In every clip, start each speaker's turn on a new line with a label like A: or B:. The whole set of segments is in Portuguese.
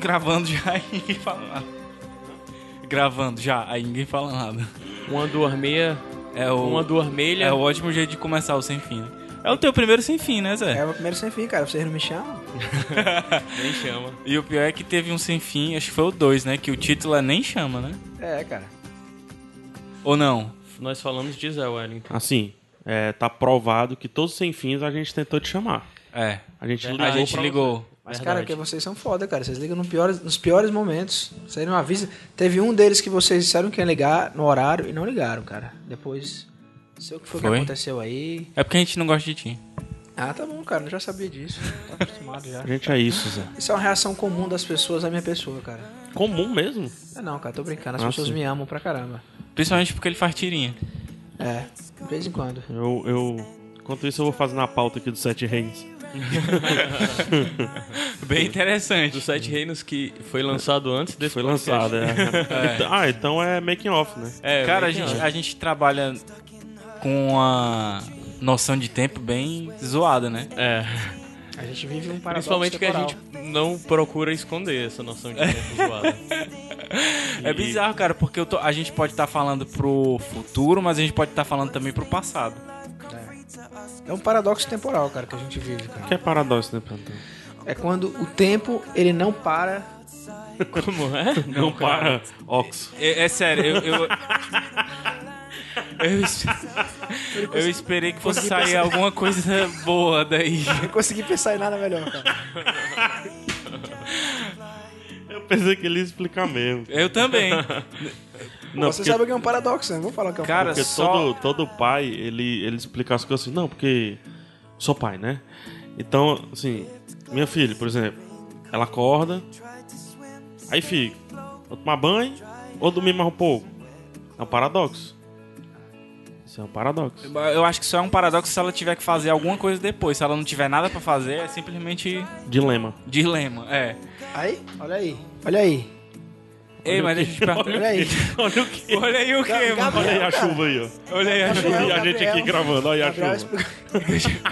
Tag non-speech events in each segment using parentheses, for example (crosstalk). A: Gravando já (laughs) e ninguém fala nada. Gravando já, aí ninguém fala nada.
B: Uma dormeia.
A: É o,
B: Uma dormelha.
A: é o ótimo jeito de começar o sem fim. né? É o teu primeiro sem fim, né, Zé?
C: É o meu primeiro sem fim, cara. Vocês não me chamam?
B: Nem chama.
A: E o pior é que teve um sem fim, acho que foi o 2, né? Que o título é Nem Chama, né?
C: É, cara.
A: Ou não?
B: Nós falamos de Zé Wellington.
D: Assim, é, tá provado que todos os sem fins a gente tentou te chamar.
A: É.
D: A gente
A: A
D: ligou
A: gente
D: pra-
A: ligou.
C: Mas,
B: Verdade.
C: cara, porque vocês são foda, cara. Vocês ligam no piores- nos piores momentos. Vocês não avisam. Teve um deles que vocês disseram que ia ligar no horário e não ligaram, cara. Depois, não sei o que foi,
A: Foi?
C: que aconteceu aí.
A: É porque a gente não gosta de ti.
C: Ah, tá bom, cara. Eu já sabia disso. Tá acostumado já.
D: A gente é isso, Zé.
C: Isso é uma reação comum das pessoas à minha pessoa, cara.
D: Comum mesmo?
C: Ah, não, cara. Tô brincando. As
D: Ah,
C: pessoas
D: sim.
C: me amam pra caramba.
A: Principalmente porque ele faz tirinha.
C: É. De vez em quando.
D: Eu, eu. Enquanto isso, eu vou fazer na pauta aqui dos Sete Reis.
A: Bem interessante.
B: Do Sete Reinos que foi lançado antes desse
D: Foi
B: podcast.
D: lançado, é. (laughs) Ah, então é making off, né?
B: É,
A: Cara, a
B: bem
A: gente,
B: pior.
A: a gente trabalha com uma noção de tempo bem zoada, né?
B: É.
C: A gente vive um paradoxo
B: Principalmente que a
C: temporal.
B: gente não procura esconder essa noção de tempo zoada.
A: É bizarro, cara, porque eu tô- a gente pode estar falando pro futuro, mas a gente pode estar falando também pro passado.
C: É um paradoxo temporal, cara, que a gente vive, cara.
D: O que é paradoxo, né, Plantão?
C: É quando o tempo, ele não para.
B: Como é?
D: Não, para. Ox.
A: É, é sério, eu. Eu, eu, es- eu esperei que fosse sair alguma coisa boa daí.
C: Não (laughs) consegui pensar em nada melhor, cara.
D: Eu pensei que ele ia explicar mesmo.
A: Eu também.
D: Não,
C: Você
D: porque,
C: sabe o que é um paradoxo, né? Vou falar o que é um
A: Cara,
D: porque
A: só.
D: todo, todo pai, ele, ele explica as coisas assim, não, porque sou pai, né? Então, assim, minha filha, por exemplo, ela acorda, aí fica, vou tomar banho ou dormir mais um pouco. É um paradoxo. Isso é um paradoxo.
A: Eu acho que só é um paradoxo se ela tiver que fazer alguma coisa depois. Se ela não tiver nada pra fazer, é simplesmente
D: Dilema.
A: dilema. É.
C: Aí, olha aí. Olha aí.
A: Ei, mas deixa eu te perguntar.
C: Olha aí.
D: Olha o que?
A: Olha aí o que, mano?
D: Olha aí a chuva aí, ó.
A: Olha aí a
D: E
C: Gabriel,
D: a gente aqui
C: Gabriel.
D: gravando, olha aí a
C: Gabriel,
D: chuva.
C: explicou...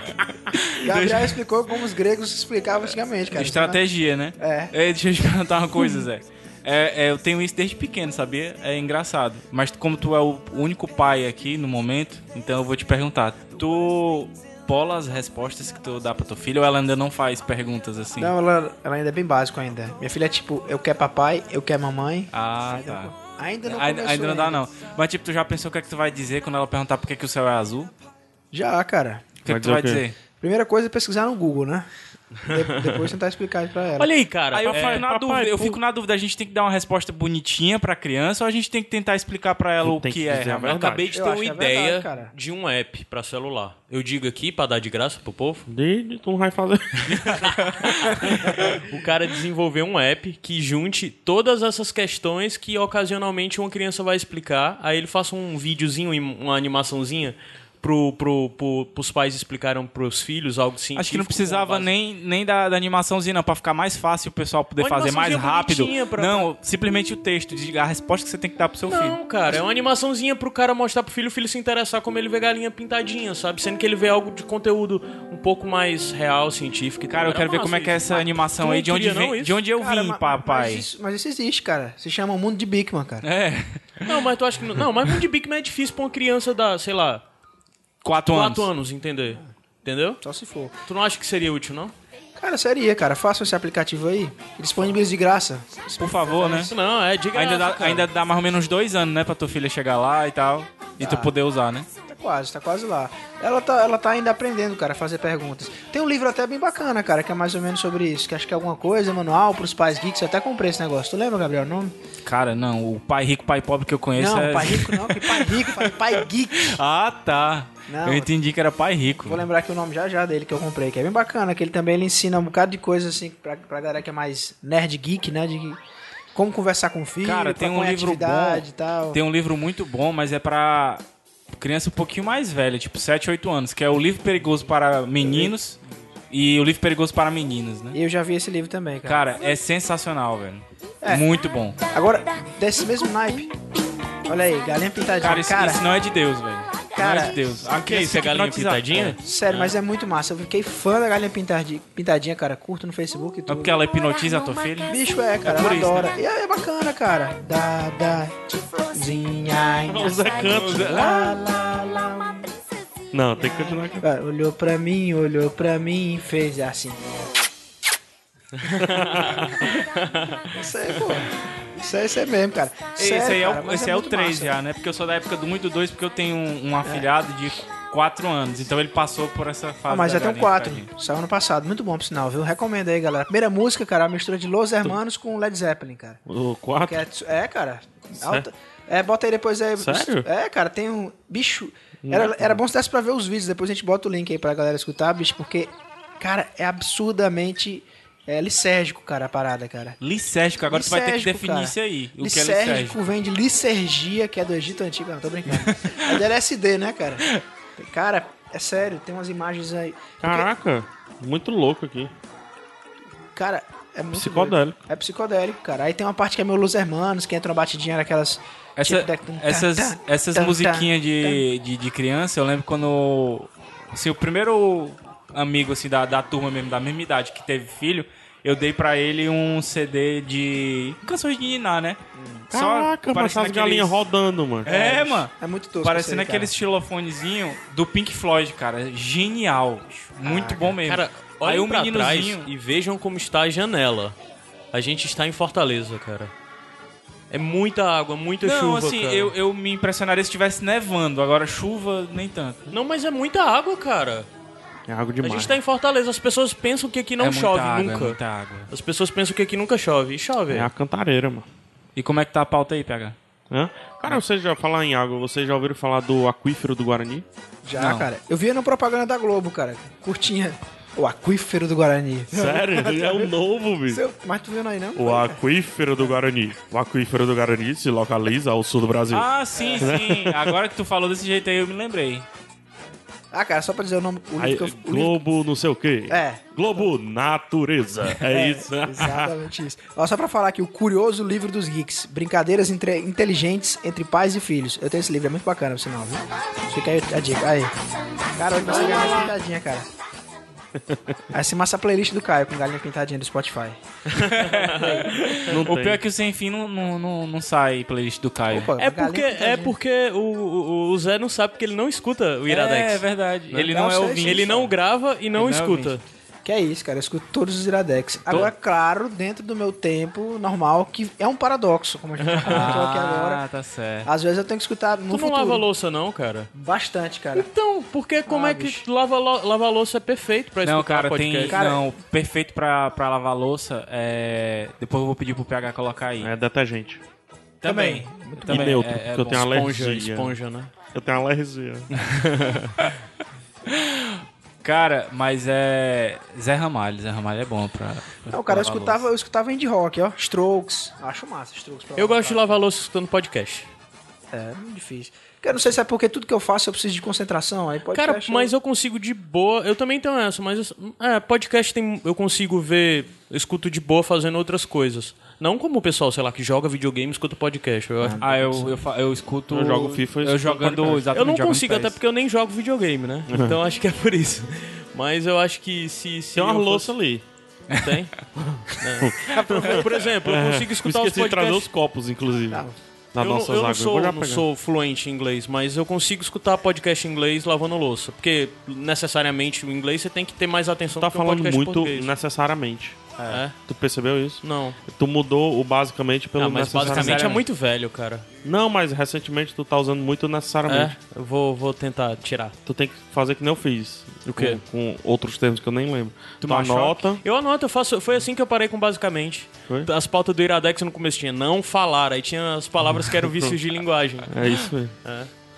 C: Gabriel explicou como os gregos explicavam antigamente, cara.
A: Estratégia, né?
C: É.
A: Ei, Deixa eu te (laughs) perguntar uma coisa, Zé. É, é, eu tenho isso desde pequeno, sabia? É engraçado. Mas como tu é o único pai aqui no momento, então eu vou te perguntar. Tu bola as respostas que tu dá pra tua filha ou ela ainda não faz perguntas assim?
C: Não, ela, ela ainda é bem básico ainda. Minha filha é tipo, eu quero papai, eu quero mamãe.
A: Ah,
C: Ainda
A: tá.
C: não- Ainda não
A: Ainda,
C: começou
A: ainda não dá, não. Mas tipo, tu já pensou o que é que tu vai dizer quando ela perguntar por que, que o céu é azul?
C: Já, cara.
A: O que, é
D: Vai
A: que tu vai
D: dizer o quê?
A: dizer?
C: Primeira coisa é pesquisar no Google, né? De- depois tentar explicar pra ela.
B: Olha aí, cara.
A: Aí eu,
B: é,
A: fico na
D: papai,
A: dúvida, eu
D: pô.
A: fico na dúvida, a gente tem que dar uma resposta bonitinha pra criança ou a gente tem que tentar explicar pra ela
D: Tu
A: o que,
D: tem que
A: é?
D: dizer a
B: Eu
A: realmente?
D: verdade.
B: acabei de
C: Eu
B: ter
C: acho
B: uma
C: que é
B: ideia
C: verdade, cara.
B: de um app pra celular. Eu digo aqui pra dar de graça pro povo.
D: Didi, tu não vai fazer. (laughs)
B: O cara desenvolveu um app que junte todas essas questões que ocasionalmente uma criança vai explicar. Aí ele faça um videozinho, im- uma animaçãozinha pro, pro, pro, pros pais explicarem pros filhos algo científico.
A: Acho que não
B: com
A: precisava
B: base-
A: nem, nem da, da animaçãozinha, não, pra ficar mais fácil o pessoal poder
B: Uma
A: fazer mais
B: animaçãozinha
A: rápido.
B: bonitinha pra-
A: Não, simplesmente o texto, diga a resposta que você tem que dar pro seu filho.
B: Não, cara, é uma animaçãozinha pro cara mostrar pro filho, o filho se interessar como ele vê galinha pintadinha, sabe? Sendo que ele vê algo de conteúdo um pouco mais real, científico. e tal.
A: Cara, eu
B: Era
A: quero ver
B: massa
A: como é que é
B: isso.
A: essa animação
B: Tu
A: aí, de
B: não
A: onde,
B: queria,
A: vem,
B: não, isso?
A: de onde eu
C: Cara,
A: vim,
C: ma-
A: papai.
C: Mas isso, mas isso existe, cara. Se chama o mundo de Bigman, cara.
A: É, (laughs)
B: Não, mas tu acha que. Não, não mas Mundo de Bigman é difícil pra uma criança da, sei lá,
A: quatro,
B: 4
A: anos.
B: anos entender. Entendeu?
C: Só se for.
B: Tu não acha que seria útil, não?
C: Cara, seria, cara. Façam esse aplicativo aí. Disponibiliza de graça.
A: Por favor, né?
B: Isso não, é de graça,
A: Ainda dá,
B: cara.
A: ainda dá mais ou menos dois anos, né, pra tua filha chegar lá e tal. E tu poder usar, né?
C: Tá quase, tá quase lá. Ela tá, ela tá ainda aprendendo, cara, a fazer perguntas. Tem um livro até bem bacana, cara, que é mais ou menos sobre isso. Que acho que é alguma coisa, manual pros pais geeks. Eu até comprei esse negócio. Tu lembra, Gabriel, o nome?
A: Cara, não, o pai rico, pai pobre que eu conheço
C: não,
A: é.
C: pai rico não, que pai rico, pai, pai geek.
A: (laughs) Ah, tá.
C: Não.
A: eu entendi que era pai rico.
C: Vou lembrar aqui o nome já já dele que eu comprei, que é bem bacana, que ele também ele ensina um bocado de coisa, assim, pra, pra galera que é mais nerd geek, né? De como conversar com o filho,
A: Cara,
C: pra
A: tem um
C: qual é a
A: livro
C: atividade
A: bom.
C: e tal.
A: Tem um livro muito bom, mas é pra criança um pouquinho mais velha, tipo 7, 8 anos, que é o livro perigoso para meninos e o livro perigoso para meninas, né?
C: Eu já vi esse livro também, cara.
A: Cara, é sensacional, velho.
C: É.
A: Muito bom.
C: Agora, desse mesmo naipe. Olha aí, galinha pintadinha.
A: Cara
C: Cara,
A: isso, isso não é de Deus, velho. Cara,
C: Cara,
A: de Deus. A
B: Que isso,
A: criança
B: é galinha
A: hipnotizada.
B: pintadinha?
C: sério, mas é muito massa. Eu fiquei fã da galinha pintadinha, pintadinha cara. Curto no Facebook e
A: É
C: tudo.
A: porque ela né? hipnotiza a tua filha?
C: Bicho é, cara. Ela
A: por isso,
C: adora. E é bacana, cara. Da, da,
D: O
C: zinha.
D: Zé
B: é
D: canta.
C: Lá, lá, lá.
D: Não, tem que continuar cantando.
C: Cara, olhou pra mim, olhou pra mim e
A: (laughs)
C: fez assim. Isso aí, pô. Isso aí, isso aí mesmo, cara.
A: Esse aí é
C: cara,
A: o,
C: mas
A: esse é o
C: muito
A: 3
C: massa.
A: já, né? Porque eu sou da época do 1 e do 2, porque eu tenho um, um afilhado de 4 anos. Então ele passou por essa fase.
C: Ah, mas
A: da
C: já tem um
A: galinha
C: 4.
A: pintadinha.
C: Saiu ano passado. Muito bom, por sinal, viu? Recomendo aí, galera. Primeira música, cara, a mistura de Los Hermanos com Led Zeppelin, cara.
D: O
C: Que
D: 4.
C: é, é, cara. Alta- É, bota aí depois aí.
D: Sério?
C: É, cara, tem um. Bicho. Era, era bom se desse pra ver os vídeos. Depois a gente bota o link aí pra galera escutar, bicho, porque, cara, é absurdamente é, lisérgico, cara, a parada, cara.
A: Licérgico, agora tu vai ter que
C: Lisérgico,
A: definir
C: cara.
A: isso aí. O que é
C: Lisérgico
A: licérgico?
C: vem de lisergia, que é do Egito Antigo. Não, tô brincando. é do LSD,
A: (laughs)
C: né, cara? Cara, é sério, tem umas imagens aí.
D: Caraca, muito louco aqui.
C: Cara, é muito
D: Psicodélico.
C: doido. É psicodélico, cara. Aí tem uma parte que é meu Los Hermanos, que entra uma batidinha naquelas...
A: Essa,
C: tipo, da- tum, tá,
A: essas
C: tá,
A: essas
C: tá, tá,
A: musiquinhas de, de, de criança, eu lembro quando. Assim, o primeiro amigo assim, da, da turma mesmo, da mesma idade, que teve filho, eu dei pra ele um CD de canções de Niná, né?
D: Caraca, mas
A: parecendo
D: as galinhas
A: aqueles-
D: rodando, mano.
A: É, mano.
C: É muito tosco
A: Parecendo
C: isso aí, cara.
A: aquele estilofonezinho do Pink Floyd, cara. Genial. Muito bom mesmo.
B: É. Cara,
A: Aí
B: olhem
A: um
B: pra trás
A: meninozinho.
B: e vejam como está a janela. A gente está em Fortaleza, cara. É muita água, muita
A: Não,
B: chuva,
A: assim,
B: cara.
A: eu, eu me impressionaria se estivesse nevando. Agora, chuva, nem tanto.
B: Não, mas é muita água, cara.
D: É algo
B: A
D: demais.
B: gente tá em Fortaleza, as pessoas pensam que aqui não
A: É muita
B: chove
A: água,
B: nunca.
A: É muita água.
B: As pessoas pensam que aqui nunca chove. E chove.
D: É a cantareira, mano.
A: E como é que tá a pauta aí, PH?
D: Hã? Cara,
B: Hum.
D: vocês já falar em água, vocês já ouviram falar do aquífero do Guarani?
C: Já,
A: Não.
C: cara. Eu via na propaganda da Globo, cara. Curtinha. O aquífero do Guarani.
D: Sério? (laughs) é o novo, bicho.
C: Seu- Mas tu viu aí, não?
D: O aquífero do Guarani. O aquífero do Guarani se localiza ao sul do Brasil.
A: Ah, (laughs) sim, sim. Agora que tu falou desse jeito aí, eu me lembrei.
C: Ah, cara, só pra dizer o nome... O livro
D: Aí,
C: que eu... o livro-
D: Globo não sei o quê.
C: É.
D: Globo Natureza. É,
B: (laughs)
D: isso.
C: Exatamente isso. Ó, só pra falar aqui, o curioso livro dos geeks. Brincadeiras entre- inteligentes entre pais e filhos. Eu tenho esse livro, é muito bacana, por sinal, viu? Fica aí a dica. Aí. Cara, olha essa galinha pintadinha,
B: (laughs)
C: cara. Essa massa playlist do Caio com galinha pintadinha do Spotify.
D: Não
A: O
D: tem.
A: pior é que o Sem Fim não, não, não, não sai playlist do Caio.
C: Opa,
B: É
C: galinha
B: porque,
C: pintadinha.
B: é porque o, o, o Zé não sabe porque ele não escuta o Iradex.
A: É, é verdade. Ele
C: Não,
A: não é
C: sei,
A: ouvinte.
C: sim,
B: Ele não grava e não
A: Ele não é
B: escuta.
A: ouvinte.
C: Que é isso, cara. Eu escuto todos os Iradex. Agora, claro, dentro do meu tempo normal, que é um paradoxo, como a gente já
B: (laughs)
C: comentou aqui
A: Ah,
C: agora.
A: tá certo.
C: Às vezes eu tenho que escutar no
B: tu não
C: futuro.
B: lava louça não, cara?
C: Bastante, cara.
B: Então, porque como
C: Ah,
B: é que
C: bicho.
B: lava, lo- lava louça é perfeito pra
A: Não,
B: escutar
A: cara,
B: podcast?
A: tem.
C: Cara-
A: Não, perfeito pra, pra lavar louça. É... Depois eu vou pedir pro PH colocar aí.
D: É detergente.
A: Também. é,
D: E neutro, porque eu tenho
A: bom.
B: é, Esponja,
D: alergia.
B: esponja, né?
D: Eu tenho
B: (laughs)
D: alergia.
A: Cara, mas é. Zé Ramalho, Zé Ramalho é bom pra. pra
C: Não, cara,
A: lavar
C: eu escutava,
A: louça.
C: eu escutava indie rock, ó. Strokes. Acho massa, Strokes. pra
B: Eu
C: lavar
B: gosto de lavar louça escutando podcast.
C: É, muito difícil. Cara, eu não sei se é porque tudo que eu faço eu preciso de concentração. Aí pode
B: Cara, mas eu consigo de boa. Eu também tenho essa, mas eu- é, podcast tem, eu consigo ver, eu escuto de boa fazendo outras coisas. Não como o pessoal, sei lá, que joga videogame, escuta podcast. Eu, acho-
A: Ah, eu, eu, fa- eu escuto.
D: Eu jogo FIFA e
A: Eu
D: escuto
A: jogando.
D: podcast.
A: Exatamente,
B: eu não
A: jogando
B: consigo,
A: PES.
B: até porque eu nem jogo videogame, né? Então acho que é por isso. Mas eu acho que se. se
D: Tem uma
B: eu
D: louça
B: fosse-
D: ali.
B: Tem? É. Por exemplo, eu consigo escutar
D: Eu
B: os
D: esqueci de trazer os
B: podcasts. Tá.
D: copos, inclusive.
C: Não.
D: Na
B: eu não,
D: nossa
B: eu não
D: água.
B: sou,
D: Vou já
B: não
D: pegar.
B: sou fluente em inglês, mas eu consigo escutar podcast em inglês lavando louça. Porque necessariamente o inglês você tem que ter mais atenção
D: tá
B: do que um
D: falando
B: podcast em
D: muito
B: português.
D: necessariamente.
B: É?
D: Tu percebeu isso?
B: Não.
D: Tu mudou o basicamente pelo
B: Ah, mas basicamente
D: necessariamente.
B: é muito velho, cara.
D: Não, mas recentemente tu tá usando muito
B: É,
D: necessariamente.
B: eu vou, vou tentar tirar.
D: Tu tem que fazer que nem eu fiz.
B: O quê?
D: Com, com outros termos que eu nem lembro. Tu,
A: Tomar
D: anota.
B: Eu anoto, eu faço. Foi assim que eu parei com basicamente.
D: Foi?
B: As pautas do Iradex no começo tinha não falar, aí tinha as palavras que eram vícios de
C: (laughs)
B: linguagem.
D: É isso aí.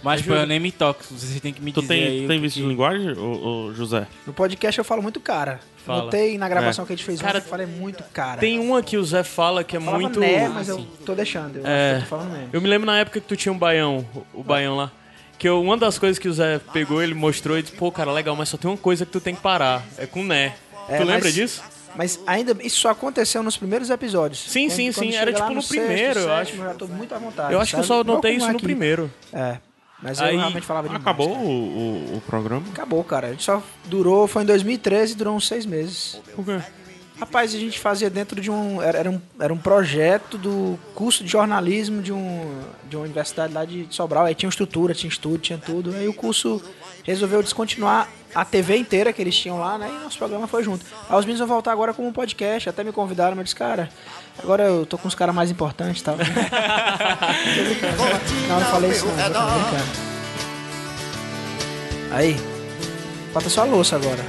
A: Mas, pô, eu nem me toco. Vocês têm que me
D: Tu
A: dizer. aí
D: tem,
A: o
D: tem
A: que
D: vício
A: que-
D: de linguagem, ô, ô, José?
C: No podcast eu falo muito cara.
B: Fala. É.
C: Notei na gravação que a gente fez
B: Cara,
C: ontem, eu falei muito cara.
B: Tem uma que o Zé fala que é
C: eu falava
B: muito.
C: né, mas eu tô deixando. Eu,
B: É.
C: eu tô falando né. mesmo.
B: Eu me lembro na época que tu tinha um baião, o- o baião lá. Que eu- uma das coisas que o Zé pegou, ele mostrou e disse, pô, cara, legal, mas só tem uma coisa que tu tem que parar. É com né.
C: É,
B: tu lembra
C: mas-
B: disso?
C: Mas ainda isso só aconteceu nos primeiros episódios.
B: Sim, sim, sim,
C: chega
B: era
C: lá
B: tipo no primeiro, eu
C: sétimo, Eu já tô muito à vontade.
B: eu acho que eu
C: sabe?
B: só notei
C: Vou
B: isso
C: arrumar
B: no
C: aqui.
B: primeiro.
C: É. Mas
B: Aí,
C: eu realmente falava demais.
D: Acabou o, o, o programa?
C: Acabou, cara. A gente só durou, foi em 2013, durou uns seis meses.
D: Por quê?
C: Rapaz, a gente fazia dentro de um. Era, era um, era um projeto do curso de jornalismo de, um, de uma universidade lá de Sobral. Aí tinha estrutura, tinha estudo, tinha tudo. Aí o curso resolveu descontinuar a TV inteira que eles tinham lá, né? E nosso programa foi junto. Aí os meninos vão voltar agora como um podcast. Até me convidaram, mas eu disse, cara, agora eu tô com os caras mais importantes e tal. (laughs) não, não falei isso, não. Eu tô brincando. Aí. Falta só a louça agora.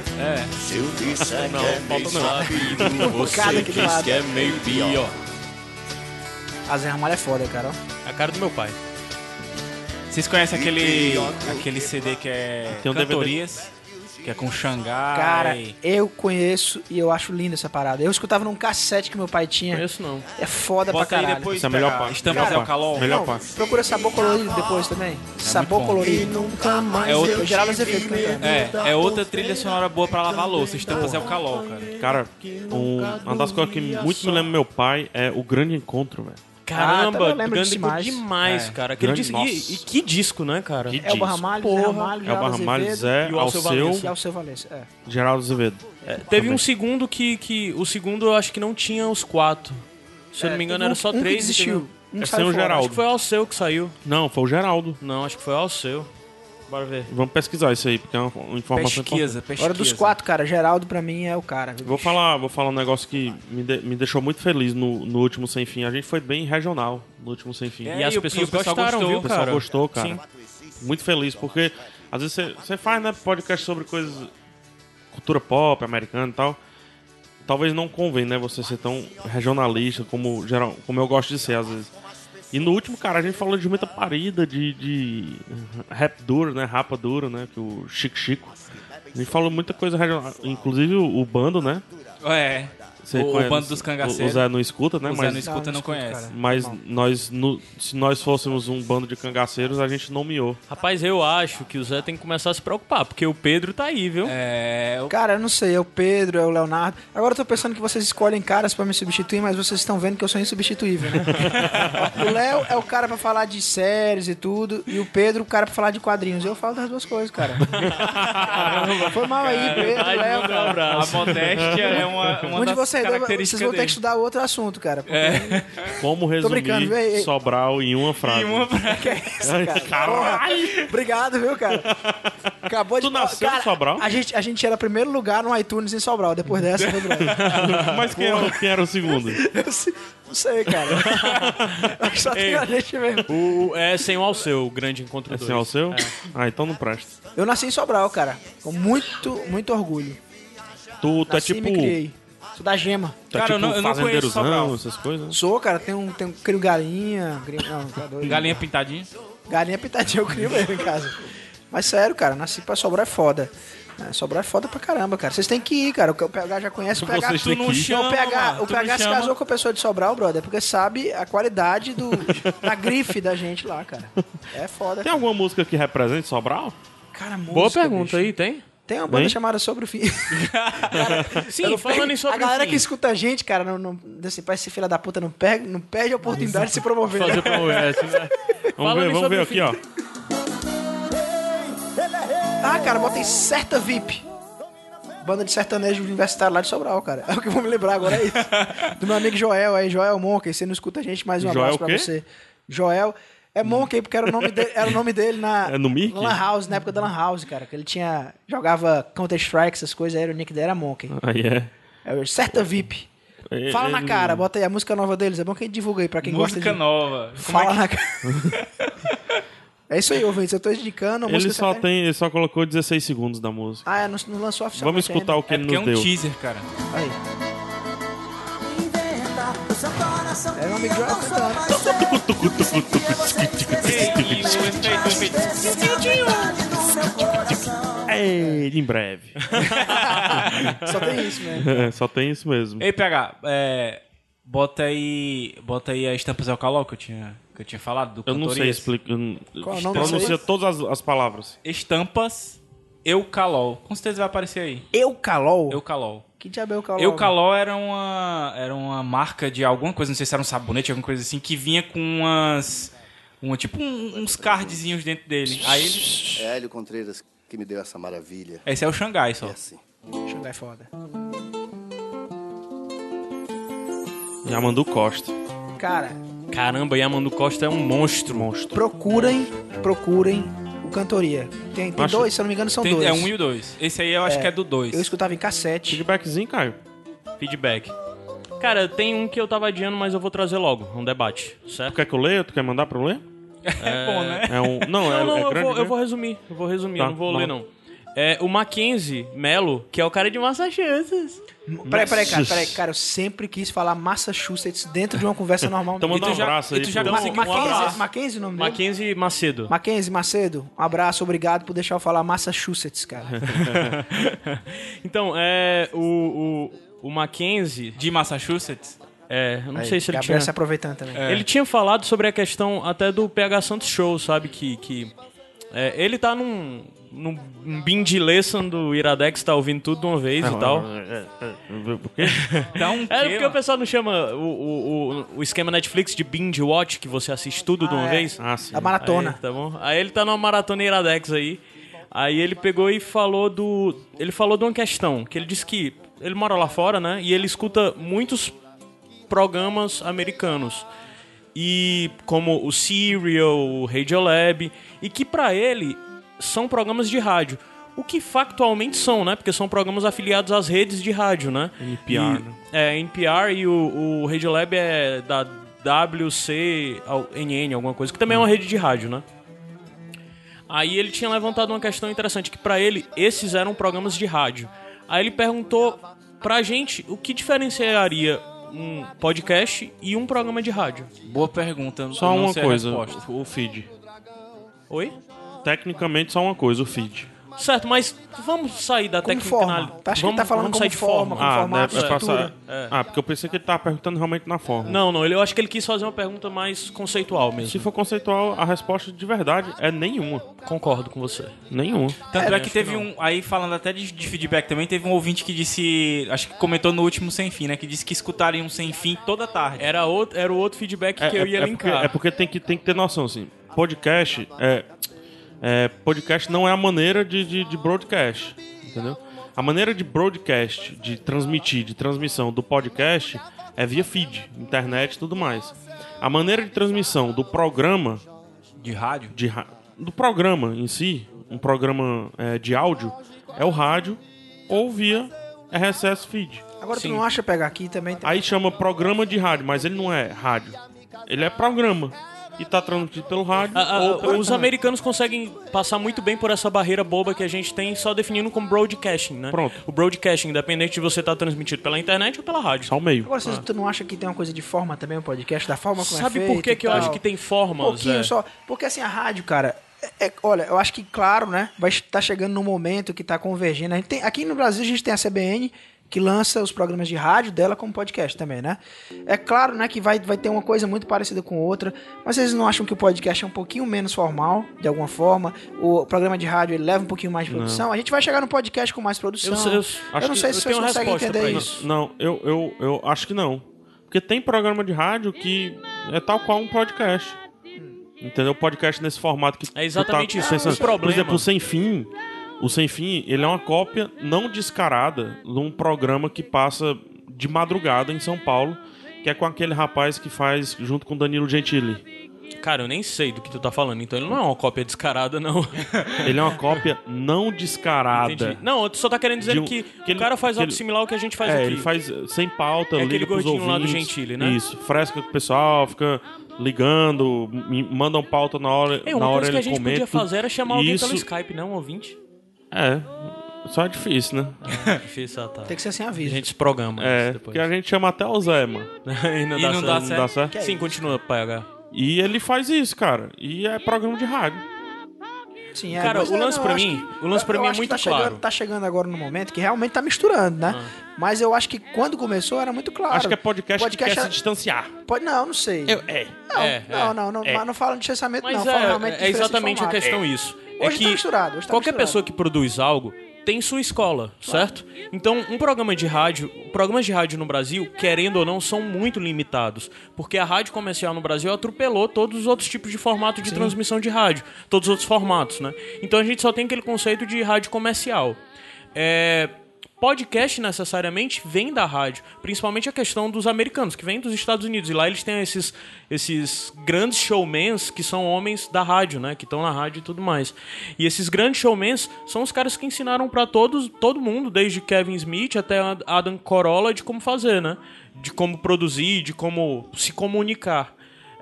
E: Se eu disser que é meio
B: falta não.
E: sabido,
C: Cada
E: você
C: aqui do
E: diz
C: lado.
E: que é meio pior.
C: As Ramalho é foda, cara. ó.
B: A cara do meu pai.
A: Vocês conhecem aquele, aquele CD que é
D: Tem um DVD.
A: Cantorias? Que é com Xangai. É,
C: Cara, eu conheço e eu acho linda essa parada. Eu escutava num cassete que meu pai tinha.
B: Conheço não.
C: É foda
A: Bota
C: pra
A: aí
C: caralho.
A: depois.
D: Essa é a melhor
A: cara.
D: parte.
A: Estampa
D: melhor
A: Del
D: parte.
A: Calol.
D: Melhor
C: Não,
D: parte.
C: procura sabor colorido depois também. sabor
A: bom.
C: colorido.
A: É outra,
C: Eu gerava esse efeito cantando.
A: é, é outra trilha sonora boa pra lavar louça. Estampa Del Calol, cara.
D: Cara, um, uma das coisas que muito me lembra meu pai é o grande encontro, velho.
C: também
B: Caramba,
C: eu lembro
B: grande
C: disso
B: demais,
C: demais.
B: demais
A: É.
B: cara. Aquele
D: Grande-
B: disco,
D: nossa.
B: e, e que disco, né, cara?
D: Que
C: É o Barramalho, Zé
B: Porra.
C: Ramalho,
D: É o
C: Geraldo
D: Barramalho,
C: Azevedo
D: Zé,
B: e o Alceu
D: Alceu,
C: E Alceu Valença. É.
D: Geraldo Azevedo.
B: É, teve
D: Também.
B: um segundo que, que. O segundo eu acho que não tinha os quatro. Se eu não me engano,
C: Teve
B: era
C: um-
B: só
C: um que
B: três.
C: desistiu.
B: entendeu?
C: Um
D: Esse
C: saiu
D: é o
C: fora.
D: Geraldo.
B: Acho que foi o Alceu que saiu.
D: Não, foi o Geraldo.
B: Não, acho que foi o Alceu. Bora ver.
D: Vamos pesquisar isso aí, porque é uma uma informação importante.
A: Pesquisa, pesquisa.
C: Agora dos quatro, cara, Geraldo pra mim é o cara. viu?
D: Vou falar, vou falar um negócio que me, de- me deixou muito feliz no, no último Sem Fim. A gente foi bem regional no último Sem Fim.
A: É,
B: E as
A: e o-
B: pessoas
A: e o pessoal
B: gostaram,
A: gostou.
B: viu,
D: O pessoal
B: cara?
D: gostou, cara.
B: Sim.
D: Muito feliz, porque às vezes você- você faz né, podcast sobre coisas. cultura pop, americana e tal. Talvez não convém, né? Você ser tão regionalista como, geral, como eu gosto de ser, às vezes. E no último, cara, a gente falou de muita parida, de, de rap duro, né? Rapa duro, né? Que o Chico Chico. A gente falou muita coisa regional. Inclusive o, o bando, né?
A: É.
D: Você
A: O- o
D: conhece-
A: bando dos cangaceiros.
D: O Zé não escuta, né?
A: O Zé
D: mas
A: não
C: Tá,
A: escuta, não conhece.
C: cara.
D: mas nós, no- se nós fôssemos um bando de cangaceiros, a gente nomeou.
B: Rapaz, eu acho que o Zé tem que começar a se preocupar, porque o Pedro tá aí, viu?
A: É, o-
C: Cara, eu não sei, é o Pedro, é o Leonardo. Agora eu tô pensando que vocês escolhem caras pra me substituir, mas vocês estão vendo que eu sou insubstituível, né? o Léo é o cara pra falar de séries e tudo, e o Pedro é o cara pra falar de quadrinhos. Eu falo das duas coisas, cara. Foi mal aí, Pedro,
B: Vai,
C: Léo.
B: manda um
C: cara.
A: a
B: abraço.
A: modéstia é uma, uma
C: Onde
A: das
C: vocês dois-
A: características
C: vocês vão ter
A: dele.
C: que estudar outro assunto, cara. Porque
D: Como resumir
C: brincando, véi.
D: Sobral em uma frase.
A: Em uma frase.
C: que é isso, cara? Porra, Obrigado, viu, cara? Acabou de
D: Tu nasceu
C: cara,
D: em Sobral?
C: A gente, a gente era primeiro lugar no iTunes em Sobral, depois dessa, viu, Bruno?
D: Mas quem era, quem era o segundo?
C: Eu se- não sei,
D: (laughs)
C: cara. É Só tem a gente mesmo.
B: O, é sem o Alceu, o grande encontro
D: Esse é o
B: dois.
D: seu? Ah, então não presta.
C: Eu nasci em Sobral, cara. Com muito, muito orgulho.
D: Tu, tu é
C: Nasci e
D: tipo.
C: me criei. Sou da gema.
D: Tu é
A: Cara, eu
D: tipo
A: não- eu não conheço Sobral.
D: fazendeirozão, essas coisas.
C: Sou, cara. Tem um, tem um crio galinha. Crio, não, tá doido.
A: Galinha pintadinha.
C: Galinha pitadinha eu crio mesmo em casa. Mas sério, cara. Nasci pra Sobral é foda. É, Sobral é foda pra caramba, cara. Vocês têm que ir, cara. O que o PH já conhece o PH.
D: Vocês têm que ir.
C: Não, o PH, o
A: tu não
C: PH se
A: chama.
C: casou com a pessoa de Sobral, brother, porque sabe a qualidade
D: (laughs)
C: do, da grife da gente lá, cara. É foda.
D: Tem alguma música que represente Sobral?
C: Cara,
B: Boa
C: música,
B: pergunta
C: bicho.
B: aí, tem?
C: Tem uma banda
D: um- Hein?
C: chamada Sobre o Fim. (laughs)
B: Sim, falando em sobre
C: a galera
B: o fim.
C: que escuta a gente, cara, não, não, assim, parece ser filha da puta, não, pega, não perde a oportunidade de se promover.
B: Fazer pra OS, né?
D: Vamos
B: Falando
D: ver,
B: em
D: vamos
B: sobre
D: ver
B: o
D: aqui, ó.
C: Ah, cara, bota aí certa VIP. Banda de sertanejo universitário lá de Sobral, cara. É o que eu vou me lembrar agora, é isso. Do meu amigo Joel aí, Joel Monk. Você não escuta a gente, mais um
D: Joel
C: abraço pra
D: o quê?
C: você. Joel. É Monk aí, porque era o nome dele, era o nome dele na,
D: É no Mickey?
C: na Lan House, na época da Lan House, cara. Que ele tinha. Jogava Counter-Strike, essas coisas, aí o nick dele era Monk.
D: Aí é.
C: É o Certa VIP.
D: É,
C: Fala na
D: ele-
C: cara, bota aí a música nova deles. É bom que a gente divulga aí pra quem gosta de.
A: Música nova. Como é
C: Fala na cara. (laughs) é isso aí, ouvintes. Eu tô indicando a música.
D: Ele só
C: sertaneja.
D: tem, ele só colocou 16 segundos da música.
C: Ah, é, não, não lançou oficialmente.
D: Vamos escutar o que
A: que é
D: ele
A: porque é
D: nos
A: um
D: deu.
A: teaser, cara.
C: ainda. Aí.
F: É
C: um amigo de Joel cantando.
D: Ei, É, em breve. (laughs)
C: Só tem isso mesmo.
D: É, só tem isso mesmo.
A: Ei, PH, é, bota aí. Bota aí a estampa Zé Calol que eu tinha, que eu tinha falado, do
D: Eu não sei
A: Cantorias.
D: explicar. eu não-
C: Qual o nome
D: Pronuncia
C: disso
D: todas as, as palavras.
A: Estampas Eucalol. Com certeza vai aparecer aí.
C: Eucalol?
A: Eucalol.
C: Que diabo é Eucalol?
A: Eucalol era uma, era uma marca de alguma coisa, não sei se era um sabonete, alguma coisa assim, que vinha com umas, Uma, tipo um- uns cardzinhos dentro dele. Aí ele.
G: É Hélio Contreiras que me deu essa maravilha.
A: Esse é o Xangai só.
G: É assim.
C: Xangai é foda.
D: Já mandou Costa.
C: Cara,
B: Caramba, Yamandu Costa é um monstro. Monstro.
C: procurem, procurem o Cantoria. Tem, tem
D: Acho-
C: dois, se eu não me engano, são
A: Tem-
C: dois.
A: é um e o dois. Esse aí eu acho que é do dois.
C: Eu escutava em cassete.
D: Feedbackzinho, Caio.
B: Feedback. Cara, tem um que eu tava adiando, mas eu vou trazer logo. Um debate,
D: Tu
B: certo?
D: quer que eu leia? Tu quer mandar pra eu ler?
A: É bom, né?
D: É (laughs) um... Não, é,
B: Não, não,
D: é
B: eu,
D: grande,
B: vou,
D: né?
B: eu vou resumir. Eu vou resumir,
D: Tá,
B: eu não vou
D: não.
B: ler, não. É o Mackenzie Melo, que é o cara de Massachusetts.
C: Peraí, peraí, cara, peraí, cara, eu sempre quis falar Massachusetts dentro de uma conversa
D: (laughs)
C: normal.
D: Então manda
A: tu
D: um
A: já-
D: abraço
A: e
D: aí.
A: tu já
D: pro-
A: dá
C: Ma
A: um
C: Mackenzie,
B: abraço.
C: Mackenzie o nome dele?
B: Mackenzie Macedo.
C: Mackenzie Macedo, um abraço, obrigado por deixar eu falar Massachusetts, cara.
B: (laughs) então, é o, o, o Mackenzie,
A: De Massachusetts.
B: é, eu não
C: Aí,
B: sei se ele
C: Gabriel
B: tinha... É.
C: se aproveitando também.
B: Ele tinha falado sobre a questão até do PH Santos Show, sabe? Que, que é, ele tá num, num binge lesson do Iradex, tá ouvindo tudo de uma vez e tal.
D: É, Por quê?
A: Dá um
B: É
A: quê,
B: porque o
A: mano?
B: pessoal não chama o, o, o, o esquema Netflix de binge watch, que você assiste tudo de uma
C: Ah, é.
B: vez.
D: Ah, sim.
C: A maratona.
B: Aí, tá bom? Aí ele tá numa maratona Iradex aí. Aí ele pegou e falou do. Ele falou de uma questão, que ele disse que ele mora lá fora, né? E ele escuta muitos programas americanos. E como o Serial, o Radiolab, e que pra ele são programas de rádio. O que factualmente são, né? Porque são programas afiliados às redes de rádio, né? NPR. é, NPR e o, o Radiolab é da WCNN, alguma coisa, que também é uma rede de rádio, né? Aí ele tinha levantado uma questão interessante, que pra ele esses eram programas de rádio. Aí ele perguntou pra gente o que diferenciaria um podcast e um programa de rádio.
A: Boa pergunta. eu
D: Só
A: não
D: uma
A: sei a
D: coisa.
A: resposta.
D: O o feed.
B: Oi?
D: Tecnicamente, só uma coisa, o feed.
B: Certo, mas vamos sair da
C: Como
B: tecnicalidade.
C: forma? Tá, acho que ele tá falando
B: vamos
C: como
B: sair de forma.
C: forma, como
D: Ah, né,
C: formato,
D: é passar...
C: estrutura.
D: ah, porque eu pensei que ele tava perguntando realmente na forma.
B: Ah, Não, não, ele, eu acho que ele quis fazer uma pergunta mais conceitual
D: Se
B: mesmo.
D: for conceitual, a resposta de verdade é nenhuma.
B: Concordo com você.
D: Nenhuma.
A: Tanto é,
B: acho
A: que
B: que
A: teve
B: não.
A: um. Aí falando até de, de feedback também, teve um ouvinte que disse. Acho que comentou no último sem fim, né? Que disse que escutarem um sem fim toda tarde.
B: Era, outro, era o outro feedback que eu ia
D: porque,
B: linkar.
D: é porque tem que, tem que ter noção, assim. Podcast é, é, Podcast não é a maneira de, de, de broadcast, entendeu? A maneira de broadcast, de transmitir, de transmissão do podcast é via feed, internet e tudo mais. A maneira de transmissão do programa
A: De rádio?
D: de ra- do programa em si, um programa é, de áudio, é o rádio ou via RSS feed.
B: É,
C: Agora tu não acha pegar aqui também? tem-
D: Aí chama programa de rádio, mas ele não é rádio. Ele é programa. E tá transmitido pelo rádio.
B: Ah, ah,
D: ou pela
B: os
D: internet.
B: americanos conseguem passar muito bem por essa barreira boba que a gente tem, só definindo como broadcasting, né?
D: Pronto.
B: O broadcasting, independente de você estar transmitido pela internet ou pela rádio.
D: Só o meio.
C: Agora vocês, tu não acha que tem uma coisa de forma também, o podcast, da forma como é
B: Ah. Sabe
C: feito
B: por que,
C: e
B: que eu
C: tal?
B: acho que tem
C: Um
B: formas?
C: pouquinho
B: é?
C: só. Porque assim, a rádio, cara, é- é- olha, eu acho que, claro, né? Vai estar chegando num momento que tá convergindo. A gente tem, aqui no Brasil a gente tem a CBN que lança os programas de rádio dela como podcast também, né? É claro, né, que vai, vai ter uma coisa muito parecida com outra, mas vocês não acham que o podcast é um pouquinho menos formal, de alguma forma? O programa de rádio ele leva um pouquinho mais de produção? A gente vai chegar no podcast com mais produção?
B: Eu sei- eu- acho
C: não
B: que
C: sei
B: eu
C: se vocês
B: tenho uma
C: conseguem
B: resposta
C: entender
B: pra
C: isso.
B: isso.
D: Não, eu, eu, eu acho que não. Porque tem programa de rádio que é tal qual um podcast. Entendeu? Podcast nesse formato que
B: É exatamente
D: que
B: isso,
D: pensando.
B: o problema.
D: Por exemplo, o Sem Fim. O Sem Fim, ele é uma cópia não descarada de um programa que passa de madrugada em São Paulo, que é com aquele rapaz que faz junto com Danilo Gentili.
B: Cara, eu nem sei do que tu tá falando, então ele não é uma cópia descarada, não.
C: (laughs)
D: Ele é uma cópia não descarada.
B: Entendi. Não, tu só tá querendo dizer
D: De um-
B: que,
D: que
B: o
D: ele-
B: cara faz
D: que
B: algo
D: ele-
B: similar ao que a gente faz
D: é,
B: aqui.
D: ele faz eh, sem pauta,
B: É
D: liga
B: aquele
D: pros
B: gordinho
D: ouvintes.
B: lá do Gentili, né?
D: Isso, fresca com o pessoal, fica ligando, me mandam pauta na hora,
B: É,
D: na
B: uma
D: hora
B: coisa que
D: ele
B: a gente
D: comenta.
B: podia fazer era chamar alguém
D: Isso,
B: pelo Skype, não, um ouvinte?
D: É, só é difícil, né?
B: Difícil, ah, tá.
C: Tem que ser sem
B: A
C: aviso.
B: gente se programa
D: É,
B: isso depois.
D: porque a gente chama até o né? Zé, mano.
B: (laughs) e não
A: E
B: dá
A: não
B: certo. é
A: dá
D: Não
A: certo.
D: dá certo?
B: Sim, continua, PH.
D: E ele faz isso, cara. E é programa de rádio.
C: Sim, é,
B: Cara,
C: mas
B: o
C: eu
B: lance
C: não
B: pra
C: acho
B: mim-
C: que-
B: o lance pra
C: eu
B: mim é
C: acho que
B: muito
C: tá chegando-
B: claro.
C: tá chegando agora no momento que realmente tá misturando, né? Mas eu acho que quando começou era muito claro.
D: Acho que é podcast, que quer
C: é-
D: se distanciar.
C: pode não, não sei.
D: é.
C: Não,
B: É,
C: não,
B: é,
C: não, não, mas não fala de distanciamento
B: Mas
C: não, fala
B: é,
C: realmente de
B: é
C: diferença de
B: exatamente a
C: formato.
B: questão isso. é
C: Hoje
B: que
C: tá misturado, hoje tá
B: qualquer
C: misturado.
B: pessoa que produz algo, tem sua escola, certo? Então, um programa de rádio, programas de rádio no Brasil, querendo ou não, são muito limitados, porque a rádio comercial no Brasil atropelou todos os outros tipos de formato de transmissão de rádio, todos os outros formatos, né? Então a gente só tem aquele conceito de rádio comercial. É, podcast necessariamente vem da rádio, principalmente a questão dos americanos, que vem dos Estados Unidos. E lá eles têm esses, esses grandes showmans que são homens da rádio, né? Que estão na rádio e tudo mais. E esses grandes showmans são os caras que ensinaram pra todos, todo mundo, desde Kevin Smith até Adam Corolla, de como fazer, né? De como produzir, de como se comunicar.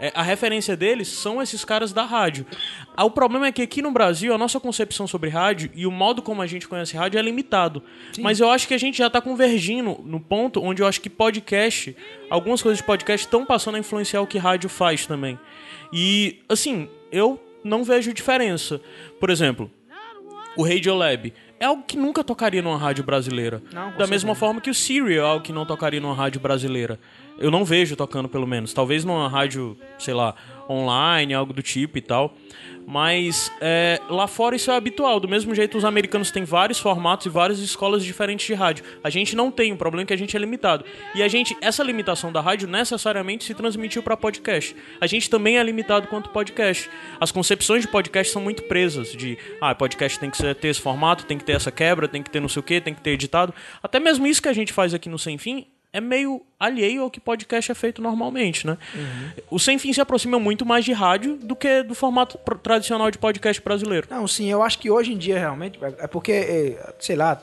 B: É, a referência deles são esses caras da rádio. Ah, O problema é que aqui no Brasil a nossa concepção sobre rádio e o modo como a gente conhece rádio é limitado. Mas eu acho que a gente já está convergindo no ponto onde eu acho que podcast, algumas coisas de podcast estão passando a influenciar o que rádio faz também. E assim, eu não vejo diferença. Por exemplo, o Radiolab é algo que nunca tocaria numa rádio brasileira.
C: Não, com
B: da mesma forma que o Siri é algo que não tocaria numa rádio brasileira. Eu não vejo tocando, pelo menos. Talvez numa rádio, sei lá, online, algo do tipo e tal. Mas é, lá fora isso é habitual. Do mesmo jeito, os americanos têm vários formatos e várias escolas diferentes de rádio. A gente não tem, o problema é que a gente é limitado. E a gente, essa limitação da rádio necessariamente se transmitiu para podcast. A gente também é limitado quanto podcast. As concepções de podcast são muito presas de, ah, podcast tem que ser- ter esse formato, tem que ter essa quebra, tem que ter não sei o que, tem que ter editado. Até mesmo isso que a gente faz aqui no Sem Fim é meio alheio ao que podcast é feito normalmente, né? O Sem Fim se aproxima muito mais de rádio do que do formato pro- tradicional de podcast brasileiro.
C: Não, sim, eu acho que hoje em dia realmente. É porque, é, sei lá,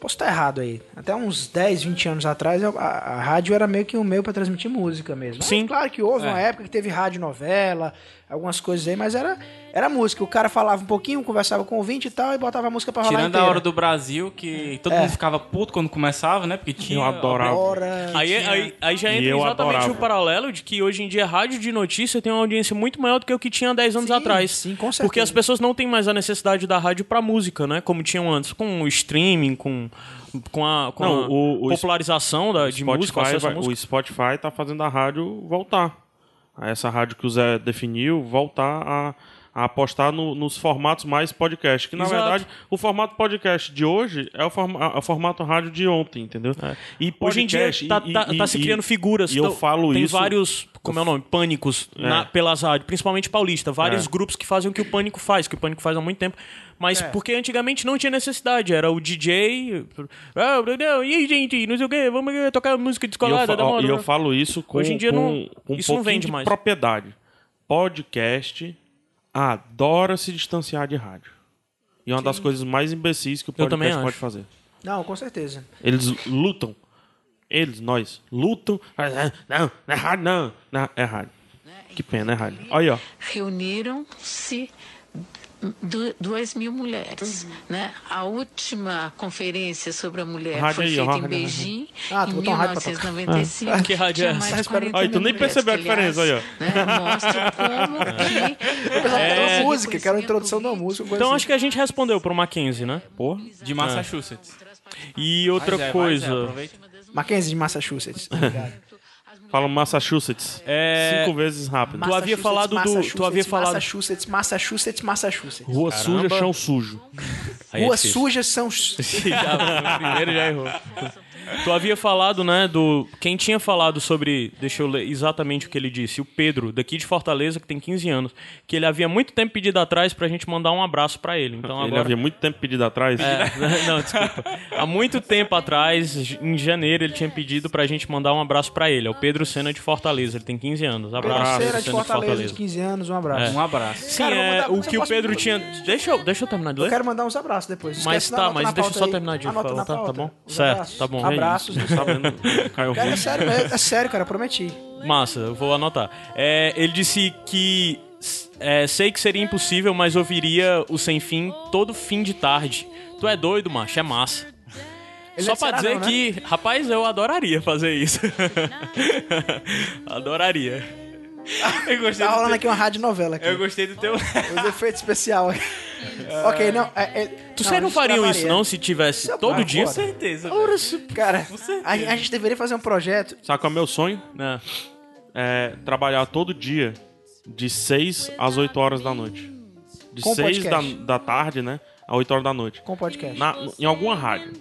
C: posso estar errado aí. Até uns 10, 20 anos atrás, eu- a, a rádio era meio que um meio para transmitir música mesmo. Mas,
B: Sim. É.
C: claro que houve uma época que teve rádio novela, algumas coisas aí, mas era, era música. O cara falava um pouquinho, conversava com o ouvinte e tal, e botava a música pra rolar
A: Tirando a
C: inteira.
A: hora do Brasil, que todo mundo ficava puto quando começava, né? Porque tinha.
D: Eu adorava.
C: Hora.
B: Aí, é- aí, aí já
D: E
B: entra
D: eu
B: exatamente
D: adorava.
B: o paralelo de que hoje em dia rádio de notícia tem uma audiência muito maior do que o que tinha há 10 anos
C: Sim,
B: atrás.
C: sim, com certeza.
B: Porque as pessoas não têm mais a necessidade da rádio pra música, né? Como tinham antes, com o streaming, com, com a, com
D: Não,
B: a
D: o- o
B: popularização da, de música,
D: Spotify
B: acesso à
D: vai-
B: música.
D: O Spotify tá fazendo a rádio voltar. A Essa rádio que o Zé definiu, voltar a, a apostar no- nos formatos mais podcast. Que na
B: Exato.
D: verdade, o formato podcast de hoje é o, forma- a- o formato rádio de ontem, entendeu? E
B: É. Hoje em dia
D: podcast-
B: tá,
D: e-
B: tá-
D: e-
B: tá se
D: e-
B: criando figuras.
D: E eu
B: Então,
D: falo
B: tem
D: isso.
B: vários, como é o nome? Pânicos na- pelas rádios, principalmente paulista. Vários
D: É.
B: grupos que fazem o que o Pânico faz, que o Pânico faz há muito tempo. Mas porque antigamente não tinha necessidade. Era o DJ. Ah, Brunão, e aí, gente, não sei o quê, vamos tocar música
D: E eu,
B: descolada.
D: fa-
B: da moda,
D: e eu
B: né?
D: falo isso com,
B: Hoje em dia
D: com-
B: não-
D: com um
B: isso não
D: pouquinho
B: vende
D: de
B: mais.
D: propriedade. Podcast adora se distanciar de rádio. E é uma das coisas mais imbecis que o
B: também
D: podcast
B: acho.
D: pode fazer.
C: Não, com certeza.
D: Eles lutam. Eles, nós, lutam. Ah, Não, não, não é rádio, não. não é rádio. Que pena, é rádio. Olha aí, ó.
H: reuniram-se du- duas mil mulheres, né? A última conferência sobre a mulher
D: Rádio
H: foi
D: aí, ó,
H: feita
D: rádio,
H: em Beijing
C: rádio. Ah,
H: em
C: tu botou um rádio pra tocar.
H: 1995.
B: Ah, que rádio é essa?
H: Tinha mais de
C: Espera.
H: 40
D: Aí, tu
H: mil
D: nem percebeu a
H: mulheres,
D: diferença, aí, ó.
H: que, aliás, né, mostra (laughs) como que...
C: Pela
H: É.
C: música, que era uma introdução da música. assim.
B: Então
D: assim-
B: acho que a gente respondeu pro Mackenzie, né?
D: Porra.
A: De Massachusetts.
B: E outra
A: Zé, vai,
B: coisa.
A: Zé, é, aproveita.
C: que... Mackenzie
B: (laughs)
C: de Massachusetts. Obrigado.
D: Fala Massachusetts.
B: É-
D: Cinco vezes rápido.
B: havia
C: Massachusetts,
B: falado do- tu
C: Massachusetts,
B: havia falado-
C: Massachusetts, Massachusetts, Massachusetts.
D: Rua suja, chão sujo.
B: Aí é
C: Ruas
B: difícil.
C: sujas
B: (laughs)
C: são.
B: já, primeiro já errou. Tu havia falado, né, do... Quem tinha falado sobre... Deixa eu ler exatamente o que ele disse. O Pedro, daqui de Fortaleza, que tem 15 anos. Que ele havia muito tempo pedido atrás pra gente mandar um abraço pra ele. Então
D: Ele
B: agora...
D: havia muito tempo pedido atrás.
B: É, (laughs) não, desculpa. Há muito tempo atrás, em janeiro, ele tinha pedido pra gente mandar um abraço pra ele. É o Pedro Sena de Fortaleza, ele tem 15 anos. Abraço,
C: Parceira
B: Pedro
C: de
B: Sena de
C: Fortaleza, de
B: Fortaleza.
C: 15 anos, um abraço.
A: Um abraço.
B: Sim,
C: Cara, eu vou
B: é,
C: dar-
B: o
C: eu
B: que o
C: posso-
B: Pedro tinha... Deixa eu, deixa eu terminar de
C: Eu
B: ler.
C: quero mandar uns abraços depois.
B: Mas
C: Esquece,
B: tá,
C: anota
B: mas
C: na
B: deixa
C: pauta
B: só
C: aí.
B: terminar de
C: Anota
B: falar,
C: na
B: tá-
C: pauta.
B: tá bom?
C: Os
B: Certo,
C: abraços.
B: tá bom.
C: Abraços. né?
D: Não
B: (laughs)
D: tá vendo? Caiu
C: Cara, é
D: ruim.
C: sério, é, é sério, cara, eu prometi.
B: Massa, eu vou anotar. É, ele disse que s- é, sei que seria impossível, mas ouviria o Sem Fim todo fim de tarde. Tu é doido, macho, é massa.
C: Ele
B: Só
C: é de
B: pra
C: Ceará,
B: dizer
C: não, né?
B: que, rapaz, eu adoraria fazer
C: (laughs)
B: isso. adoraria. Eu gostei,
C: Tá
B: do
C: rolando
B: teu,
C: aqui uma rádio novela aqui.
B: eu gostei do teu.
C: Os efeitos especiais. ok, não. É, é,
B: Tu não, não
C: isso
B: fariam
C: gravaria.
B: isso, não, se tivesse
C: Isso é
B: todo
C: pra
B: dia?
C: fora.
A: Certeza.
C: Ora, isso- Cara, a, a gente deveria fazer um projeto.
D: Sabe qual é o meu sonho?
B: Não.
D: É trabalhar todo dia, de 6 às 8 horas da noite. De
C: Com
D: 6 da,
C: podcast.
D: da tarde, né? às 8 horas da noite.
C: Com o podcast.
D: Na- em alguma rádio.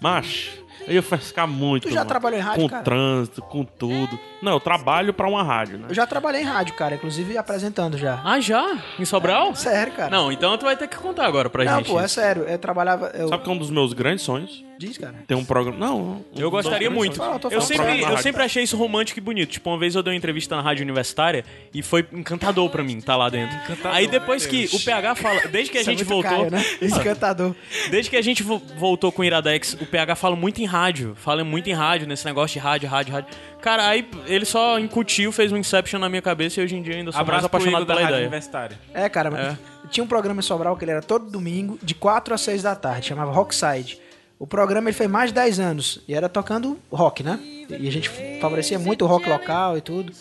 D: Mas eu ia ficar muito.
C: Tu já
D: mano.
C: trabalhou em rádio,
D: Com
C: cara?
D: trânsito, com tudo. Não, eu trabalho pra uma rádio, né?
C: Eu já trabalhei em rádio, cara, inclusive apresentando já.
B: Ah, já? Em Sobral?
C: Sério, cara.
B: Não, então tu vai ter que contar agora pra
C: é Não,
B: gente.
C: pô, é sério. Eu trabalhava. Eu...
D: Sabe que é um dos meus grandes sonhos?
C: Diz, cara.
D: Ter um programa. Não, um
B: Eu
D: dos
B: gostaria
D: meus
B: muito.
C: Fala, tô
B: Eu
C: falando
D: pra
B: sempre,
D: mim.
B: eu sempre achei isso romântico e bonito. Tipo, uma vez eu dei uma entrevista na rádio universitária e foi encantador pra mim estar lá dentro. Aí depois
A: né,
B: que o PH fala, desde que a
C: Isso é
B: gente
C: muito
B: voltou,
C: Caio, né? Esse cantador.
B: desde que a gente vo- voltou com o Iradex, o PH fala muito em rádio, fala muito em rádio nesse negócio de rádio, rádio, rádio. Cara, aí ele só incutiu, fez um inception na minha cabeça e hoje em dia eu ainda sou mais
A: Abraço pro
B: apaixonado
A: Igor da
B: pela
A: Rádio
B: ideia.
A: Universitária.
C: É, cara, mas tinha um programa em Sobral que ele era todo domingo, de 4 às 6 da tarde, chamava Rockside. O programa ele fez mais de 10 anos e era tocando rock, né? E a gente favorecia muito o rock local e tudo.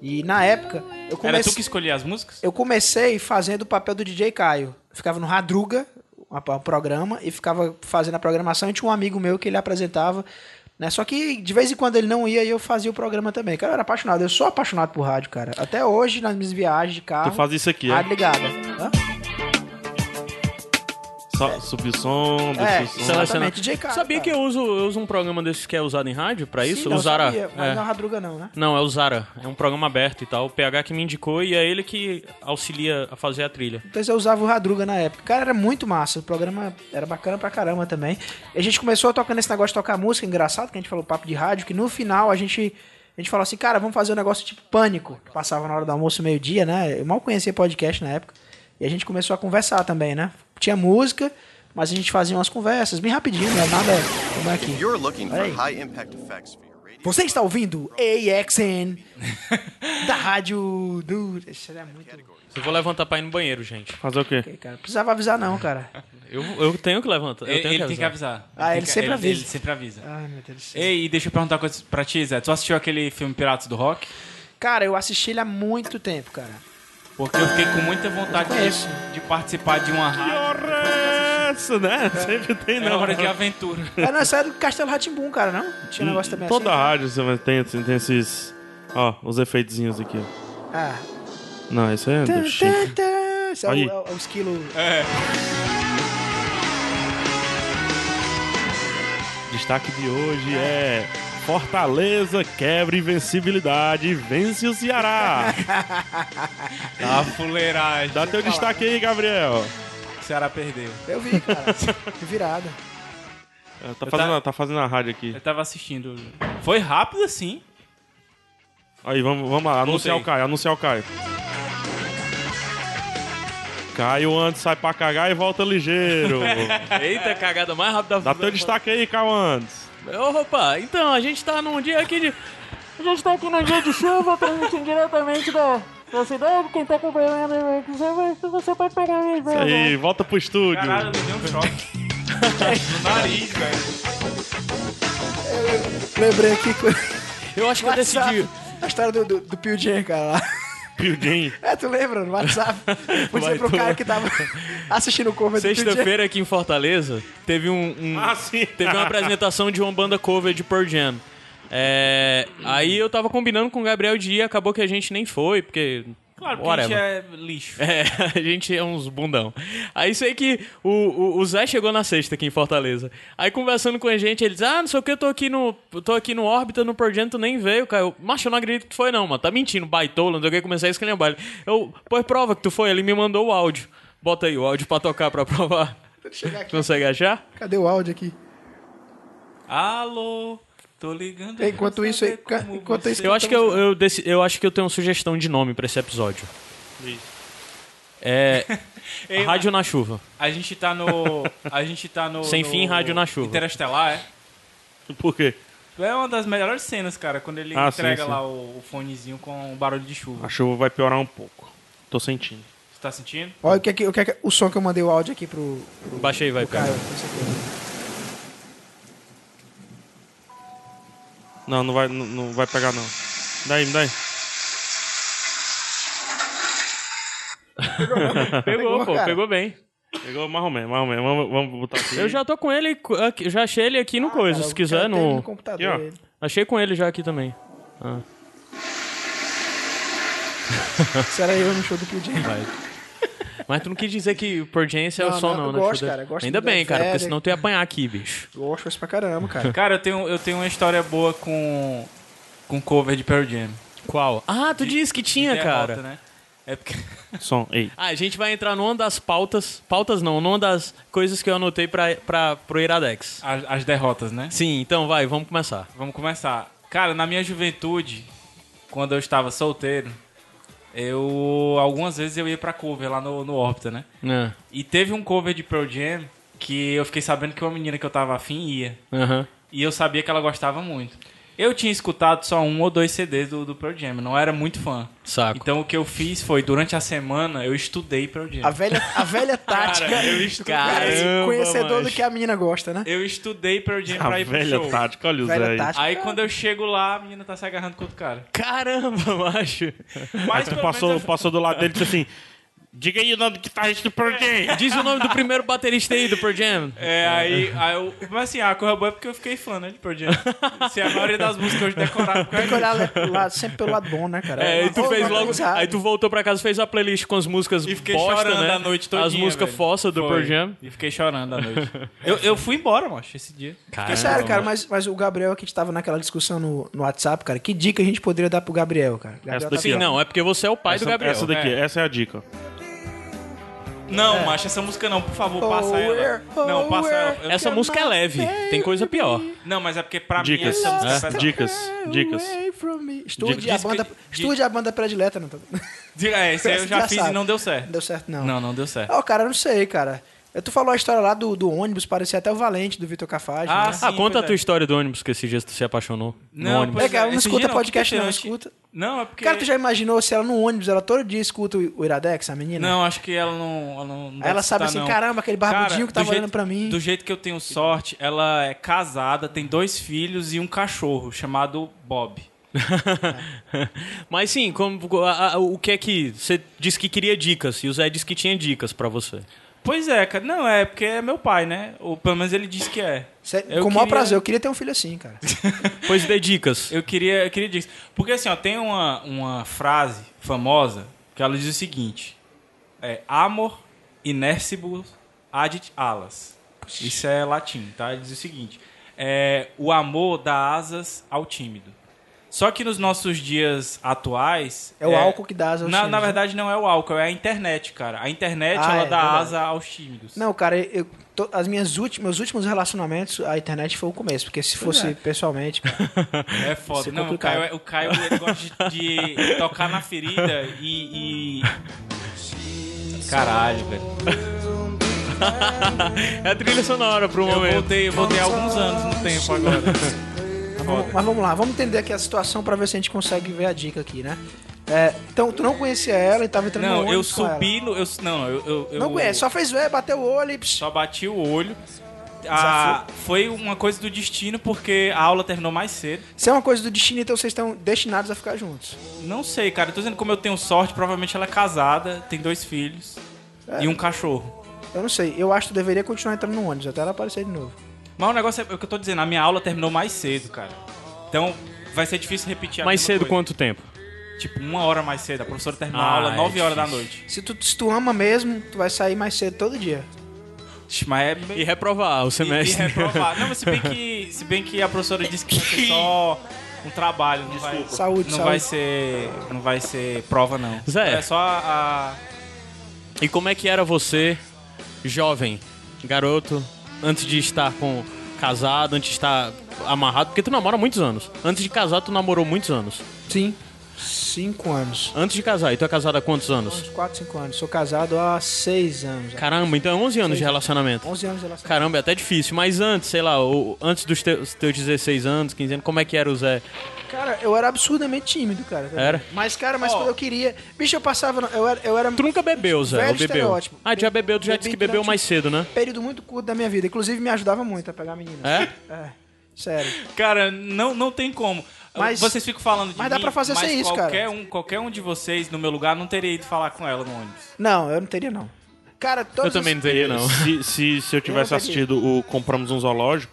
C: E na época, eu
A: Era tu que
C: comecei,
A: escolhia as músicas?
C: eu comecei fazendo o papel do DJ Caio. Ficava no Radruga, uma- um programa, e ficava fazendo a programação. E tinha um amigo meu que ele apresentava. Né? Só que de vez em quando ele não ia e eu fazia o programa também. Cara, eu era apaixonado. Eu sou apaixonado por rádio, cara. Até hoje, nas minhas viagens de carro.
D: Tu faz isso aqui,
C: Rádio
D: é?
C: ligada. Hã?
D: Só Subir o som,
C: É,
D: descer o som.
C: exatamente.
B: Seleciona-
C: DJ Caio,
B: Sabia
C: cara.
B: que eu uso, eu uso um programa desses que é usado em rádio pra isso?
C: Sim, não,
B: o Zara.
C: sabia, mas
B: é.
C: não é Radruga não, né?
B: Não, é o Zara. É um programa aberto e tal. O PH que me indicou e é ele que auxilia a fazer a trilha.
C: Então eu usava o Radruga na época. Cara, era muito massa. O programa era bacana pra caramba também. E a gente começou tocando esse negócio de tocar música, engraçado, que a gente falou papo de rádio, que no final a gente. A gente falou assim, cara, vamos fazer um negócio tipo pânico. que Passava na hora do almoço, meio-dia, né? Eu mal conhecia podcast na época. E a gente começou a conversar também, né? Tinha música, mas a gente fazia umas conversas bem rapidinho, né? Nada como é aqui.
I: You're looking for
C: Hey.
I: high impact effects for your radio.
C: Você está ouvindo AXN da rádio do. Isso era muito.
B: Eu vou levantar pra ir no banheiro, gente.
D: Fazer o quê?
C: Cara, precisava avisar não, cara.
B: Eu, eu tenho que levantar. Eu
A: Ele,
B: tenho
A: ele
B: que
A: tem que
B: avisar.
A: avisar.
C: Ah, ele
A: tem que-
C: sempre avisa.
A: Ele sempre avisa.
C: Ai, meu Deus do céu.
A: Ei, e deixa eu perguntar uma coisa pra ti, Zé. Tu assistiu aquele filme Piratas do Rock?
C: Cara, eu assisti ele há muito tempo, cara.
A: Porque eu fiquei com muita vontade
C: conheço.
A: de, de participar de uma rádio.
D: Isso, né? (laughs) Sempre tem,
A: É
D: não.
A: hora de aventura.
C: É, não, isso era do Castelo Ratimbum, cara, não? Tinha um negócio também
D: Hum, Toda
C: assim.
D: rádio você vai ter, assim, tem esses. Ó, os efeitos aqui, ó.
C: Ah.
D: Não, isso aí é
C: Tan,
D: do Chico.
C: tan, tan. Isso é
D: Aí.
C: o, é o- é o esquilo.
D: Destaque de hoje é. Fortaleza quebra invencibilidade e vence o Ceará.
A: (laughs) A fuleiragem.
D: Dá teu destaque aí, Gabriel.
A: O Ceará perdeu.
C: Eu vi, cara. Que virada.
D: É, Tá fazendo,
A: tá-
D: tá fazendo a rádio aqui.
A: Eu tava assistindo. Foi rápido assim.
D: Aí, vamos, vamos lá, anunciar
A: Voltei.
D: o Caio, anunciar o Caio. Caio antes sai pra cagar e volta (laughs) ligeiro.
B: Eita, cagada mais rápida.
D: Dá teu destaque aí, Caio antes.
B: Opa, então, a gente tá num dia aqui de...
J: A gente tá aqui no dia de chuva, transmitindo diretamente da, da cidade. Quem tá acompanhando aí, é você, você pode pegar minhas
B: Tá
J: mãos.
D: Aí, volta pro estúdio.
A: Caralho, me deu um choque. no nariz, velho.
C: Lembrei aqui que
B: Eu acho que eu decidi...
C: a história do, do, do Pio Jam, cara, lá.
D: Pilguinho.
C: É, tu lembra? No WhatsApp. Vou dizer
B: Vai
C: pro cara
B: tomar.
C: que tava assistindo o cover do Pio Jam.
B: Sexta-feira aqui em Fortaleza, teve um... um-
D: (laughs) Ah, sim.
B: Teve uma apresentação de uma banda cover de Pearl Jam. É, aí eu tava combinando com o Gabriel de ir, acabou que a gente nem foi, porque...
A: Claro, porque a
B: Whatever.
A: gente é lixo.
B: (laughs) É, a gente é uns bundão. Aí sei que o, o, o Zé chegou na sexta aqui em Fortaleza. Aí conversando com a gente, ele diz: Ah, não sei o que, eu tô aqui no. eu tô aqui no órbita, no projeto, nem veio, cara. Eu, Macho, eu não acredito que tu foi, não, mano. Tá mentindo, baitola, não sei o que, comecei a escolher baile. Eu, pois prova que tu foi, ele me mandou o áudio. Bota aí o áudio pra tocar pra (laughs) provar.
C: Chegar aqui.
B: Consegue achar?
C: Cadê o áudio aqui?
A: Alô, tô ligando.
C: Ei, enquanto
A: pra
C: isso aí,
A: saber como
C: enquanto
A: você tá.
C: isso-
B: Eu acho que eu, eu, deci- eu acho que eu tenho uma sugestão de nome pra esse episódio. (laughs) É.
A: Ei,
B: Rádio na chuva.
A: A gente tá no. A gente tá no.
B: Sem
A: no-
B: fim, rádio na chuva.
A: Interestelar, é?
D: Por quê?
A: É uma das melhores cenas, cara, quando ele
D: Ah,
A: entrega
D: sim, sim.
A: lá o, o fonezinho com o barulho de chuva.
D: A chuva vai piorar um pouco. Tô sentindo.
A: Você tá sentindo?
C: Olha o que, é que- o que é que- o som que eu mandei o áudio aqui pro, pro
B: Baixa aí, vai,
C: cara.
B: cara.
C: com certeza.
D: Não, não vai, não, não vai pegar, não. Daí, me dá aí.
B: Pegou, pô,
C: cara.
B: pegou bem.
D: Pegou mais ou menos, mais ou menos. Vamos, vamos botar aqui.
B: Eu já tô com ele, co- aqui- já achei ele aqui no coisa,
C: Ah, Cara,
B: se
C: o
B: quiser
C: cara tem ele
B: no...
C: no computador.
D: Aqui, ó.
C: ele.
B: Achei com ele já aqui também.
C: Isso era eu no show do Pio Jam.
B: Mas tu não quis dizer que Pearl Jam esse é o
C: Não,
B: som,
C: não,
B: não,
C: eu
B: né?
C: gosto,
B: Chuda?
C: cara, eu gosto
B: Ainda
C: do
B: bem,
C: Darth
B: cara, porque
C: Vader.
B: senão tu ia apanhar aqui, bicho.
C: Eu gosto isso pra caramba, cara.
A: Cara, eu tenho, eu tenho uma história boa com, com cover de Pearl Jam.
B: Qual? Ah, tu disse que tinha,
A: De derrota,
B: cara.
A: né? É porque... (laughs)
D: Som, ei.
B: Ah, a gente vai entrar numa das pautas. Pautas não, numa das coisas que eu anotei pra, pra, pro Iradex.
A: as, as derrotas, né?
B: Sim, então vai, vamos começar.
A: Vamos começar. Cara, na minha juventude, quando eu estava solteiro, eu algumas vezes eu ia pra cover lá no, no Órbita, né?
B: Ah,
A: E teve um cover de Pearl Jam que eu fiquei sabendo que uma menina que eu tava afim ia.
B: Aham.
A: E eu sabia que ela gostava muito. Eu tinha escutado só um ou dois CDs do, do Pearl Jam, eu não era muito fã.
B: Saco.
A: Então o que eu fiz foi, durante a semana, eu estudei Pearl Jam.
C: A velha, a velha
A: (laughs)
C: tática. é
A: Cara, eu estudei,
C: Esse
B: Caramba,
C: conhecedor do
B: macho.
C: que a menina gosta, né?
A: eu estudei Pearl Jam
B: Ah,
A: pra
D: A
A: ir pro
D: velha
A: show.
D: tática, olha o
C: Velha
D: Zé aí.
C: tática.
A: Aí quando eu chego lá, a menina tá se agarrando com outro cara.
B: Caramba, (laughs) macho.
A: Mas
D: Tu
A: pelo
D: passou,
A: menos eu-
D: passou do lado dele e disse assim: Diga aí o nome do guitarrista do Pearl Jam.
B: Diz o nome do primeiro baterista aí do Pearl Jam.
A: É, aí, aí eu, mas assim, a corra boa é porque eu fiquei fã, né, de Pearl Jam. Se a maioria das músicas hoje decoraram por causa
C: Tem que olhar lá- lá, sempre pelo lado bom, né, cara?
B: É, e tu
C: Pô,
B: fez
C: mas
B: logo.
C: coisa errada.
B: Aí tu voltou pra casa e fez a playlist com as músicas
A: E fiquei
B: bosta,
A: chorando
B: né?
A: a noite toda.
B: As músicas fossa do Pearl Jam.
A: E fiquei chorando a noite. eu, eu fui embora, macho, esse dia.
C: Porque, É sério, cara, mas, mas o Gabriel aqui a gente tava naquela discussão no, no WhatsApp, cara. Que dica a gente poderia dar pro Gabriel, cara? Gabriel
D: Essa
C: tá-
D: daqui,
B: Sim,
D: ó.
B: não, é porque você é o pai
D: essa,
B: do Gabriel.
D: Essa daqui,
A: É.
D: essa é a dica.
A: Não, macho, essa música não, por favor,
C: Oh,
A: passa ela.
C: where, oh,
A: não, passa ela.
C: where.
A: Eu-
B: Essa música é leve, tem coisa pior.
A: Não, mas é porque pra mim
D: Dicas.
A: essa música é
D: É.
A: pesada.
D: Dicas. Dicas.
C: Away from me. Estude,
D: Dicas.
C: A banda, estude a banda predileta, não tô...
A: Diga, É, esse aí eu
C: (laughs)
A: já
C: Já
A: fiz
C: sabe.
A: e não deu certo.
C: Não deu certo, não.
A: Não, não deu certo.
C: Ó, cara, eu não sei, cara. Tu falou a história lá do, do ônibus, parecia até o Valente, do Vitor Cafage.
A: Ah,
C: né?
A: sim,
B: Ah, conta a
A: pois
B: tua
A: é.
B: história do ônibus que esse dia tu se apaixonou no
A: Não,
B: ônibus.
A: pois
C: É, cara, não
A: esse
C: escuta
A: dia
C: podcast,
A: porque
C: não,
A: senão a gente-
C: escuta.
A: Não, é porque...
C: Cara, tu já imaginou se ela no ônibus, ela todo dia escuta o o Iradex, a menina?
A: Não, acho que ela não. Ela, não deve
C: Aí né? ela
A: escutar,
C: sabe assim,
A: não.
C: caramba, aquele barbudinho
A: Cara,
C: que tava
A: do jeito-
C: olhando pra mim.
A: Do jeito que eu tenho sorte, ela é casada, tem dois filhos e um cachorro chamado Bob.
B: (laughs) Mas sim, como, a- a- o que é que. Você disse que queria dicas e o Zé disse que tinha dicas pra você.
A: Pois é, cara. Não, é porque é meu pai, né? Ou pelo menos ele disse que é.
C: Cê- com
A: Eu
C: o maior
A: queria-
C: prazer, eu queria ter um filho assim, cara.
B: Pois dê dicas.
A: Eu queria, eu queria dizer. Porque assim, ó, tem uma, uma frase famosa que ela diz o seguinte: é amor inercibus ad alas. Isso é latim, tá? Diz o seguinte: é o amor dá asas ao tímido. Só que nos nossos dias atuais.
C: É o álcool que dá asas aos
A: na,
C: tímidos,
A: Na
C: né?
A: verdade, não é o álcool, é a internet, cara. A internet,
C: Ah,
A: ela
C: é,
A: dá
C: verdade.
A: asa aos tímidos.
C: Não, cara, eu, to- as minhas últimas, meus últimos relacionamentos, a internet foi o começo, porque se fosse pessoalmente,
A: (laughs)
C: cara,
A: É foda.
C: Isso é
A: não, o
C: complicado.
A: Caio, é- o Caio ele gosta de, de tocar na ferida e. e- Caralho, velho.
B: É a trilha sonora pro
A: Eu
B: momento.
A: voltei, eu voltei há alguns anos no tempo agora.
C: vamos- mas vamos lá, vamos entender aqui a situação pra ver se a gente consegue ver a dica aqui, né? É, então, tu não conhecia ela e tava entrando no
A: Não, eu
C: ônibus com ela.
A: subi no. Eu, não, eu. eu- eu-
C: Não conhece, só fez ver, bateu o olho e... psh,
A: Só bati o olho. Ah, foi uma coisa do destino, porque a aula terminou mais cedo.
C: Se é uma coisa do destino, então vocês estão destinados a ficar juntos.
A: Não sei, cara. Eu tô dizendo como eu tenho sorte, provavelmente ela é casada, tem dois filhos
C: É.
A: e um cachorro.
C: Eu não sei, eu acho que tu deveria continuar entrando no ônibus até ela aparecer de novo.
A: Mas o negócio é é o que eu tô dizendo, a minha aula terminou mais cedo, cara. Então vai ser difícil repetir a
B: Mais
A: mesma
B: cedo
A: coisa.
B: quanto tempo?
A: Tipo, uma hora mais cedo. A professora terminou
B: Ah,
A: a aula
B: é
A: 9 horas da
B: difícil.
A: noite.
C: Se tu, se tu ama mesmo, tu vai sair mais cedo todo dia.
A: Ixi, Mas é
B: E
A: bem...
B: reprovar o
A: e
B: semestre.
A: reprovar. Não, mas se bem (laughs) que, se bem que a professora disse que vai ser só um trabalho, não vai,
C: Saúde,
A: não
C: saúde.
A: vai ser, não vai ser prova não.
B: Zé.
A: É só a, a-
B: E como é que era você, jovem, garoto, antes de estar com casado, antes de estar amarrado? Porque tu namora há muitos anos. Antes de casar, tu namorou muitos anos.
C: Sim. Cinco anos.
B: Antes de casar, e tu é casado há quantos anos?
C: Uns 4, 5 anos. Sou casado há 6 anos.
B: Caramba, então é 11 anos de relacionamento.
C: 11 anos de relação.
B: Caramba, é até difícil. Mas antes, sei lá, o- antes dos teus, teus 16 anos, 15 anos, como é que era o Zé?
C: Cara, eu era absurdamente tímido, cara.
B: Era?
C: Mas, cara, mas quando eu queria. Bicho, eu passava. no- Eu era. Eu era
B: Tu nunca bebeu, Zé?
C: Velho
B: ou bebeu?
C: estereótipo.
B: Ah, já bebeu, tu já
C: Bebi
B: disse que bebeu
C: durante-
B: mais cedo,
C: (laughs)
B: né?
C: um período muito curto da minha vida. Inclusive, me ajudava muito a pegar meninas.
B: É?
C: É, sério.
A: cara, não não tem como.
C: Mas-
A: vocês ficam falando de
C: mas dá
A: mim,
C: pra fazer
A: mas
C: sem isso, cara.
A: qualquer um, qualquer um de vocês no meu lugar não teria ido falar com ela no ônibus.
C: Não, eu não teria, não. Cara, todos
B: Eu também não
C: os...
B: teria, não.
D: Se, se, se eu tivesse
C: Eu não teria.
D: assistido o Compramos um Zoológico,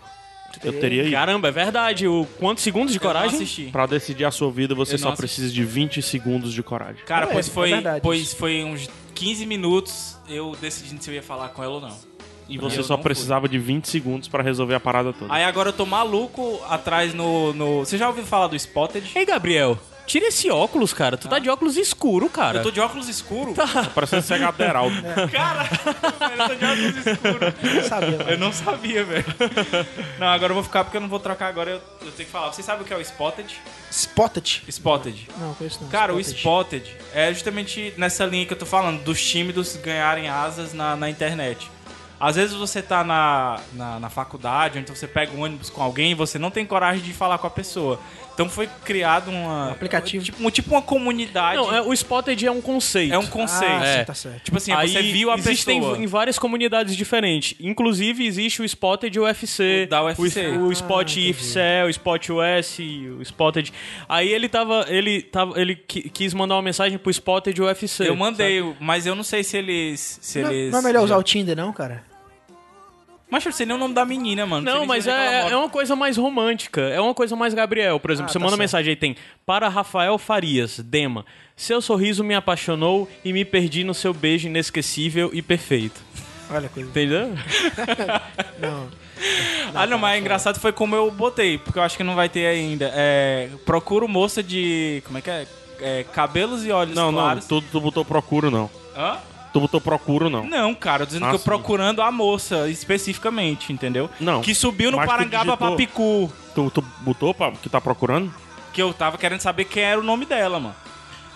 D: eu teria ido.
B: Caramba, é verdade. O quantos segundos de
A: Eu não
B: coragem?
A: assisti.
D: Pra decidir a sua vida, você
A: Eu
D: só
A: não
D: precisa de 20 segundos de coragem.
A: Cara,
C: É,
A: pois
C: é
A: foi,
C: verdade
A: pois
C: isso.
A: foi uns 15 minutos eu decidindo se eu ia falar com ela ou não.
D: E você
A: eu
D: só
A: não
D: precisava de 20 segundos pra resolver a parada toda.
A: Aí agora eu tô maluco atrás no. no... Você já ouviu falar do Spotted?
B: Ei, Gabriel, tira esse óculos, cara. Tu tá de óculos escuro, cara.
A: Eu tô de óculos escuro?
D: Tá parecendo cega
A: (laughs)
D: Deraldo.
A: É. Cara, eu tô de óculos escuro.
C: Sabia, mano.
A: Eu não sabia, velho. Não, agora eu vou ficar porque eu não vou trocar agora. Eu, eu tenho que falar. Vocês sabem o que é o Spotted?
C: Spotted.
A: Spotted.
C: Não, conheço não.
A: Cara, o Spotted é justamente nessa linha que eu tô falando, dos tímidos ganharem asas na, na internet. Às vezes você tá na, na, na faculdade, ou então você pega um ônibus com alguém e você não tem coragem de falar com a pessoa. Então foi criado uma,
C: Um aplicativo.
B: é,
A: Tipo, um- tipo uma comunidade.
B: Não,
A: é,
B: é, o Spotted é um conceito.
A: um conceito.
C: Ah,
B: É.
C: sim, tá certo.
A: Tipo assim,
B: Aí um
A: você viu a
B: existem
A: pessoa.
B: em- em várias comunidades diferentes. Inclusive, existe o Spotted UFC.
A: O da UFC.
B: O, o Spot IFCE, o Spot US, o Spotted. Aí ele tava. Ele, tava, ele qui- quis mandar uma mensagem pro Spotted UFC.
A: Eu mandei, mas eu não sei se eles. Se
C: Não,
A: eles
C: não é melhor usar o Tinder, não, cara?
A: Mas eu sei nem o nome da menina, mano.
B: Não,
A: sei nem
B: mas
A: onde que ela
B: é,
A: mora.
B: é uma coisa mais romântica. É uma coisa mais Gabriel, por exemplo.
C: Ah,
B: você
C: tá
B: manda
C: certo.
B: mensagem aí, tem Para Rafael Farias, Dema. Seu sorriso me apaixonou e me perdi no seu beijo inesquecível e perfeito.
C: Olha, coisa.
B: Entendeu?
C: Não.
B: um-
A: Ah, não, mas engraçado foi como eu botei, porque eu acho que não vai ter ainda. É, procuro moça de. Como é que é? É, cabelos e olhos
D: Não, não,
A: claros.
D: tu, tu botou procuro não.
A: Hã?
D: Tu botou procuro não.
A: Não, cara, eu dizendo
D: Ah,
A: que eu
D: sim.
A: procurando a moça especificamente, entendeu?
D: Não,
A: Que subiu no
D: mas tu
A: Parangaba
D: digitou.
A: Papicu.
D: Tu, tu botou pra, que tá procurando?
A: Que eu tava querendo saber quem era o nome dela, mano.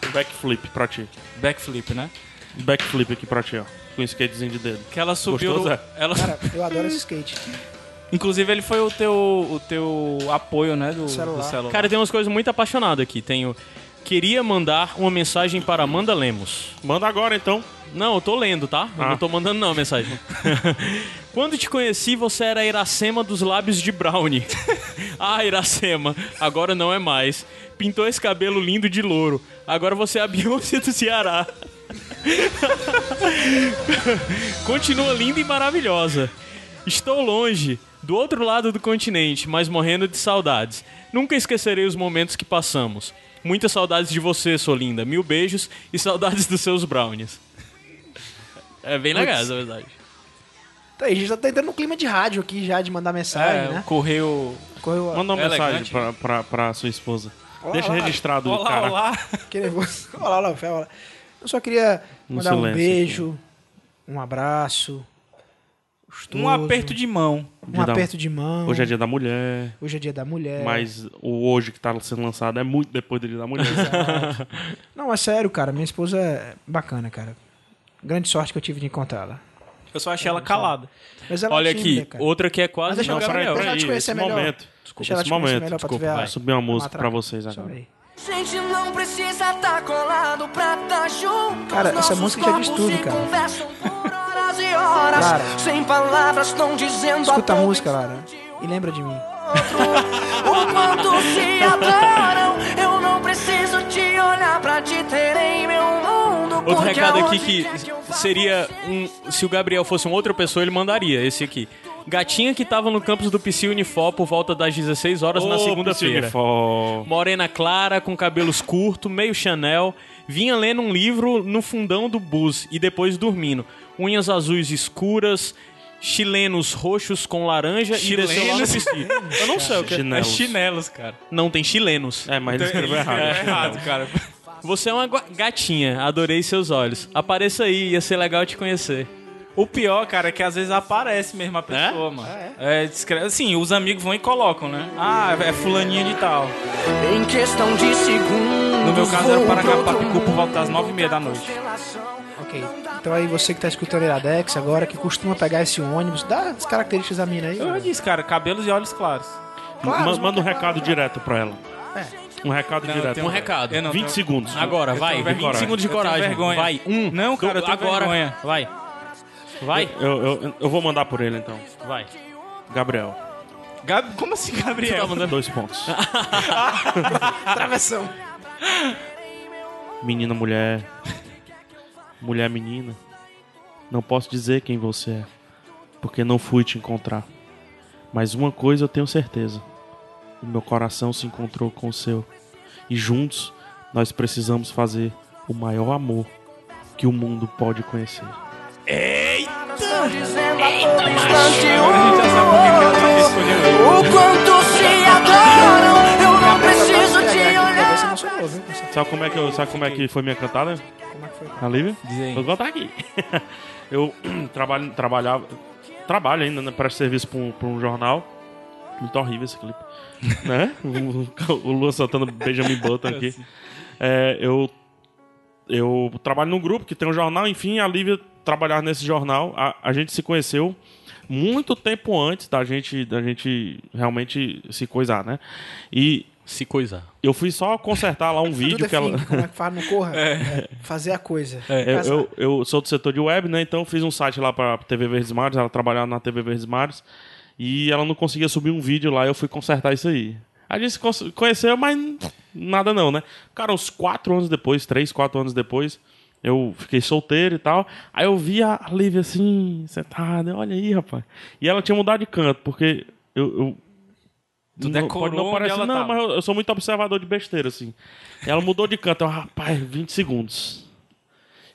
D: Um Backflip pra ti.
A: Backflip, né?
D: Backflip aqui pra ti, ó. Com um skatezinho de dedo.
A: Que ela subiu.
D: Gostoso,
A: no-
D: é?
A: ela...
C: (laughs) Cara, eu adoro esse skate.
A: Inclusive, ele foi o teu, o teu apoio, né? Do do celular.
C: Celular.
B: Cara, tem umas coisas muito apaixonadas aqui. Tenho. Queria mandar uma mensagem para Amanda Lemos.
D: Manda agora então.
B: Não, eu tô lendo, tá? Eu
D: Ah.
B: não tô mandando não a mensagem. (laughs) Quando te conheci, você era a Iracema dos lábios de Brownie. (laughs) ah, Iracema, agora não é mais. Pintou esse cabelo lindo de louro. Agora você é a Beyoncé do Ceará. (laughs) Continua linda e maravilhosa. Estou longe, do outro lado do continente, mas morrendo de saudades. Nunca esquecerei os momentos que passamos. Muitas saudades de você, sua linda. Mil beijos e saudades dos seus brownies. É bem legal, na verdade.
C: Tá aí, a gente já tá entrando num clima de rádio aqui já, de mandar mensagem,
A: É,
C: né?
A: correu.
C: Correu a...
D: Manda uma
A: É
D: mensagem
A: elegante,
D: pra, pra, pra sua esposa.
C: Olá,
D: Deixa
C: olá.
D: registrado,
A: Olá,
D: cara.
A: olá.
C: Que nervoso. (laughs) Olha lá, olha lá, Fel, olha lá. Eu só queria
D: No
C: mandar um
D: silêncio
C: beijo, um abraço, gostoso,
A: Um aperto de mão.
C: um aperto de mão.
D: Hoje é dia da mulher,
C: Hoje é dia da mulher.
D: mas o hoje que tá sendo lançado é muito depois do dia da mulher.
C: Não, é sério, cara. Minha esposa é bacana, cara. Grande sorte que eu tive de encontrá-la.
A: Eu só achei ela calada.
C: Mas ela é
B: Olha
C: tímida,
B: aqui,
C: cara.
B: outra que é quase
C: Mas deixa
B: não,
C: eu-
B: Gabriel.
C: deixa eu te conhecer
D: esse
C: melhor.
D: momento.
C: Deixa ela te conhecer
D: esse momento.
C: melhor pra tu
D: Desculpa,
C: ver a-
D: vai subir uma
C: a
D: música
C: matraca.
D: pra vocês
C: Sobe
D: agora.
C: aí.
F: Gente, não precisa tá colado pra tá junto.
C: Cara, essa
F: Nossos
C: música já diz
F: corpos
C: tudo,
F: se
C: cara.
F: conversam por horas e horas.
C: Lara.
F: Sem palavras, estão dizendo
C: Escuta a
F: todo
C: música, Lara. E lembra de mim.
F: outro O quanto se adoram. Eu não preciso te olhar pra te ter em meu mundo.
B: Outro
F: porque
B: recado aqui
F: aonde
B: que
F: quer eu vá,
B: seria
F: você
B: um. Se o Gabriel fosse uma outra pessoa, ele mandaria esse aqui. Gatinha que tava no campus do PC Unifor por volta das 16 horas na
D: Ô,
B: segunda-feira.
D: Piscinifó.
B: Morena clara, com cabelos curtos, meio Chanel, vinha lendo um livro no fundão do bus e depois dormindo. Unhas azuis escuras, chilenos roxos com laranja e desceu lá no
A: Chilenos?
B: PC. Eu não sei o que é.
A: É
D: Chinelos.
A: chinelos, cara.
B: Não tem chilenos.
D: É, mas ele escreveu errado.
A: É errado, cara.
B: Você é uma gua- gatinha, adorei seus olhos. Apareça aí, ia ser legal te conhecer.
A: O pior, cara, é que às vezes aparece mesmo a pessoa, mano.
C: Ah,
A: É, descreve- assim, os amigos vão e colocam, né? Ah, é fulaninha de tal.
F: Em questão de segundos.
A: No meu caso era
F: vou
A: o
F: pra outro
A: Paranapapicu por
F: mundo,
A: volta das nove e meia da
F: outra
A: noite.
F: constelação.
C: Ok. Então aí você que tá escutando a Iradex agora, que costuma pegar esse ônibus, dá as características da mina aí. né?
A: Eu já
C: cara.
A: disse, cara, cabelos e olhos claros.
C: Claro, É.
D: Ma- manda um recado direto pra ela. Um recado
A: Não, eu
D: direto.
A: tenho-
B: Um recado.
A: Eu não
D: 20
A: tenho-
D: segundos.
B: Agora,
A: Eu
B: vai.
A: tenho
B: 20
A: vergonha.
B: segundos de
A: Eu tenho
B: coragem.
A: vergonha.
B: Vai. Um.
A: Não, cara, eu tenho
B: agora.
A: vergonha.
B: Vai. Vai.
D: Eu, eu, eu vou mandar por ele então.
B: Vai.
D: Gabriel,
A: Gab- Como assim, Gabriel?
D: dois pontos.
C: Travessão.
D: Menina, mulher. Mulher, menina. Não posso dizer quem você é, porque não fui te encontrar. Mas uma coisa eu tenho certeza: o meu coração se encontrou com o seu. E juntos nós precisamos fazer o maior amor que o mundo pode conhecer.
F: Estou dizendo a todo instante
A: Então, é
F: o o quanto se adoram. Eu não preciso te
D: é.
F: olhar.
D: Sabe como é que, eu, sabe como é que foi minha cantada? Como é que foi? A Lívia?
A: Diz aí.
D: Vou contar aqui. (laughs) eu (clears throat) trabalho, trabalhava, trabalho ainda, né? Presto serviço pra um, pra um jornal. Muito horrível
A: (laughs)
D: esse clipe. né? O, o Lua Santana Benjamin Button
A: (laughs)
D: aqui. É, eu, eu trabalho num grupo que tem um jornal, enfim, a Lívia trabalhava nesse jornal. A, a gente se conheceu muito tempo antes da gente, da gente realmente se coisar, né? E
B: Se coisar.
D: eu fui só consertar (laughs) lá um vídeo que ela. É,
C: Como é que faz? Não corra. É, Fazer a coisa.
D: Eu-
C: Essa-
D: Eu, eu sou do setor de web, né? Então eu fiz um site lá pra TV Verdes Mares, ela trabalhava na TV Verdes Mares, e ela não conseguia subir um vídeo lá, eu fui consertar isso aí. A gente se con- conheceu, mas nada não, né? Cara, uns quatro anos depois, três, quatro anos depois, eu fiquei solteiro e tal. Aí eu vi a Lívia assim, sentada, olha aí, rapaz. E ela tinha mudado de canto, porque eu. eu
A: Tu
D: não-
A: decorou
D: pode não
A: onde
D: parece,
A: ela tá. tava.
D: não, mas eu, eu sou muito observador de besteira, assim. Ela mudou de canto, eu, rapaz, 20 segundos.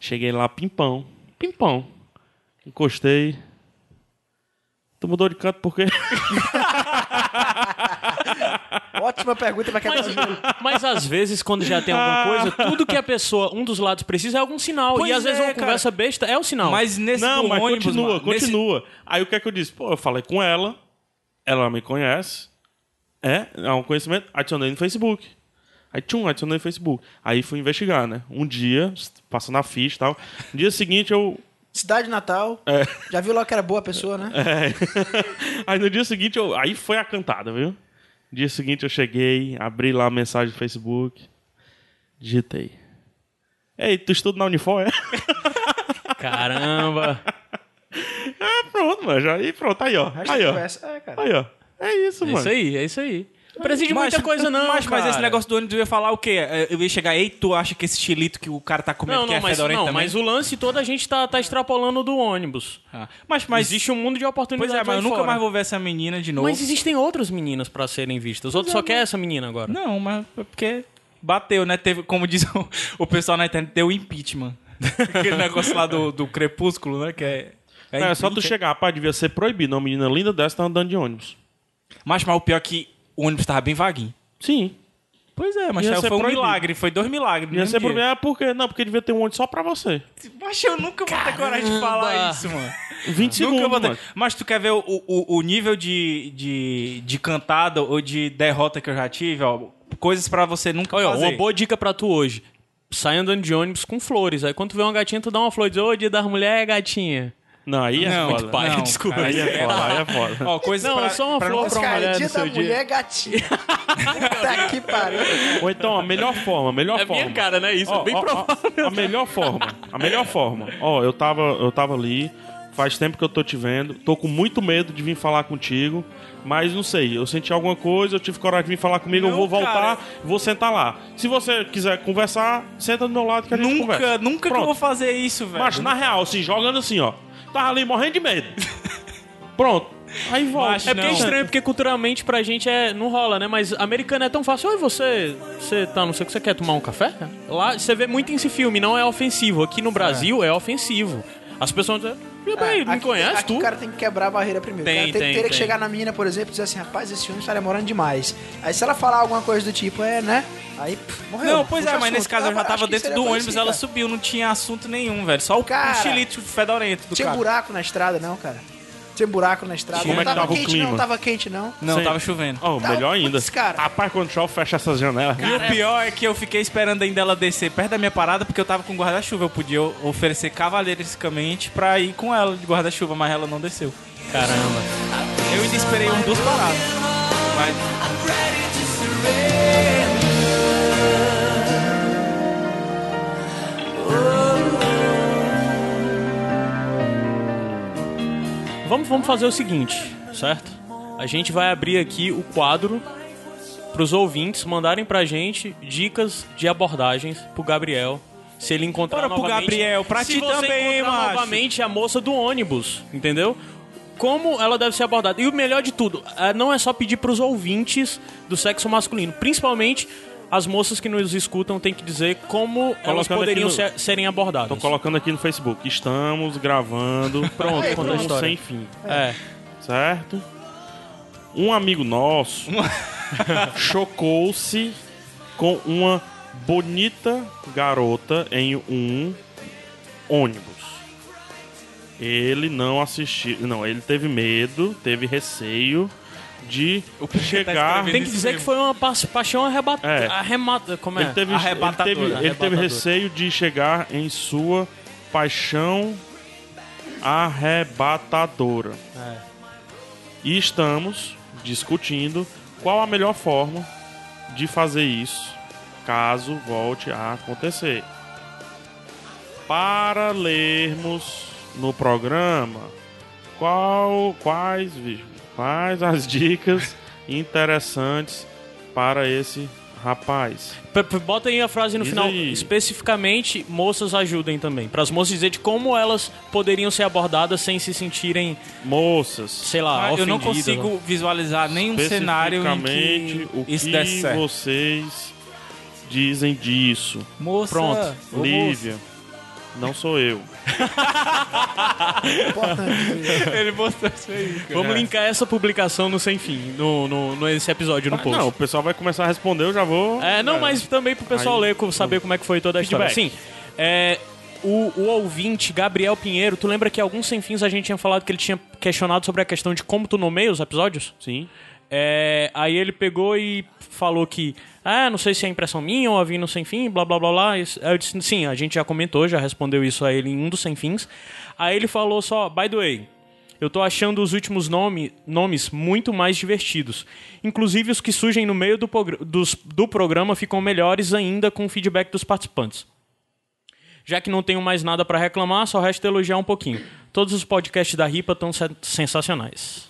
D: Cheguei lá, pimpão. Pimpão. Encostei. Tu mudou de canto porque.
C: Ótima pergunta pra quem tá
B: Mas,
C: ouvindo.
B: mas às vezes, quando já tem alguma coisa, tudo que a pessoa, um dos lados precisa é algum sinal.
A: Pois
B: e às vezes
A: é,
B: uma
A: cara.
B: conversa besta é o sinal.
A: Mas nesse
D: Não,
A: do
D: mas
A: ônibus,
D: continua,
A: mano, nesse-
D: continua. Aí o que é que eu disse? Pô, eu falei com ela, ela me conhece. É, é um conhecimento. Adicionei no Facebook. Aí tchum, adicionei no Facebook. Aí fui investigar, né? Um dia, passando a ficha e tal. No dia seguinte eu
C: Cidade Natal. Já viu logo que era boa a pessoa, né?
D: É. (laughs) Aí no dia seguinte, eu- aí foi a cantada, viu? No dia seguinte eu cheguei, abri lá a mensagem do Facebook, digitei. Ei, tu estuda na Unifor, é? (laughs)
B: (laughs) Caramba.
D: Ah, pronto, mano. Já, aí pronto, aí ó.
C: Hashtag
D: Aí ó.
C: conversa. É, cara.
D: Aí ó. É isso,
B: É
D: mano.
B: isso aí, é isso aí. Não precisa de muita coisa, não.
A: Mas, mas esse
B: cara.
A: negócio do ônibus eu ia falar o quê? É, Eu ia chegar, ei, tu acha que esse estilito que o cara tá comendo
B: Não,
A: que é
B: não, mas,
A: fedorento
B: não,
A: também?
B: mas o lance todo a gente tá, tá extrapolando do ônibus.
A: Ah, mas, mas
B: Existe um mundo de
A: Pois
B: oportunidades.
A: é, mas
B: lá
A: eu nunca
B: fora.
A: mais vou ver essa menina de novo.
B: Mas existem outras meninas pra serem vistas. Outro só quer essa menina agora.
A: Não, mas é porque bateu, né? Teve, como diz o, o pessoal na internet, deu impeachment. (laughs) Aquele negócio lá do, do crepúsculo, né? Que é.
D: É, só tu
A: impeachment.
D: chegar, rapaz, devia ser proibido. Uma menina linda dessa tá andando de ônibus.
A: Mas, mas o pior é que o ônibus tava bem vaguinho.
D: Sim.
A: Pois é, mas
D: Ia
A: aí
D: ser
A: foi um
D: proibido.
A: milagre, né, foi dois milagres. no
D: Ia
A: mesmo
D: ser
A: dia.
D: proibido. Ah, por quê? Não, porque devia ter um ônibus só pra você.
A: Mas eu nunca vou ter coragem de falar isso, mano.
D: 20
A: Nunca vou
D: segundos,
A: ter-
D: mano.
A: Mas tu quer ver o, o, o nível de, de, de cantada ou de derrota que eu já tive, ó? Coisas pra você nunca
B: Olha, ó,
A: fazer.
B: uma boa dica pra tu hoje. Sai andando de ônibus com flores. Aí quando tu vê uma gatinha, tu dá uma flor e diz, ô, dia das mulheres, gatinha.
D: Não, aí é
A: Não,
D: foda.
A: pai,
B: Não,
A: desculpa.
D: Aí é foda, aí é foda.
A: (laughs) Ó, coisas
B: Não,
A: pra,
B: só uma
A: pra
B: flor pra uma
C: Cara,
B: mulher no
C: dia da
B: seu
C: mulher
B: dia.
C: é gatinha. (laughs) Puta que pariu.
D: Ou então, a melhor forma, a melhor
B: É
D: forma.
B: minha cara, né? Isso
D: Ó,
B: é bem
D: ó, ó,
B: provável.
D: a melhor forma. A melhor forma. Ó, eu tava, eu tava ali. Faz tempo que eu tô te vendo. Tô com muito medo de vir falar contigo. Mas não sei, eu senti alguma coisa, eu tive coragem de vir falar comigo, eu
A: Não,
D: vou voltar,
A: cara.
D: vou sentar lá. Se você quiser conversar, senta do meu lado que a gente
A: Nunca,
D: conversa.
A: nunca que eu
D: Pronto.
A: vou fazer isso, velho.
D: Mas na real, assim, jogando assim, ó. Tava ali morrendo
A: (laughs)
D: de medo. Pronto. Aí volta.
A: Macho,
B: É porque é
A: Não.
B: estranho, porque culturalmente pra gente é, não rola, né? Mas americano é tão fácil. Oi, você, você tá, não sei o que, você quer tomar um café? Lá, você vê muito esse filme, não é ofensivo. Aqui no Brasil é, ofensivo. As pessoas dizem, meu bem, me
C: Aqui-
B: conhece
C: aqui
B: tu?
C: O cara tem que quebrar a barreira primeiro.
B: Tem,
C: o cara tem-
B: tem,
C: teria que
B: tem.
C: chegar na menina, por exemplo, e dizer assim, rapaz, esse filme está demorando demais. Aí se ela falar alguma coisa do tipo, é, né? Aí pff, morreu.
A: Não, pois é,
C: Puxa
A: mas nesse
C: assunto.
A: caso eu já
C: Acho
A: tava
C: que
A: dentro
C: seria assim,
A: do
C: por
A: ônibus,
C: isso,
A: ela
C: cara.
A: subiu, não tinha assunto nenhum, velho. Só o
C: Cara,
A: estilito fedorento do
C: Tinha
A: cara.
C: buraco na estrada, não, cara. Tinha buraco na estrada.
D: Como
C: não
D: é que tava o
C: quente,
D: clima?
C: não tava quente, não.
A: Não,
D: Sim.
A: tava chovendo.
D: Ó,
C: Tá,
D: melhor ainda.
C: putz, cara.
D: Rapaz, quando chove, fecha essas janelas.
A: E o pior é que eu fiquei esperando ainda ela descer perto da minha parada, porque eu tava com guarda-chuva. Eu podia oferecer cavalheiristicamente pra ir com ela de guarda-chuva, mas ela não desceu.
B: Caramba.
A: Eu ainda esperei um duas paradas. Mas
B: Vamos, vamos fazer o seguinte, certo? A gente vai abrir aqui o quadro pros ouvintes mandarem pra gente dicas de abordagens pro Gabriel. Se ele encontrar
A: Bora pro
B: novamente...
A: Gabriel, pra
B: se
A: ti
B: você
A: também,
B: encontrar
A: macho.
B: novamente a moça do ônibus, entendeu? Como ela deve ser é abordada. E o melhor de tudo, ah, não é só pedir pros ouvintes do sexo masculino, principalmente as moças que nos escutam têm que dizer como elas
D: Colocando
B: poderiam
D: aqui no-
B: ser- serem abordadas.
D: Tô colocando aqui no Facebook. Estamos gravando.
B: (laughs) Pronto, conta a
D: um
B: história.
D: sem fim.
B: É.
D: Certo? Um amigo nosso (laughs) chocou-se com uma bonita garota em um ônibus. Ele não assistiu. Não, ele teve medo, teve receio de
A: tá
D: chegar.
B: Tem que dizer que foi uma pas- paixão arrebata,
D: É.
B: arremata, como é?
D: Ele teve, ele,
B: Arrebatadora.
D: teve, ele teve
B: Arrebatadora.
D: receio de chegar em sua paixão arrebatadora.
B: É.
D: E estamos discutindo qual a melhor forma de fazer isso caso volte a acontecer. Para lermos no programa qual, quais, vi- quais as dicas interessantes para esse rapaz.
B: P- p- Bota aí a frase no
D: Diz
B: final.
D: aí.
B: Especificamente, moças ajudem também. Para as moças dizer de como elas poderiam ser abordadas sem se sentirem,
D: Moças,
B: sei lá,
D: Tá
A: Ah, eu não
B: ofendidas, né?
A: consigo visualizar nenhum um cenário em
D: especificamente
A: que
D: o
A: isso
D: que
A: desse certo.
D: vocês dizem disso.
A: Moça,
B: Pronto.
A: ô, moça.
D: Lívia, não sou eu.
A: Ele mostrou isso aí. cara.
D: É.
B: Vamos linkar essa publicação no Sem Fim, no, no, nesse episódio no
D: Ah,
B: post.
D: Não, o pessoal vai começar a responder, eu já vou.
B: É, não, mas também pro pessoal
D: Aí-
B: ler, co- saber como é que foi toda a história. Sim,
D: Feedback.
B: é, o, o ouvinte, Gabriel Pinheiro, tu lembra que alguns Sem Fins a gente tinha falado que ele tinha questionado sobre a questão de como tu nomeia os episódios?
D: Sim.
B: É, aí ele pegou e falou que, ah, não sei se é impressão minha ou a Vino Sem Fim, blá blá blá blá. Isso- Aí eu disse, sim, a gente já comentou, já respondeu isso a ele em um dos Sem Fins. Aí ele falou só, by the way, eu tô achando os últimos nome, nomes muito mais divertidos. Inclusive os que surgem no meio do, progr- dos- do programa ficam melhores ainda com o feedback dos participantes. Já que não tenho mais nada pra reclamar, só resta elogiar um pouquinho. Todos os podcasts da Ripa estão sensacionais.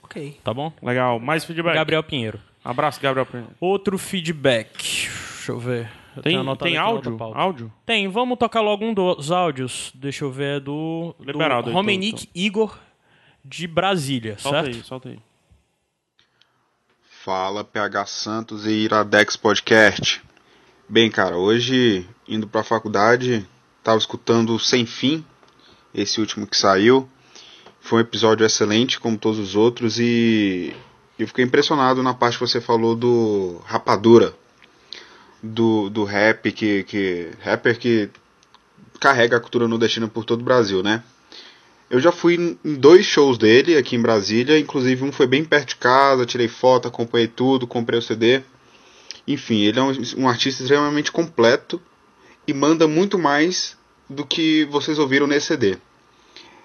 C: Ok.
B: Tá bom?
D: Legal, mais feedback.
B: Gabriel Pinheiro.
D: Abraço, Gabriel. Pinheiro.
B: Outro feedback. Deixa eu ver. Eu tenho
D: Tem,
B: anotado
D: tem
B: aqui na outra
D: áudio?
B: pauta.
D: Áudio?
B: Tem, vamos tocar logo um dos áudios. Deixa eu ver, é do.
D: Liberado
B: do
D: aí,
B: Romenick Igor de Brasília,
D: Solta
B: certo?
D: aí, solta aí.
K: Fala PH Santos e Iradex Podcast. Bem, cara, hoje indo pra faculdade, tava escutando o Sem Fim, esse último que saiu. Foi um episódio excelente, como todos os outros, e eu fiquei impressionado na parte que você falou do Rapadura, do, do rap que, que. rapper que carrega a cultura nordestina por todo o Brasil, né? Eu já fui em em dois shows dele aqui em Brasília, inclusive um foi bem perto de casa, tirei foto, acompanhei tudo, comprei o CD. Enfim, ele é um, um artista extremamente completo e manda muito mais do que vocês ouviram nesse CD.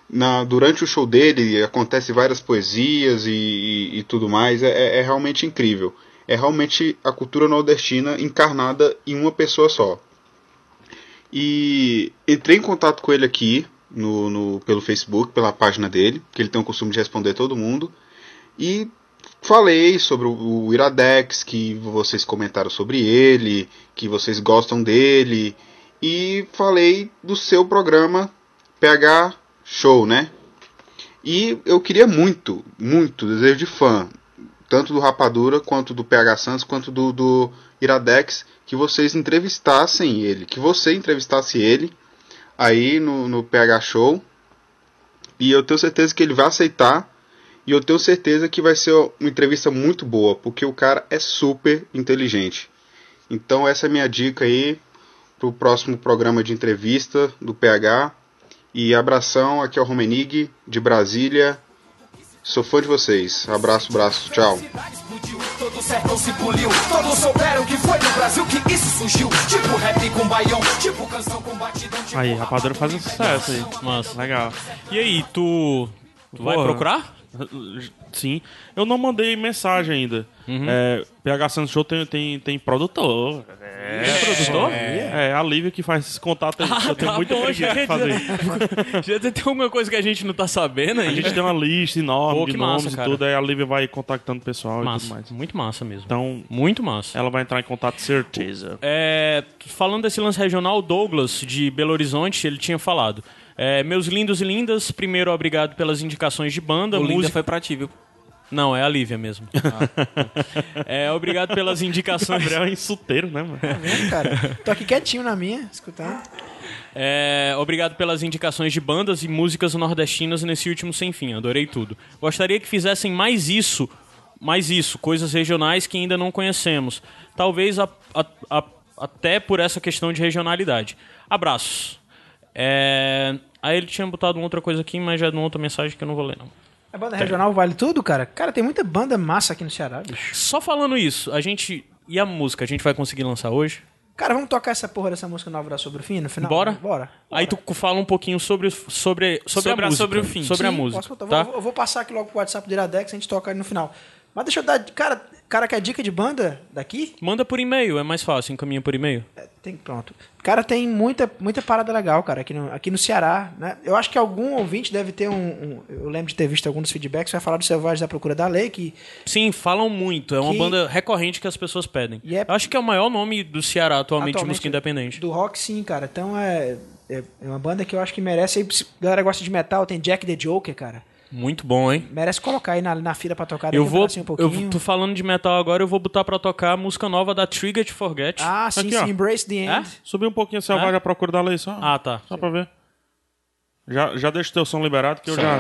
K: Na, durante o show dele acontece várias poesias e, e- e tudo mais, é- é- é realmente incrível. É realmente a cultura nordestina encarnada em uma pessoa só. E entrei em contato com ele aqui no, no- pelo Facebook, pela página dele, que ele tem o costume de responder todo mundo. E falei sobre o, o Iradex, que vocês comentaram sobre ele, que vocês gostam dele. E falei do seu programa PH Show, né? E eu queria muito, muito, desejo de fã, tanto do Rapadura, quanto do PH Santos, quanto do, do Iradex, que vocês entrevistassem ele, que você entrevistasse ele aí no, no PH Show. E eu tenho certeza que ele vai aceitar. E eu tenho certeza que vai ser uma entrevista muito boa, porque o cara é super inteligente. Então essa é a minha dica aí pro próximo programa de entrevista do PH. E abração, aqui é o Romenig, de Brasília. Sou fã de vocês. Abraço, abraço, tchau.
L: Todo o sertão se puliu, todos souberam que foi no Brasil que isso surgiu. Tipo rap com baião, tipo canção com batidão, tipo
D: Aí, rapadura fazendo sucesso aí.
B: Massa.
D: Legal.
B: E aí, tu. tu vai
D: Porra.
B: procurar? (laughs)
D: Sim. Eu não mandei mensagem ainda. É, PH Santos Show tem, tem, tem produtor. É,
B: produtor?
D: É, a Lívia que faz esse contato
B: Ah,
D: aí.
B: tá
D: eu tenho muita preguiça de fazer.
B: Já tem alguma coisa que a gente não tá sabendo
D: A
B: aí?
D: gente tem uma lista enorme
B: Pô,
D: de
B: que
D: nomes
B: massa,
D: e
B: cara.
D: tudo, aí a Lívia vai contactando o pessoal e tudo
B: Massa,
D: mais.
B: muito massa mesmo.
D: Então,
B: Muito massa.
D: ela vai entrar em contato certeza.
B: É, falando desse lance regional, o Douglas, de Belo Horizonte, ele tinha falado. é, meus lindos e lindas, primeiro obrigado pelas indicações de banda.
A: O Linda
B: música-
A: foi pra ti, viu? Ah.
B: Não, é a Lívia mesmo. (laughs) É, obrigado
A: (laughs)
B: pelas indicações.
D: Gabriel é insulteiro, né, mano?
C: tá Cara, tô aqui quietinho na minha, escutando.
B: É, obrigado pelas indicações de bandas e músicas nordestinas nesse último sem fim. Adorei tudo. Gostaria que fizessem mais isso, mais isso, coisas regionais que ainda não conhecemos. Talvez a- a- a- até por essa questão de regionalidade. Abraços. É, aí ele tinha botado uma outra coisa aqui, mas já é de uma outra mensagem que eu não vou ler, não.
C: A É banda regional vale tudo, cara? Cara, tem muita banda massa aqui no Ceará, bicho.
B: Só falando isso, a gente. E a música, a gente vai conseguir lançar hoje?
C: Cara, vamos tocar essa porra dessa música nova da Sobre o Fim no final?
B: Bora?
C: Bora.
B: Aí tu fala um pouquinho sobre, sobre, sobre,
A: Sobre
B: a
A: a-
B: música.
A: sobre o fim.
B: Sobre a
C: Sim,
B: música.
C: posso botar?
B: tá?
C: Vou- eu vou passar aqui logo pro WhatsApp do Iradex, a gente toca ali no final. Mas deixa eu dar. Cara, cara quer dica de banda daqui? É,
B: Manda por e-mail, é mais fácil, encaminha por e-mail.
C: Tem, pronto. Cara, tem muita, muita parada legal, cara, aqui no, aqui no Ceará, né? Eu acho que algum ouvinte deve ter um, um- Eu lembro de ter visto alguns feedbacks, vai falar do Selvagem da Procura da Lei, que
B: Sim, falam muito, é uma
C: Que-
B: banda recorrente que as pessoas pedem.
C: E é-
B: Eu acho que é o maior nome do Ceará atualmente, de
C: Atualmente,
B: música independente.
C: do rock sim, cara. Então é, é é uma banda que eu acho que merece. Aí, se a galera gosta de metal, tem Jack the Joker, cara.
B: Muito bom, hein?
C: Merece colocar aí na, na fila pra tocar daqui
B: Eu
C: um
B: vou,
C: pedacinho, um
B: eu
C: pouquinho.
B: vou- tô falando de metal agora, eu vou botar pra tocar a música nova da Trigger to Forget.
C: Ah, sim,
D: Aqui, ó.
C: sim, Embrace the
B: É?
C: End.
D: Subiu um pouquinho a selvagem à procura da lei, só.
B: Ah, tá.
D: Só pra ver. Já, já deixa o teu som liberado que eu já.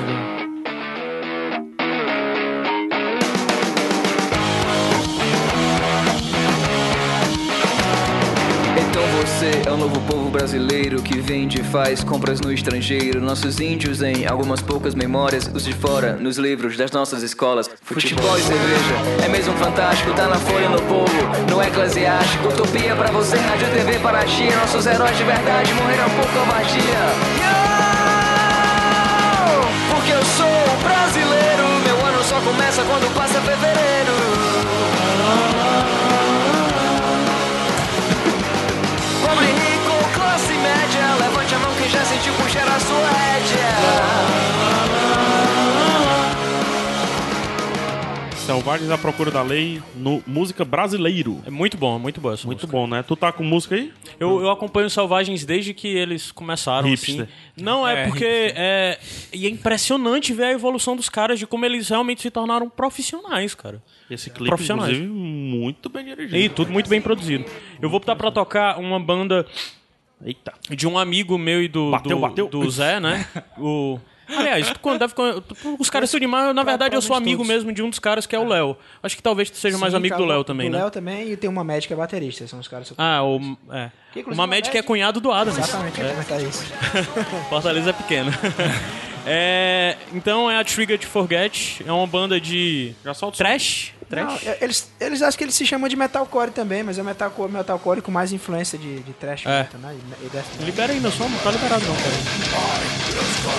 M: Então você é o novo povo brasileiro que vende e faz compras no estrangeiro. Nossos índios em algumas poucas memórias, os de fora, nos livros das nossas escolas. Futebol e cerveja, é mesmo fantástico, tá na folha no povo, não é eclesiástico. Utopia pra você, rádio TV para a Chia. Nossos heróis de verdade morreram por covardia. Yo! Porque eu sou um brasileiro, meu ano só começa quando passa fevereiro. Pobre rico, classe média, levante a mão que já sentiu puxar a sua rédea.
D: Selvagens à procura da lei no música brasileiro. É
B: muito bom, muito bom.
D: muito bom, né? Tu tá com música aí?
B: Eu, eu acompanho Selvagens desde que eles começaram,
D: Hipster.
B: assim. Não, é,
D: É,
B: porque... É, e é impressionante ver a evolução dos caras, de como eles realmente se tornaram profissionais, cara.
D: Esse clipe,
B: Profissionais.
D: inclusive, muito bem dirigido.
B: E tudo muito bem produzido. Eu vou botar pra tocar uma banda...
D: Eita.
B: De um amigo meu e do...
D: Bateu,
B: do,
D: bateu.
B: do Zé,
D: (laughs)
B: né? O... Aliás, tu, quando deve, quando- tu- os caras são demais. Na verdade, eu sou amigo mesmo de um dos caras que é o Léo. Acho que talvez tu seja mais
C: Sim,
B: amigo
C: cara,
B: do Léo também,
C: do
B: né?
C: Léo também, e tem uma médica baterista, são os caras.
B: Ah, o, é.
C: Que, inclusive,
B: Uma
C: uma
B: médica é
C: Magic-
B: cunhado do Adams.
C: Exatamente, eu
B: É.
C: ia comentar isso.
B: Fortaleza é (laughs) pequena. É, então é a Trigger to Forget. É uma banda de. Trash? Trash?
C: Não, eles, eles acham que eles se chamam de metalcore também, mas é metalcore, metalcore com mais influência de, de trash
B: É.
C: metal, né? E- e death metal.
B: Libera aí meu som, não tá liberado não, cara.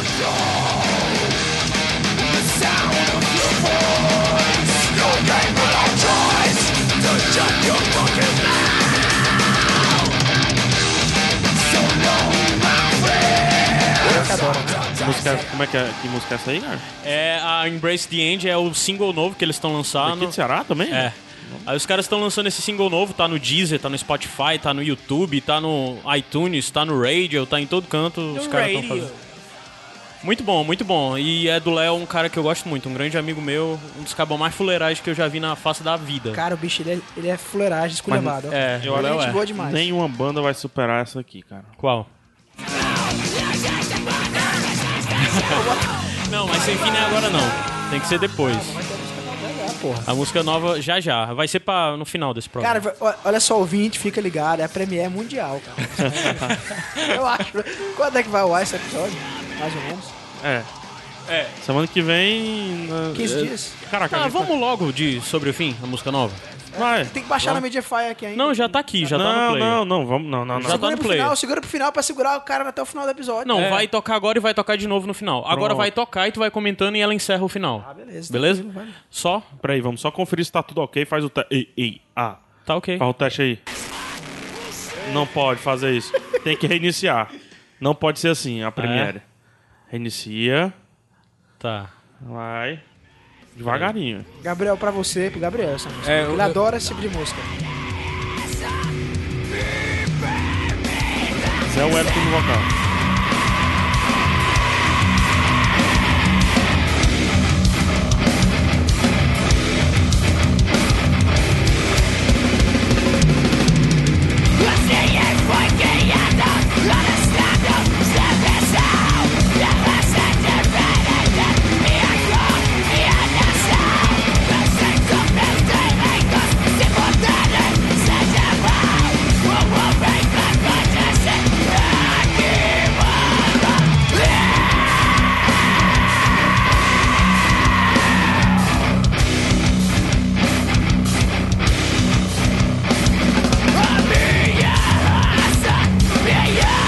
C: né?
D: Música, como é que, é, que música é essa aí, cara?
B: É, a Embrace the End é o single novo que eles estão lançando.
D: Aqui do Ceará também?
B: Ah, É. Aí os caras estão lançando esse single novo, tá no Deezer, tá no Spotify, tá no YouTube, tá no iTunes, tá no radio, tá em todo canto. os
C: No
B: caras estão
C: radio.
B: fazendo. Muito bom, muito bom. E é do Léo, um cara que eu gosto muito, um grande amigo meu, um dos cabos mais fuleirais que eu já vi na face da vida.
C: Cara, o bicho, ele é, ele é fuleiragem, esculhambado. ó.
B: é,
C: Ele
B: eu acho-
C: gente
B: é.
C: boa demais.
D: Nenhuma banda vai superar essa aqui, cara.
B: Qual? não, mas sem fim não é agora não. Tem que ser depois. tá A música nova já já. Vai ser pra, no final desse programa.
C: Cara, o- olha só, ouvinte, fica ligado, é a Premiere Mundial,
B: (laughs)
C: cara. Eu acho. Quando é que vai ao ar esse episódio? Mais ou menos.
D: É.
B: É.
D: Semana que vem. na-
C: 15
D: é-
C: dias.
D: Caraca, a
B: ah,
D: gente
B: vamos logo de Sobre o Fim, a música nova.
D: Vai.
C: Tem que baixar na Mediafire aqui ainda.
B: Não, já tá aqui, já
D: não,
B: tá no player.
D: Não, não, vamos. Não, não,
B: Já
D: não.
B: tá
C: segura
B: no
C: pro
B: player.
C: final, segura pro final pra segurar o cara até o final do episódio.
B: Não,
C: É.
B: vai tocar agora e vai tocar de novo no final. Agora
D: Pronto.
B: vai tocar e tu vai comentando e ela encerra o final. Ah,
C: beleza.
B: Beleza?
C: Tranquilo, vai.
B: Só?
D: Peraí, vamos só conferir se tá tudo ok. Faz o teste. Ei, ei, ah.
B: Tá ok.
D: Faz o teste aí. Não pode fazer isso. Tem que reiniciar. Não pode ser assim,
B: É.
D: a Premiere. Reinicia.
B: Tá.
D: Vai. Devagarinho.
C: Gabriel, pra você, pro Gabriel essa música.
D: É,
C: Ele
D: eu-
C: adora esse tipo de música.
D: Zé é Wellington no vocal.
N: é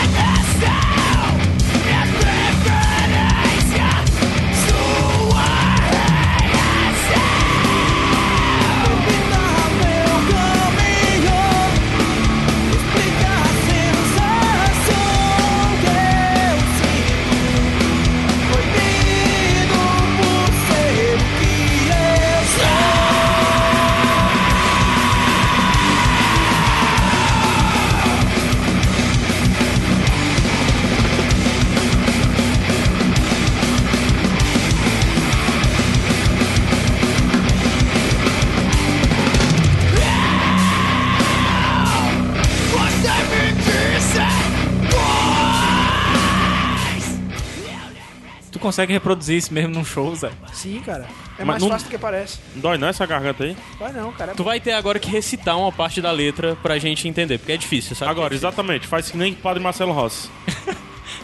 A: Tu consegue reproduzir isso mesmo num show, Zé?
C: Sim, cara. É
A: Mas
C: mais
A: não-
C: fácil do que parece.
D: Dói não essa garganta aí?
C: Vai não, cara.
B: Tu vai ter agora que recitar uma parte da letra pra gente entender, porque é difícil, sabe?
D: Agora, exatamente, faz que nem Padre
C: (laughs)
D: Marcelo Rossi.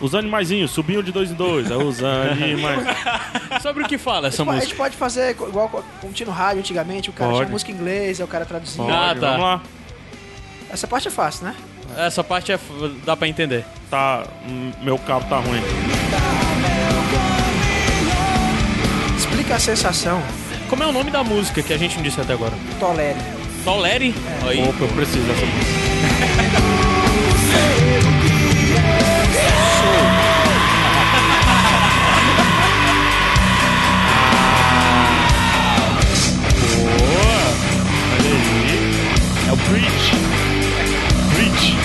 D: Os animaizinhos subiam de dois em dois. É os animais.
C: (laughs)
B: Sobre o que fala essa
C: a gente, pode- a
B: música?
C: gente pode fazer co- igual co- como tinha no rádio antigamente, o cara
B: Pode.
C: tinha música em inglês, aí o cara traduzia.
B: Pode, Ah, tá. vamos lá.
C: Essa parte é fácil, né?
B: Essa parte é f- dá pra entender.
D: Tá, meu cabo tá ruim.
C: Explica a sensação.
B: Como é o nome da música que a gente não disse até agora?
C: Tolere.
B: Tolere? Aí.
D: Opa, eu preciso dessa música. Olha aí. É o Preach. Preach.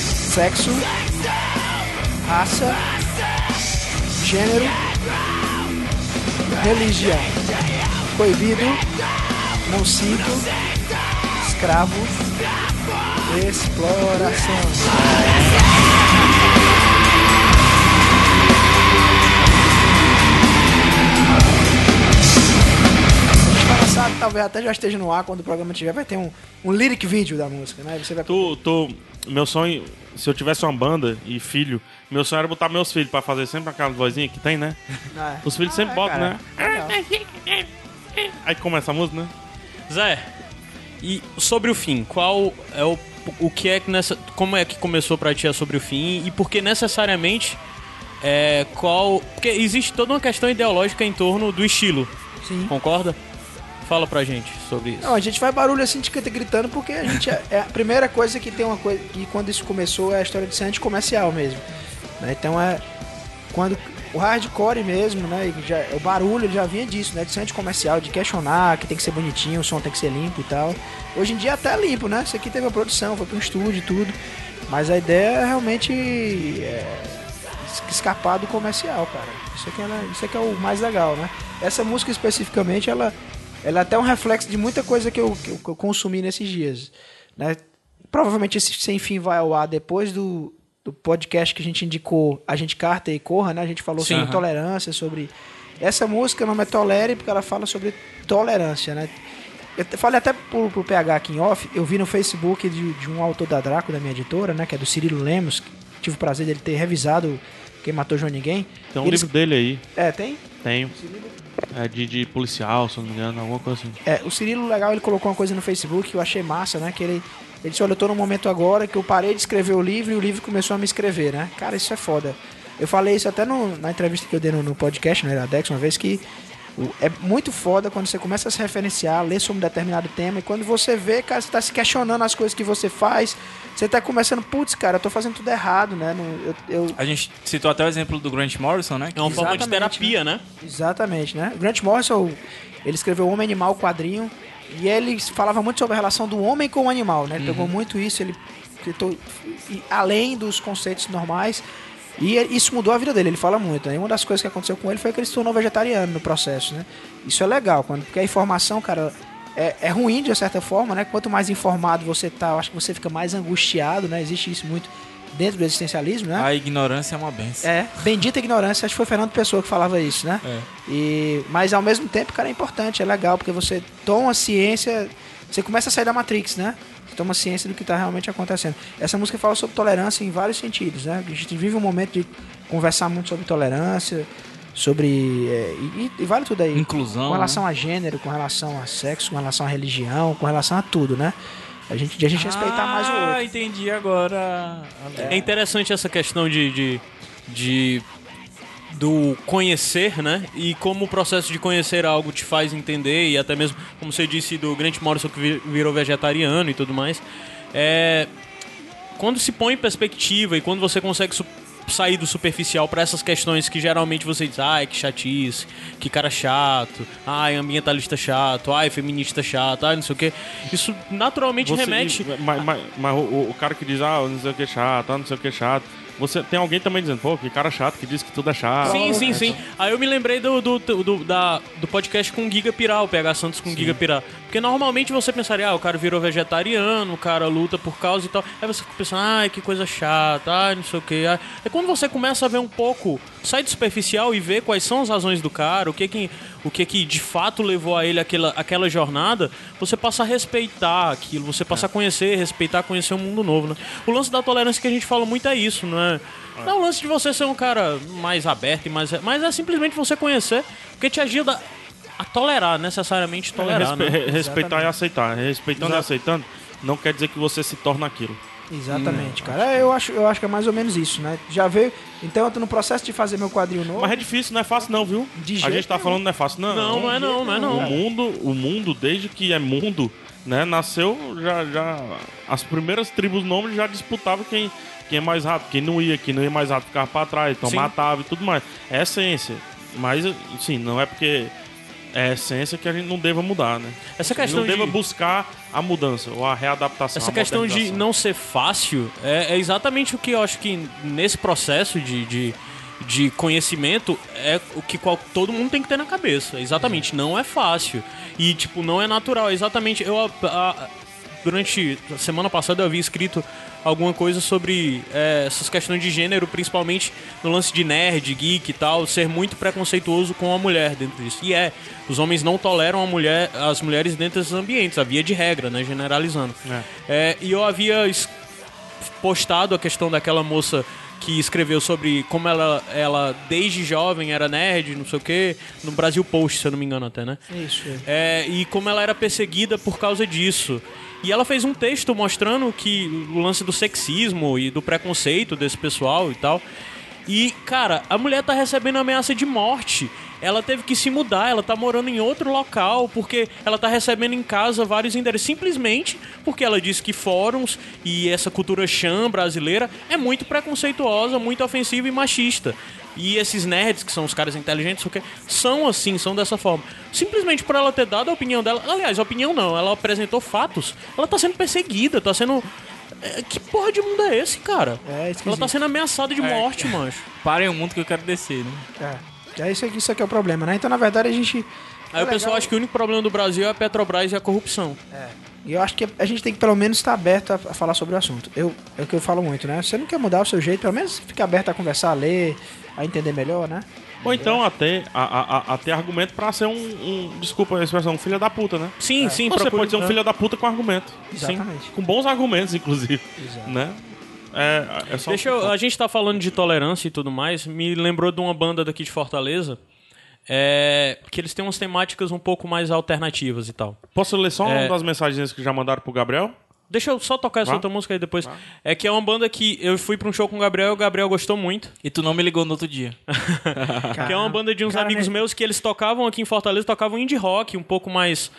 C: Sexo, raça, gênero, religião. Proibido, não sinto, escravo, exploração. Passado, talvez até já esteja no ar quando o programa tiver, vai ter um, um lyric vídeo da música, né? Você vai
D: Tu, tu, meu sonho, se eu tivesse uma banda e filho, meu sonho era botar meus filhos pra fazer sempre aquela vozinha que tem, né?
C: Ah, é.
D: Os filhos sempre
C: Ah, é,
D: botam,
C: cara.
D: né? Aí começa a música, né?
B: Zé, e sobre o fim, qual é o o que é que nessa como é que começou pra ti a sobre o fim e por que necessariamente é qual porque existe toda uma questão ideológica em torno do estilo.
C: Sim.
B: Concorda? Fala pra gente sobre isso. É
C: Não, a gente faz barulho assim de canta gritando porque a gente é, é a primeira coisa que tem uma coisa que quando isso começou é a história de ser anticomercial mesmo. né? Então é quando o hardcore mesmo, né? e já- o barulho já vinha disso, né? De ser anticomercial, de questionar que tem que ser bonitinho, o som tem que ser limpo e tal. Hoje em dia até é limpo, né? Isso aqui teve uma produção, foi para um estúdio e tudo. Mas a ideia é realmente é, es- escapar do comercial, cara. Isso é que, ela- isso é, que é o mais legal, né? Essa música especificamente, ela, ela é até um reflexo de muita coisa que eu, que eu, que eu consumi nesses dias. Né? Provavelmente esse Sem Fim vai ao ar depois do, do podcast que a gente indicou, a gente carta e corra, né? A gente falou
N: Sim,
C: sobre
N: aham.
C: tolerância, sobre... Essa música, o nome é Tolere, porque ela fala sobre tolerância, né? Eu te- falei até pro, pro PH aqui em off, eu vi no Facebook de, de um autor da Draco, da minha editora, né? Que é do Cirilo Lemos. que Tive o prazer dele ter revisado Quem Matou João Ninguém.
D: Tem um
C: Eles-
D: livro dele aí.
C: É, tem?
D: Tenho. É de, de policial, se eu não me engano, alguma coisa assim.
C: É, o Cirilo legal, ele colocou uma coisa no Facebook que eu achei massa, né? Que ele, ele disse, olha, eu tô num momento agora que eu parei de escrever o livro e o livro começou a me escrever, né? Cara, isso é foda. Eu falei isso até no- na entrevista que eu dei no, no podcast, no Iradex, uma vez, que o- é muito foda quando você começa a se referenciar, ler sobre um determinado tema, e quando você vê, cara, você tá se questionando as coisas que você faz, você tá começando, putz, cara, eu tô fazendo tudo errado, né? Não- eu- eu
A: A gente citou até o exemplo do Grant Morrison, né?
B: É uma forma de terapia, né?
C: Exatamente, né? O Grant Morrison, ele escreveu Homem Animal, quadrinho, e ele falava muito sobre a relação do homem com o animal, né? Ele
N: Uhum.
C: pegou muito isso, ele tentou ir além dos conceitos normais, e ele- isso mudou a vida dele, ele fala muito, né? E uma das coisas que aconteceu com ele foi que ele se tornou vegetariano no processo, né? Isso é legal, quando, porque a informação, cara, é, é ruim de uma certa forma, né? Quanto mais informado você tá, eu acho que você fica mais angustiado, né? Existe isso muito dentro do existencialismo, né?
A: A ignorância é uma benção.
C: É, bendita ignorância, acho que foi Fernando Pessoa que falava isso, né?
A: É.
C: E, mas ao mesmo tempo, cara, é importante, é legal, porque você toma ciência, você começa a sair da Matrix, né? Você toma ciência do que está realmente acontecendo. Essa música fala sobre tolerância em vários sentidos, né? A gente vive um momento de conversar muito sobre tolerância, sobre. é, e, e vale tudo aí.
A: Inclusão, né?
C: Com relação a gênero, com relação a sexo, com relação a religião, com relação a tudo, né? A gente, de a gente respeitar
B: né?
C: mais o outro.
A: Ah, entendi agora.
B: É interessante essa questão de, de, de- do conhecer, né? E como o processo de conhecer algo te faz entender, e até mesmo, como você disse, do Grant Morrison que vi- virou vegetariano e tudo mais. É, quando se põe em perspectiva e quando você consegue su- sair do superficial para essas questões que geralmente você diz, ai, que chatice, que cara chato, ai, ambientalista chato, ai, feminista chato, ai, não sei o quê. Isso naturalmente
D: Você-
B: remete.
D: Mas, mas- mas o, o cara que diz, ah, não sei o que é chato, ah, não sei o que é chato. Você, tem alguém também dizendo, pô, que cara chato que diz que tudo é chato.
B: Sim, sim, sim. Aí eu me lembrei do, do, do, da- do podcast com o Giga Pirá, o PH Santos com o Giga Pirá. Porque normalmente você pensaria, ah, o cara virou vegetariano, o cara luta por causa e tal. Aí você fica pensando, ai, que coisa chata, ai, não sei o que. É quando você começa a ver um pouco, sai do superficial e vê quais são as razões do cara, o que que, o que, que de fato levou a ele aquela, aquela jornada, você passa a respeitar aquilo, você passa a conhecer, respeitar, conhecer um mundo novo, né? O lance da tolerância que a gente fala muito é isso, não é? Não é o lance de você ser um cara mais aberto e mais. Mas é simplesmente você conhecer, porque te ajuda a tolerar, necessariamente tolerar,
D: Então, Respe- (laughs)
B: né?
D: Respeitar e aceitar. Respeitando
B: Exato.
D: e aceitando não quer dizer que você se torna aquilo.
C: Exatamente, cara. Eu acho, eu acho que é mais ou menos isso, né? Já veio. Então eu tô no processo de fazer meu quadril novo.
D: Mas é difícil, não é fácil não, viu?
C: De
D: a
C: jeito
D: gente tá
C: nenhum.
D: falando não é fácil, não.
B: Não, não é não, não é não.
D: O mundo, o mundo desde que é mundo, né, nasceu já, já as primeiras tribos nômades já disputavam quem quem é mais rápido, quem não ia, quem não ia mais rápido ficava pra trás, então
B: Sim.
D: matava e tudo mais. É essência, mas sim, não é porque é essência que a gente não deva mudar, né?
B: Essa
D: A gente
B: questão
D: não deva
B: de-
D: buscar a mudança ou a readaptação.
B: Essa
D: a
B: questão de
D: é modernização.
B: não ser fácil é, é exatamente o que eu acho que nesse processo de, de, de conhecimento é o que qual- todo mundo tem que ter na cabeça. Exatamente, não é fácil. E, tipo, não é natural. Exatamente, eu. a- a- durante a semana passada eu havia escrito alguma coisa sobre é, essas questões de gênero, principalmente no lance de nerd, geek e tal, ser muito preconceituoso com a mulher dentro disso. E é, os homens não toleram a mulher, as mulheres dentro desses ambientes, a via de regra, né? Generalizando. É, e eu havia es- postado a questão daquela moça que escreveu sobre como ela, ela desde jovem era nerd, não sei o quê, no Brasil Post, se eu não me engano até, né?
C: Isso.
B: É, e como ela era perseguida por causa disso. E ela fez um texto mostrando que o lance do sexismo e do preconceito desse pessoal e tal. E, cara, a mulher tá recebendo ameaça de morte. Ela teve que se mudar, ela tá morando em outro local, porque ela tá recebendo em casa vários endereços. Simplesmente porque ela disse que fóruns e essa cultura chã brasileira é muito preconceituosa, muito ofensiva e machista. E esses nerds, que são os caras inteligentes, não sei o quê, são assim, são dessa forma. Simplesmente por ela ter dado a opinião dela. Aliás, a opinião não, ela apresentou fatos. Ela tá sendo perseguida, tá sendo. É, Que porra de mundo é esse, cara? ela tá sendo ameaçada de morte, mancho.
A: Parem o mundo que eu quero descer, né?
C: É. É isso aqui, isso aqui é o problema, né? Então, na verdade, a gente.
B: Aí o pessoal acha que o único problema do Brasil é a Petrobras e a corrupção.
C: E eu acho que a gente tem que pelo menos estar aberto a, a falar sobre o assunto. Eu, é o que eu falo muito, né? Se você não quer mudar o seu jeito, pelo menos fica aberto a conversar, a ler, a entender melhor, né?
D: Ou então até, a, a- a- até argumento pra ser um, um- desculpa a expressão, um filho da puta, né?
B: Sim, sim,
D: Você
B: procure-
D: pode ser um
B: é.
D: filho da puta com argumento.
B: Exatamente.
D: Sim. Com bons argumentos, inclusive. Né? É, é só
B: Deixa eu, a gente tá falando de tolerância e tudo mais, me lembrou de uma banda daqui de Fortaleza, é, que eles têm umas temáticas um pouco mais alternativas e tal.
D: Posso ler só
B: É.
D: uma das mensagens que já mandaram pro Gabriel?
B: Deixa eu só tocar essa
D: Vá.
B: outra música aí depois. É que é uma banda que eu fui pra um show com o Gabriel, o Gabriel gostou muito.
A: E tu não me ligou no outro dia.
B: que é uma banda de uns
A: Cara,
B: amigos meus que eles tocavam aqui em Fortaleza, tocavam indie rock, um pouco mais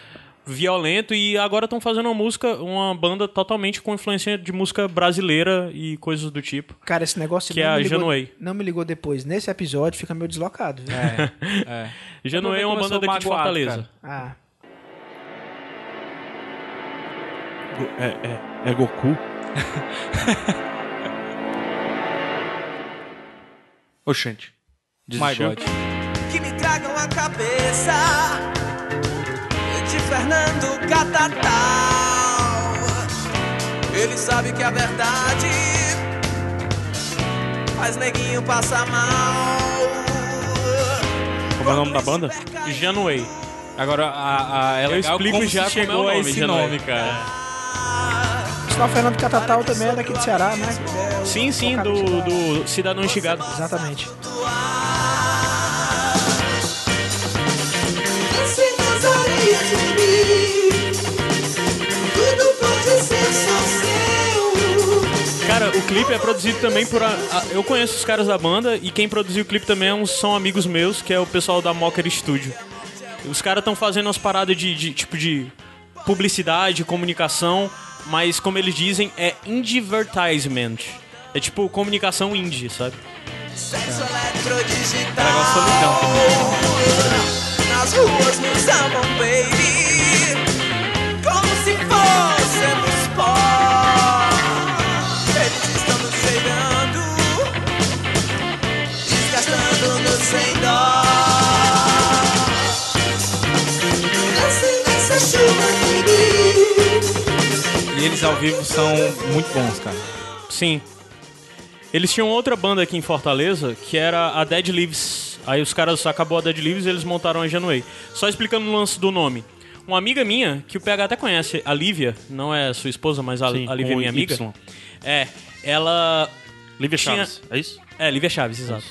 B: violento, e agora estão fazendo uma música, uma banda totalmente com influência de música brasileira e coisas do tipo.
C: Cara, esse negócio
B: Que
C: não
B: é a
C: me ligou-
B: Januei.
C: Não me ligou depois. Nesse episódio fica meio deslocado. viu?
A: É.
B: Januei é uma banda daqui de Fortaleza.
C: Ah,
D: Go- É, é, é Goku? Oxente. Desistiu?
A: My God.
N: que me tragam a cabeça de Fernando Catatal. Ele sabe que a verdade faz neguinho passar mal.
D: Como é o nome da banda?
B: Januei.
A: Agora, a, a, é
B: Eu
A: legal
B: explico
A: como
B: já
A: se chegou
B: Ah, como é o
A: a
B: nome,
A: esse
B: Januei.
A: nome, cara.
C: Sinal Fernando Catatal também é daqui de Ceará, né? É o
B: Sim, sim,
C: vocalista
B: do,
C: da-
B: do Cidadão Enxigado.
C: Exatamente.
N: Se casaria de mim, tudo pode ser só seu.
B: Cara, o clipe é produzido também por. a- a- eu conheço os caras da banda e quem produziu o clipe também é uns- são amigos meus, que é o pessoal da Mocker Studio. Os caras estão fazendo umas paradas de, de- tipo de publicidade, comunicação, mas como eles dizem, é indievertisement. É tipo comunicação indie, sabe?
N: Sexo eletrodigital. Nas ruas nos amam, baby. Como se fôssemos pó. Eles estão nos cheirando, desgastando-nos sem dó. Nasce Assim, nessa chuva que
A: eles ao vivo são muito bons, cara.
B: Sim. Eles tinham outra banda aqui em Fortaleza, que era a Dead Leaves. Aí os caras acabou a Dead Leaves e eles montaram a January. Só explicando o lance do nome. Uma amiga minha, que o PH até conhece, a Lívia, não é sua esposa, mas a,
D: Sim,
B: a Lívia é
D: com
B: minha amiga.
D: Y.
B: É, ela.
D: Lívia Chaves,
B: (laughs)
D: é isso?
B: É, Lívia Chaves, exato.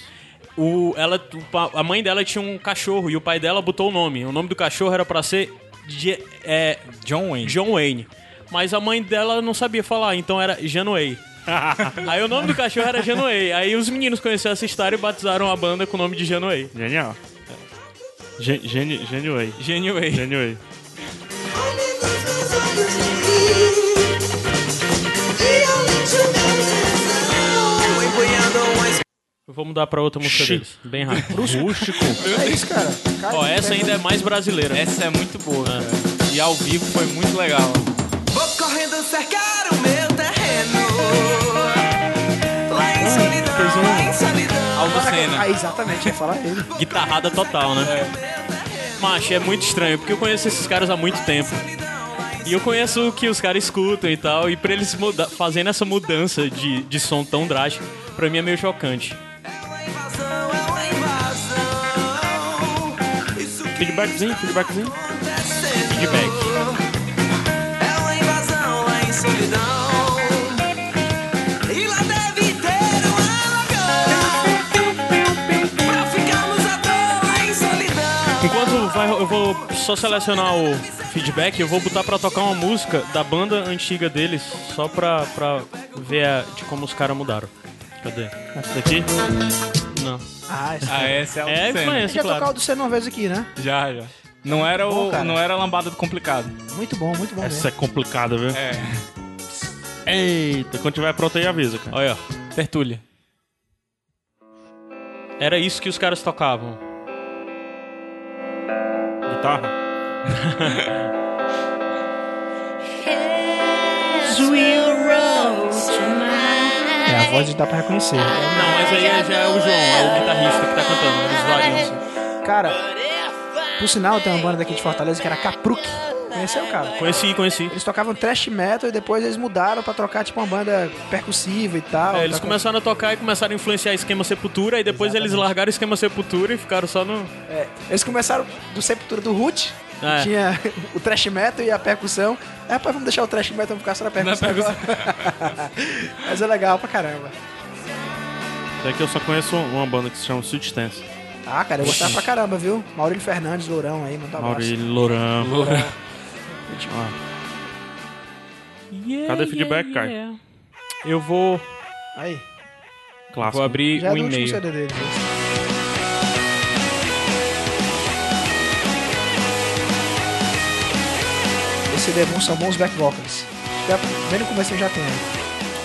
B: O, ela, o pa- a mãe dela tinha um cachorro e o pai dela botou o nome. O nome do cachorro era pra ser Je- é,
A: John Wayne.
B: John Wayne. Mas a mãe dela não sabia falar, então era Januei. Aí o nome do cachorro era Januei. Aí os meninos conheceram essa história e batizaram a banda com o nome de Januei.
D: Genial. Gen- Geni- Genuei.
B: Genuei.
D: Genuei.
B: Eu vou mudar pra outra música deles. Bem rápido.
D: Rústico.
C: É isso, cara. Cara,
B: Ó, essa ainda é mais brasileira.
A: Essa é muito boa, cara. E ao vivo foi muito legal.
N: Vou correndo cercar o meu terreno. Lá em solidão, lá em solidão.
B: Alducena.
C: Ah, exatamente, ia falar ele.
B: Guitarrada total, né? Macho, é muito estranho, porque eu conheço esses caras há muito tempo. E eu conheço o que os caras escutam e tal, e pra eles muda fazendo essa mudança de, de som tão drástica, pra mim é meio chocante.
N: é
D: Feedbackzinho, feedbackzinho.
B: Feedback.
N: É uma invasão lá em solidão. E lá deve ter uma lagoa. Pra ficarmos à toa lá em solidão.
B: Enquanto vai- eu vou só selecionar o feedback, eu vou botar pra tocar uma música da banda antiga deles, só pra, pra ver a- de como os caras mudaram. Cadê?
D: Essa daqui?
B: Não.
C: Ah, esse
A: Ah, essa é a Alducena.
B: É,
C: A gente
B: conheço,
C: já tocou
B: claro.
C: o do Senna uma vez aqui, né?
A: Já, já. Não era,
C: Bom,
A: o,
C: cara.
A: não era a lambada do complicado.
C: Muito bom, muito bom
D: Essa é complicada, viu?
A: É.
D: Eita, quando tiver pronto aí avisa, cara.
B: Olha, ó. Tertulha. Era isso que os caras tocavam.
D: Guitarra.
C: É, a voz dá pra reconhecer.
B: Não, mas aí já é o João, é o guitarrista que tá cantando. Eles variam. assim.
C: Cara, por sinal, tem uma banda daqui de Fortaleza que era Capruk. Conheceu, cara?
B: Conheci, conheci.
C: Eles tocavam thrash metal e depois eles mudaram pra trocar, tipo, uma banda percussiva e tal.
B: É, eles
C: Tocam-
B: começaram a tocar e começaram a influenciar esquema Sepultura, e depois eles largaram o esquema Sepultura e ficaram só no.
C: É, eles começaram do Sepultura do Root. que
B: É.
C: Tinha (laughs) o thrash metal e a percussão. É, rapaz, vamos deixar o thrash metal ficar só na percussão. agora. (laughs) Mas é legal pra caramba.
D: Até que eu só conheço uma banda que se chama Sweet Stance.
C: Ah, cara, eu gostava pra caramba, viu? Maurílio Fernandes, Lourão aí, mandou um abraço.
D: Maurílio, Lourão.
A: Lourão.
D: Ó, Cadê o feedback,
A: É,
D: Caio?
B: Eu vou,
C: Aí,
D: clássico.
B: vou abrir
C: já é
B: um
C: do último
B: e-mail.
C: CD dele. viu? Esse CD é bom, são bons back vocals. Já, bem no começo já tem. né?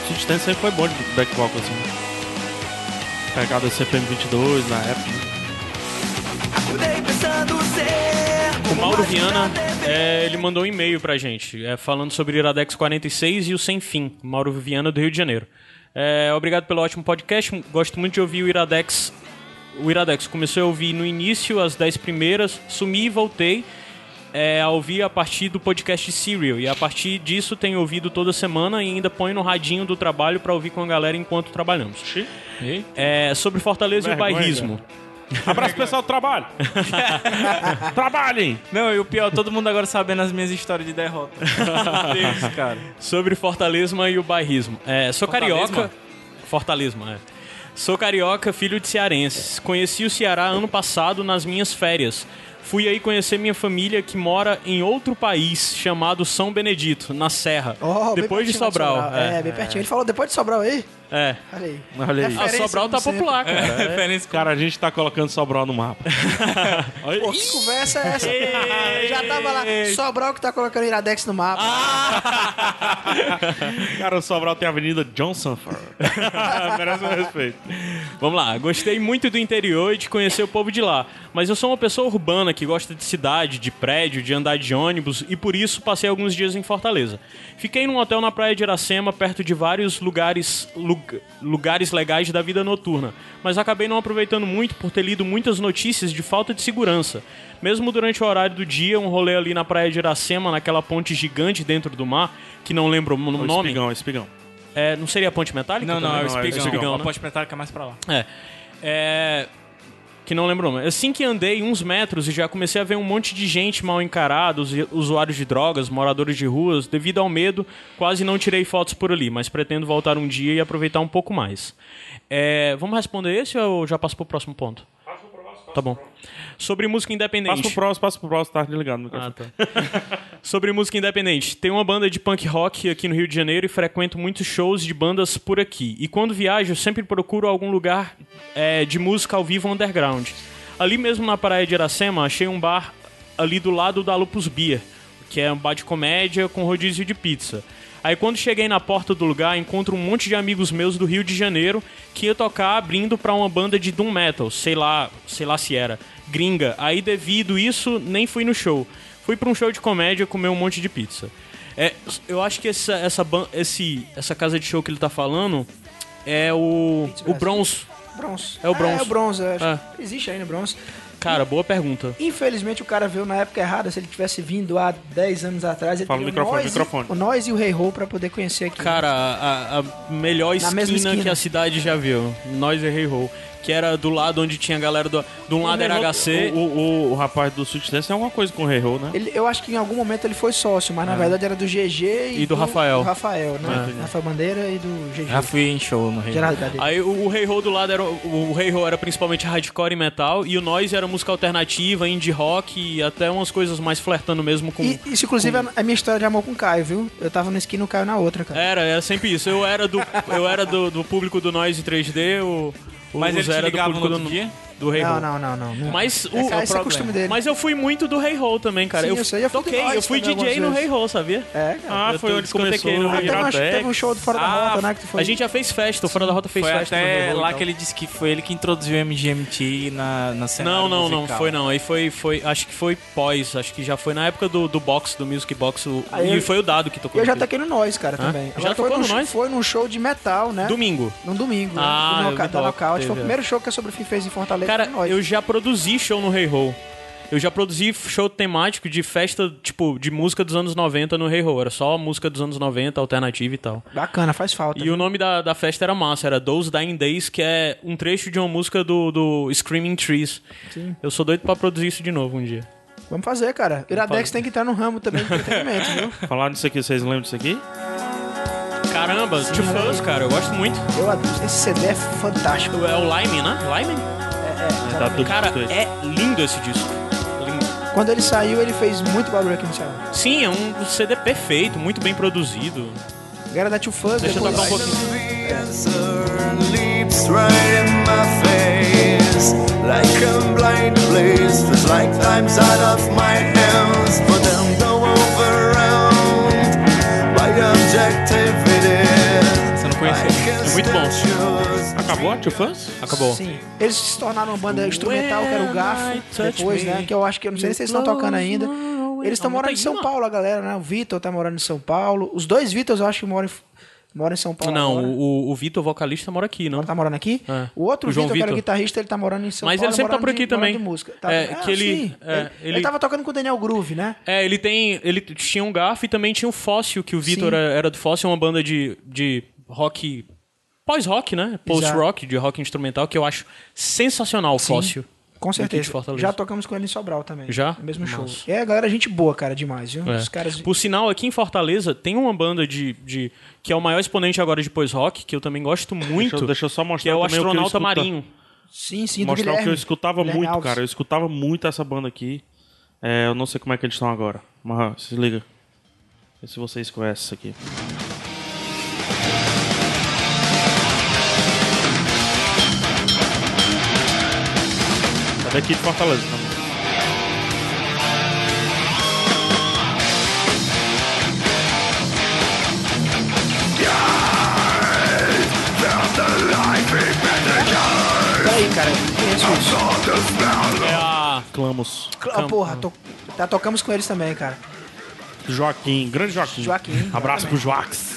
D: Sweet Stance sempre foi bom de back vocal, assim. Pegada CPM 22 na época.
N: Acordei pensando ser
B: O Mauro Viana, é, ele mandou um e-mail pra gente, é, falando sobre Iradex 46 e o Sem Fim, Mauro Viana do Rio de Janeiro. É, obrigado pelo ótimo podcast, gosto muito de ouvir o Iradex. O Iradex comecei a ouvir no início, as 10 primeiras, sumi e voltei é, a ouvir a partir do podcast Serial. E a partir disso tenho ouvido toda semana e ainda ponho no radinho do trabalho pra ouvir com a galera enquanto trabalhamos.
A: E?
B: É, sobre Fortaleza
D: Vergonha,
B: e o bairrismo.
D: Abraço pessoal do
B: (laughs)
D: trabalho. Trabalhem!
A: Não, e o pior, todo mundo agora sabendo as minhas histórias de derrota.
C: (laughs)
A: Meu Deus, cara.
B: Sobre Fortaleza e o bairrismo. É, sou
A: Fortaleza?
B: carioca. Fortaleza, é. Sou carioca, filho de cearenses. Conheci o Ceará ano passado nas minhas férias. Fui aí conhecer minha família que mora em outro país chamado São Benedito, na Serra.
C: Ó, bem
B: depois de
C: pertinho lá
B: Sobral.
C: É, bem pertinho. Ele falou depois de Sobral aí?
B: É.
C: Olha aí.
D: Olha aí.
B: Ah,
C: Referência,
B: Sobral tá
C: como
B: popular, cara. É.
A: Referência
D: Cara, a gente tá colocando Sobral no mapa. (laughs) Olha
C: Pô, que conversa é essa? Eu já tava lá. Sobral que tá colocando Iradex no mapa.
B: Ah! (laughs)
C: É.
D: Cara, o Sobral tem a Avenida Johnson. (laughs) Merece meu respeito.
B: Vamos lá, gostei muito do interior e de conhecer o povo de lá, mas eu sou uma pessoa urbana que gosta de cidade, de prédio, de andar de ônibus e por isso passei alguns dias em Fortaleza. Fiquei num hotel na praia de Iracema, perto de vários lugares, lu- lugares legais da vida noturna, mas acabei não aproveitando muito por ter lido muitas notícias de falta de segurança. Mesmo durante o horário do dia, um rolê ali na praia de Iracema, naquela ponte gigante dentro do mar, que não lembro o nome.
D: espigão, espigão.
B: É, não seria a ponte metálica?
A: É Não, não,
B: também?
A: é o espigão.
B: espigão
A: a
B: né?
A: ponte metálica é mais pra lá.
B: É. É. Que não lembro o nome. Assim que andei uns metros e já comecei a ver um monte de gente mal encarada, usu- usuários de drogas, moradores de ruas, devido ao medo, quase não tirei fotos por ali, mas pretendo voltar um dia e aproveitar um pouco mais. É, vamos responder esse ou já passo pro próximo ponto? Tá bom. Sobre música independente.
D: Passa pro próximo, passa pro próximo, tá ligado no
B: Ah, tá. Sobre música independente. Tem uma banda de punk rock aqui no Rio de Janeiro e frequento muitos shows de bandas por aqui. E quando viajo, eu sempre procuro algum lugar é, de música ao vivo underground. Ali mesmo na praia de Iracema, achei um bar ali do lado da Lupus Beer, que é um bar de comédia com rodízio de pizza. Aí quando cheguei na porta do lugar, encontro um monte de amigos meus do Rio de Janeiro que ia tocar abrindo pra uma banda de doom metal, sei lá, sei lá se era, gringa. Aí devido isso, nem fui no show. Fui pra um show de comédia comer um monte de pizza. É, eu acho que essa essa ban- esse essa casa de show que ele tá falando é o o Bronze.
C: Bronze.
B: É o Bronze.
C: É, o Bronze. eu acho
B: É.
C: que Existe ainda o Bronze.
B: Cara, boa pergunta.
C: Infelizmente o cara veio na época errada. Se ele tivesse vindo há 10 anos atrás, ele
B: Fala no
C: teria
B: microfone,
C: nós,
B: microfone.
C: o nós e o Rei Ho pra poder conhecer aqui.
B: Cara, a, a- a melhor
C: Na
B: esquina,
C: mesma esquina.
B: que a cidade já viu. Nós e Hey Ho. Que era do lado onde tinha a galera do. De um lado era HC.
D: O, o, o rapaz do Switch Dance é alguma coisa com o Rei né?
C: Ele- eu acho que em algum momento ele foi sócio, mas na
D: É.
C: verdade era do GG e,
D: E do Rafael.
C: do Rafael, né?
B: É.
C: Rafael Bandeira e do GG.
A: Já fui em show no Rio.
C: Geraldo Gadelha.
B: Aí o Rei Ho do lado era. O Rei Ho era principalmente hardcore e metal. E o Noise era música alternativa, indie rock e até umas coisas mais flertando mesmo com.
C: E- Isso, inclusive, é a minha história de amor com o Caio, viu? Eu tava no esquina e o Caio na outra, cara.
B: Era, era sempre isso. Eu era do, eu era do, do público do Noise 3D, o. o
A: Mas ele
B: Luz
A: te
B: era do
A: ligava no
B: público
A: outro
B: do,
A: dia?
B: do Rei
C: não,
B: Ho.
C: não, não, não, não.
B: Mas o,
C: É, cara,
B: o
C: esse é
B: problema.
C: costume dele.
B: Mas eu fui muito do Rei Ho também, cara.
C: Sim,
B: eu,
C: eu sei, eu fui do
B: toquei,
C: Noise
B: eu fui
C: também
B: DJ no
C: algumas
B: Rei Ho, sabia?
C: É,
D: cara. Ah, foi onde começou
B: no
D: o
B: Rei
D: Rei
B: Ho.
D: Ho. Teve
C: Teve um show do Fora da Rota, né? Que tu
B: Ah,
C: foi.
B: A gente já fez festa, o Fora da Rota fez
A: Foi
B: festa. no
A: até
B: Rei então. Ho e
A: lá
B: tal.
A: que ele disse que foi ele que introduziu o MGMT na, na cena.
B: Não, não, não, foi não. Aí foi, foi, acho que foi pós, acho que já foi na época do, do box, do Music Box, o-
C: Aí
B: e
C: eu-
B: foi o dado que tocou.
C: Eu já
B: no clipe.
C: toquei no Nós, cara,
B: Hã?
C: também.
B: Já
C: Agora, foi
B: tocou
C: num
B: no
C: sh-
B: Nós?
C: Foi num show de metal, né?
B: Domingo.
C: Num domingo.
B: Ah,
C: né?
B: eu
C: Do Noca-
B: vi
C: da
B: toque,
C: Knockout. Foi
B: teve,
C: o
B: é.
C: primeiro show que a Sobrefim fez em Fortaleza.
B: Cara,
C: foi no Nós.
B: eu já produzi show no Rei Ho. Eu já produzi show temático de festa, tipo, de música dos anos 90 no Rei Ho. Era só música dos anos 90, alternativa e tal.
C: Bacana, faz falta.
B: E o nome da, da festa era massa, era Those Dying Days, que é um trecho de uma música do, do Screaming Trees.
C: Sim.
B: Eu sou doido pra produzir isso de novo um dia.
C: Vamos fazer, cara. Iradex tem que entrar no ramo
B: (laughs)
C: também de entretenimento, viu?
D: Falaram disso aqui, vocês lembram disso aqui?
B: Caramba, Two Fuzz, cara, eu gosto muito.
C: Eu adoro. Esse CD é fantástico.
B: É o Lime, né? Lime? É,
D: tá tudo
B: Cara,
D: junto aí.
B: é lindo esse disco. Lindo.
C: Quando ele saiu, ele fez muito barulho aqui no Ceará.
B: Sim, é um CD perfeito, muito bem produzido.
C: Galera da Tio Fuzz,
B: Deixa eu
C: depois-
B: tocar um pouquinho.
N: Leaps right in my face like a blind blaze. Feels like time's out of my hands, but I'm no overwhelmed by objectivity.
B: Você não conhecia? É muito bom.
D: Acabou a Tio Fans?
B: é- Acabou.
C: Sim. Eles se tornaram uma banda instrumental, que era o Gafo,
B: touch
C: depois,
B: me,
C: né? Que eu acho que eu não sei nem se eles estão tocando ainda. Eles estão morando em São Paulo, a galera, né? O Vitor tá morando em São Paulo. Os dois Vitors, eu acho que moram em, moram em São Paulo.
B: Não,
C: agora.
B: o, o Vitor, vocalista, mora aqui, não?
C: Tá morando aqui?
B: É.
C: O outro
B: o João
C: Vitor, que era o
B: Vitor.
C: guitarrista, ele tá morando em São
B: Mas
C: Paulo.
B: ele sempre tá
C: morando
B: por aqui
C: de- morando
B: também.
C: de música. Tá-
B: É,
C: ah,
B: que ele-
C: sim.
B: é,
C: ele, ele
B: ele-
C: tava tocando com o Daniel Groove, né?
B: É, ele tem. Ele tinha um garfo e também tinha o Fóssil, que o Vitor
C: Sim.
B: era, era do Fóssil, uma banda de, de rock. Pós-rock, né? Post-rock, de rock instrumental, que eu acho sensacional o Fóssil.
C: Com
B: Aqui
C: certeza.
B: de Fortaleza.
C: Já tocamos com ele em Sobral também.
B: Já?
C: No mesmo show.
B: Massa.
C: É, a galera, gente boa, cara, demais, viu?
B: É.
C: Os caras.
B: Por sinal, aqui em Fortaleza tem uma banda de, de- que é o maior exponente agora de pós-rock, que eu também gosto muito.
D: Deixa eu- deixa eu só mostrar
B: Que é o
D: também o que eu
B: Astronauta
D: escuto.
B: Marinho.
C: Sim, sim, do
D: Mostrar o que eu
C: Guilherme.
D: escutava
C: Guilherme
D: muito,
C: Alves.
D: cara. Eu escutava muito essa banda aqui. É, eu não sei como é que eles estão agora. Mas ó, se liga. Vê se vocês conhecem isso aqui. É daqui de Fortaleza tá? também.
C: Peraí, cara. eu conheço isso.
B: É a
D: Clamus.
C: Ah, porra, to- tá, tocamos com eles também, cara.
D: Joaquim, grande Joaquim.
C: Joaquim, exatamente.
D: Abraço pro Joax.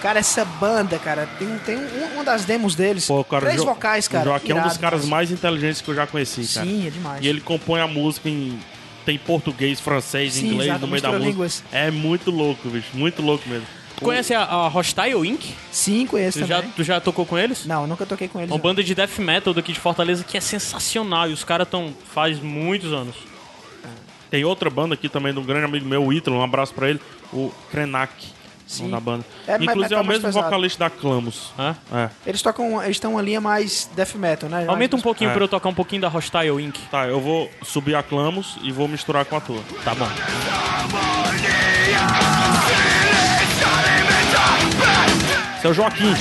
C: Cara, essa banda, cara, tem, tem um- uma das demos deles.
D: Pô, o cara,
C: três
D: Jo-
C: vocais, cara.
D: O Joaquim é um
C: irado,
D: dos caras
C: cara.
D: mais inteligentes que eu já conheci, cara.
C: Sim, é demais.
D: E ele compõe a música em. Tem português, francês,
C: Sim,
D: inglês
C: exato,
D: no meio da
C: mistura
D: música.
C: línguas.
D: É muito louco, bicho. Muito louco mesmo.
B: Tu conhece a, a Hostile Inc?
C: Sim, conheço
B: tu já,
C: também.
B: tu já tocou com eles?
C: Não, nunca toquei com eles.
B: É uma
C: não.
B: banda de death metal daqui de Fortaleza que é sensacional e os caras estão faz muitos anos.
D: Tem outra banda aqui também de um grande amigo meu, o Ítalo, um abraço pra ele, o Krenak.
C: Sim.
D: Da banda.
C: É, mas
D: Inclusive é
C: metal
D: o
C: mais
D: mesmo
C: pesado.
D: vocalista da Clamus.
B: né?
D: É.
C: Eles tocam, eles estão uma linha mais death metal, né?
B: Aumenta um pouquinho
D: É.
B: pra eu tocar um pouquinho da Hostile Inc.
D: Tá, eu vou subir a Clamus e vou misturar com a tua.
B: Tá bom.
D: Seu Joaquim.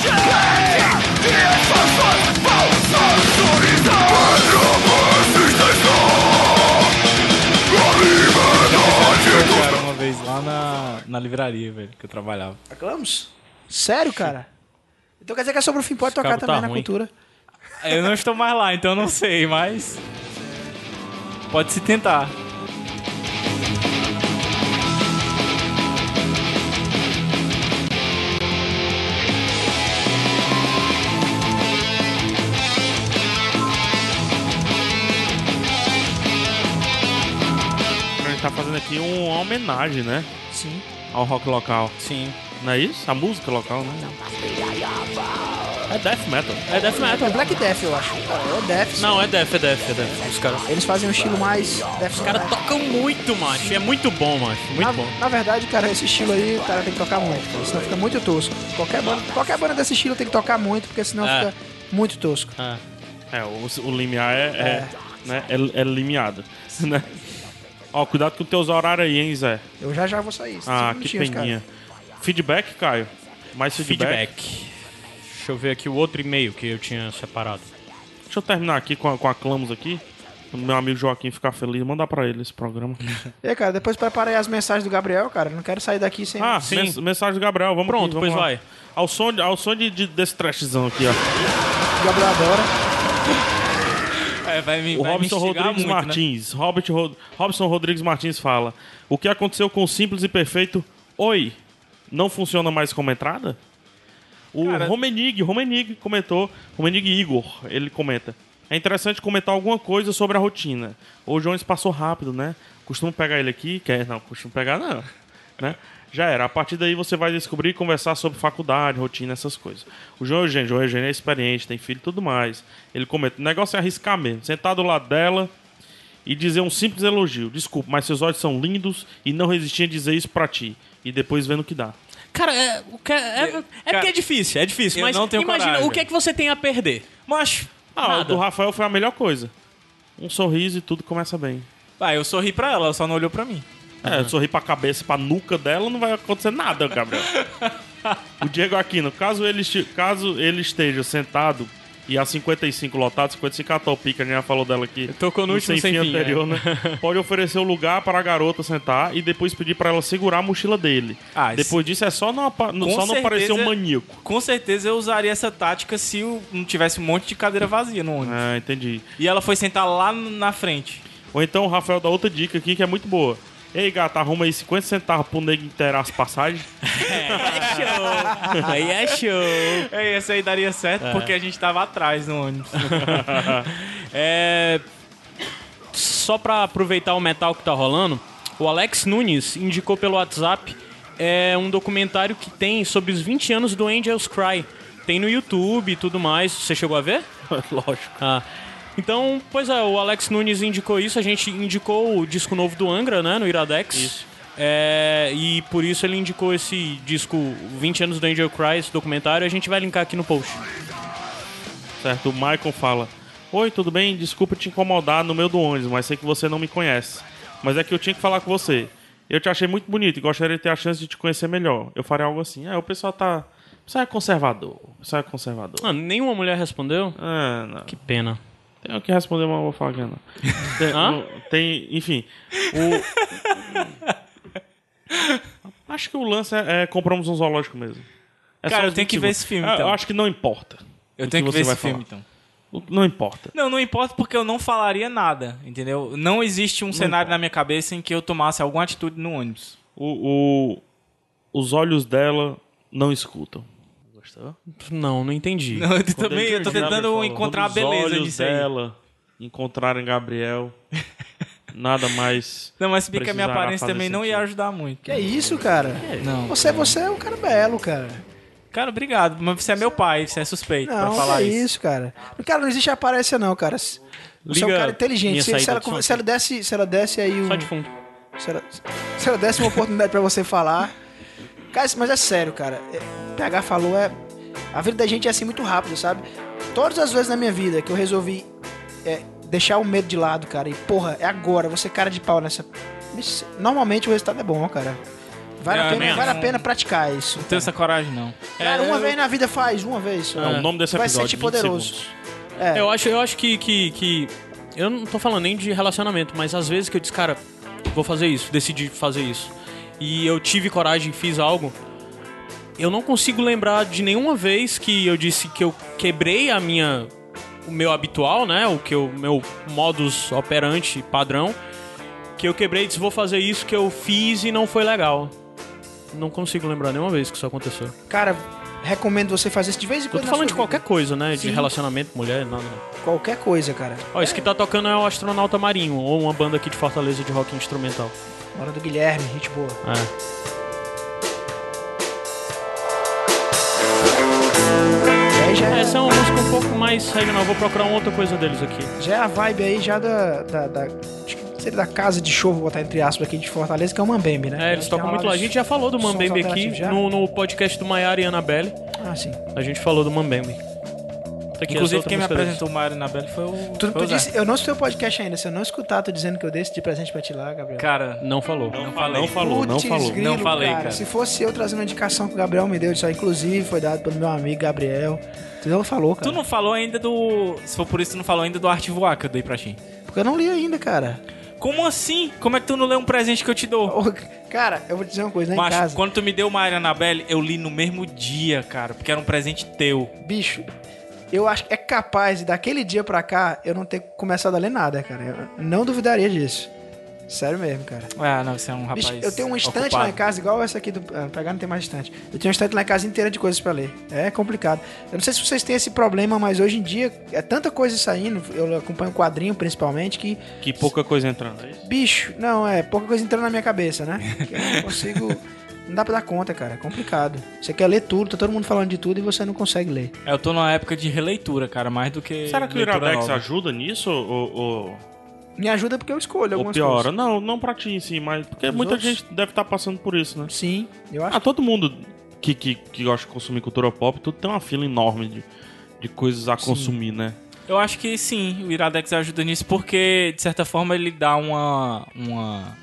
B: é.
A: Tocaram um uma vez lá na, na livraria, velho, que eu trabalhava.
C: Tocamos? Sério, cara? Então quer dizer que a Sobre o Fim pode tocar
A: cabo
C: também
A: tá
C: na
A: ruim.
C: cultura.
A: Eu não estou mais lá, então eu não sei, mas. Pode se tentar.
D: A gente tá fazendo aqui uma homenagem, né?
C: Sim.
D: Ao rock local.
B: Sim.
D: Não é isso? A música local, né? É death metal.
B: É death metal.
C: É Black Death, eu acho. É Death.
B: Não, é death, é death, é death. Os caras.
C: Eles fazem um estilo mais death
B: Os caras tocam muito, macho. É muito bom, macho. Muito
C: na,
B: bom.
C: na verdade, cara, esse estilo aí, o cara tem que tocar muito, cara, senão fica muito tosco. Qualquer banda, qualquer banda desse estilo tem que tocar muito, porque senão
D: É.
C: fica muito tosco.
D: É, o, o limiar é, é, Né? é, é limiado. (laughs) Né? Ó, cuidado com os teus horários aí, hein, Zé?
C: Eu já já vou sair. cinco
D: Ah, que
C: minutinhos, um cara.
D: peninha. Feedback, Caio? Mais feedback?
B: Feedback. Deixa eu ver aqui o outro e-mail que eu tinha separado.
D: Deixa eu terminar aqui com a, com a Clamus aqui. Pro meu amigo Joaquim ficar feliz. Mandar pra ele esse programa.
C: E aí, cara, depois prepara aí as mensagens do Gabriel, cara. Não quero sair daqui sem.
D: ah, mens- mensagem do Gabriel. Vamos
C: Pronto,
D: aqui, vamos
C: pois
D: lá.
C: vai.
D: Ao som, de- ao som de, de, desse trashzão aqui, ó.
C: Gabriel adora.
A: É, vai me,
D: O
A: vai me
D: Robson
A: instigar
D: Rodrigues
A: muito, né?
D: Martins. Robert Rod- Robson Rodrigues Martins fala: O que aconteceu com o simples e perfeito? Oi, não funciona mais como entrada? O Romenig, Romenig comentou, Romenig Igor, ele comenta. É interessante comentar alguma coisa sobre a rotina. O Jones passou rápido, né? Costumo pegar ele aqui, quer não, costumo pegar não, (laughs) né? Já era. A partir daí você vai descobrir e conversar sobre faculdade, rotina, essas coisas. O João Eugênio, João Eugênio é experiente, tem filho e tudo mais. Ele comenta, o negócio é arriscar mesmo. Sentar do lado dela, e dizer um simples elogio. Desculpa, mas seus olhos são lindos e não resisti a dizer isso pra ti. E depois vendo o que dá.
B: Cara, é, o que- é- é porque é difícil, é difícil.
D: eu
B: Mas
D: não tenho
B: imagina,
D: coragem.
B: o que é que você tem a perder?
A: Mas.
D: Ah, o
B: nada.
D: do Rafael foi a melhor coisa. Um sorriso e tudo começa bem.
A: Ah, eu sorri pra ela, ela só não olhou pra mim.
D: É, sorrir pra cabeça, e pra nuca dela, não vai acontecer nada, Gabriel. o Diego Aquino, caso ele, esti- caso ele esteja sentado e a 55 lotado, 55 é a Topica, a gente já falou dela aqui.
B: Tocou no último sem fim,
D: anterior,
B: é. (laughs)
D: né? Pode oferecer o lugar para a garota sentar e depois pedir pra ela segurar a mochila dele.
A: Ah, isso-
D: depois disso é só não, apa-
A: Com
D: só não parecer um
A: certeza-
D: maníaco.
A: Com certeza eu usaria essa tática se eu não tivesse um monte de cadeira vazia no ônibus.
D: Ah, entendi.
A: E ela foi sentar lá na frente.
D: Ou então o Rafael dá outra dica aqui que é muito boa. Ei, gata, arruma aí 50 centavos pro nego inteirar as passagens. (laughs)
B: Aí é show.
A: É, essa aí daria certo
B: É.
A: porque a gente tava atrás no ônibus.
B: É, só pra aproveitar o metal que tá rolando, o Alex Nunes indicou pelo WhatsApp é, um documentário que tem sobre os 20 anos do Angels Cry. Tem no YouTube e tudo mais. Você chegou a ver?
D: Lógico.
B: Ah. Então, pois é, o Alex Nunes indicou isso. A gente indicou o disco novo do Angra, né? No Iradex. Isso. e por isso ele indicou esse disco 20 anos do Angel Cry, esse documentário. A gente vai linkar aqui no post.
D: Certo, o Michael fala: Oi, tudo bem? Desculpa te incomodar no meio do ônibus, mas sei que você não me conhece. Mas é que eu tinha que falar com você. Eu te achei muito bonito e gostaria de ter a chance de te conhecer melhor. Eu faria algo assim. É, o pessoal tá. O pessoal é conservador. O pessoal é conservador.
B: Ah, nenhuma mulher respondeu?
D: Ah, não.
B: Que pena.
D: Tem o que responder, mas eu vou falar
A: (laughs)
D: que não. Tem,
B: Hã?
D: o- tem- enfim. o- acho que o lance é, é compramos um zoológico mesmo. É só
A: Cara, eu
D: uns
A: tenho que
D: 20
A: ver
D: segundos.
A: esse filme,
D: Ah, Eu
A: então.
D: acho que não importa.
A: Eu
D: o
A: tenho que
D: você
A: ver
D: vai
A: esse filme,
D: falar.
A: então.
D: Não importa.
A: Não, não importa porque eu não falaria nada, entendeu? Não existe um cenário na minha cabeça em que eu tomasse alguma atitude no ônibus.
D: O, o- os olhos dela não escutam.
B: Gostou? Não, não entendi.
A: Não, eu também- eu tô
B: Quando ele-
A: tentando
B: Gabriel falou.
A: encontrar a
D: Quando
A: beleza
D: os olhos
A: disso aí.
D: dela
A: (laughs)
D: encontrarem Gabriel, nada mais.
A: Não, mas se bem que a minha
D: precisará
A: aparência
D: fazer
A: também não ia ajudar muito.
C: Que é isso, cara?
A: Não.
C: Você, você é um cara belo, cara.
A: Cara, obrigado, mas você é meu pai, você é suspeito pra
C: Não,
A: falar
C: é
A: isso.
C: isso, cara. Cara, não existe aparência, não, cara. Você é
A: Liga
C: um cara
A: minha
C: inteligente. Se, se
A: saída
C: ela,
A: de som
C: con- se, ela desse, se ela desse aí um.
B: Só de fundo.
C: Se ela, se ela desse uma oportunidade pra você falar. Cara, isso- mas é sério, cara. É, O PH falou, é. A vida da gente é assim muito rápido, sabe? Todas as vezes na minha vida que eu resolvi é, deixar o medo de lado, cara. E, porra, é agora, você cara de pau nessa. Bicho, Normalmente o resultado é bom, cara. Vale,
A: É,
C: a, pena,
A: mesmo.
C: vale a pena praticar isso.
A: Não tenho essa coragem, não.
C: Cara, uma
A: eu-
C: vez na vida faz, uma vez.
D: um
C: só.
A: É, o nome desse
C: Ah, Vai
A: episódio,
C: sentir
A: 20
C: poderoso. É.
B: Eu acho, eu acho que, que, que- Eu não tô falando nem de relacionamento, mas às vezes que eu disse, cara, vou fazer isso, decidi fazer isso. E eu tive coragem, fiz algo. Eu não consigo lembrar de nenhuma vez que eu disse que eu quebrei a minha. O meu habitual, né? O que eu, meu modus operandi padrão. Que eu quebrei e disse, vou fazer isso que eu fiz e não foi legal. Não consigo lembrar nenhuma vez que isso aconteceu.
C: Cara, recomendo você fazer isso de vez em
B: Eu
C: quando.
B: tô
C: na
B: falando de
C: sua
B: qualquer coisa, né? De
C: Sim.
B: relacionamento, mulher, nada. né?
C: vida. qualquer coisa, cara.
B: Ó, isso que tá tocando é o Astronauta Marinho, ou uma banda aqui de Fortaleza de rock instrumental.
C: Hora do Guilherme, gente boa.
B: É. Essa é uma música um pouco mais regional, vou procurar uma outra coisa deles aqui.
C: Já é a vibe aí já da. da, da acho que seria da casa de show, vou botar entre aspas aqui de Fortaleza, que é o Mambembe, né?
B: É, eles tocam muito lá. A gente já falou do Mambembe aqui no, no podcast do Maiara e Annabelle.
C: Ah, sim.
B: A gente falou do Mambembe. Tá aqui essa
A: Inclusive,
B: outra
A: quem me
B: música deles.
A: apresentou o Mário Nabelli foi o. foi
C: Tu, tu
A: o Zé.
C: disse, eu não escutei o podcast ainda. Se eu não escutar, tô dizendo que eu dei esse de presente pra ti lá, Gabriel.
A: Cara,
B: não falou.
A: Não falei.
D: Não falou, não
C: Putz,
D: falou.
C: grilo,
A: Não falei, cara.
C: Se fosse eu trazendo uma indicação que o Gabriel me deu, isso aí, inclusive foi dado pelo meu amigo Gabriel. Tu não falou, cara.
A: Tu não falou ainda do. Se for por isso, tu não falou ainda do Arte Voar que eu dei pra ti.
C: Porque eu não li ainda, cara.
A: Como assim? Como é que tu não lê um presente que eu te dou?
C: Cara, eu vou te dizer uma coisa, lá em
A: Macho,
C: casa.
A: quando tu me deu uma Annabelle, eu li no mesmo dia, cara, porque era um presente teu.
C: Bicho, eu acho que é capaz de daquele dia pra cá eu não ter começado a ler nada, cara. Eu não duvidaria disso. Sério mesmo, cara.
A: Ah, não, você é um rapaz.
C: Bicho, eu tenho um estante
A: ocupado.
C: lá em casa, igual essa aqui do. Ah, pegar não tem mais estante. Eu tenho um estante lá em casa inteira de coisas pra ler. É complicado. Eu não sei se vocês têm esse problema, mas hoje em dia é tanta coisa saindo, eu acompanho quadrinho principalmente, que.
D: Que pouca coisa entrando. É isso?
C: Bicho, não, é pouca coisa entrando na minha cabeça, né? Que eu não consigo. Não dá pra dar conta, cara. É complicado. Você quer ler tudo, tá todo mundo falando de tudo e você não consegue ler.
A: É, Eu tô numa época de releitura, cara, mais do que.
D: Será que o
A: leitura
D: Iradex
A: nova.
D: ajuda nisso? Ou, ou,
C: Me ajuda porque eu escolho
D: ou
C: algumas
D: piora?
C: coisas.
D: Não, não pra ti em si, mas. Porque
C: Os
D: muita
C: outros?
D: gente deve estar passando por isso, né?
C: Sim, eu acho.
D: Ah, todo mundo que, que, que gosta de consumir cultura pop, tudo tem uma fila enorme de, de coisas a consumir, né?
A: Eu acho que sim, o Iradex ajuda nisso porque, de certa forma, ele dá uma. uma,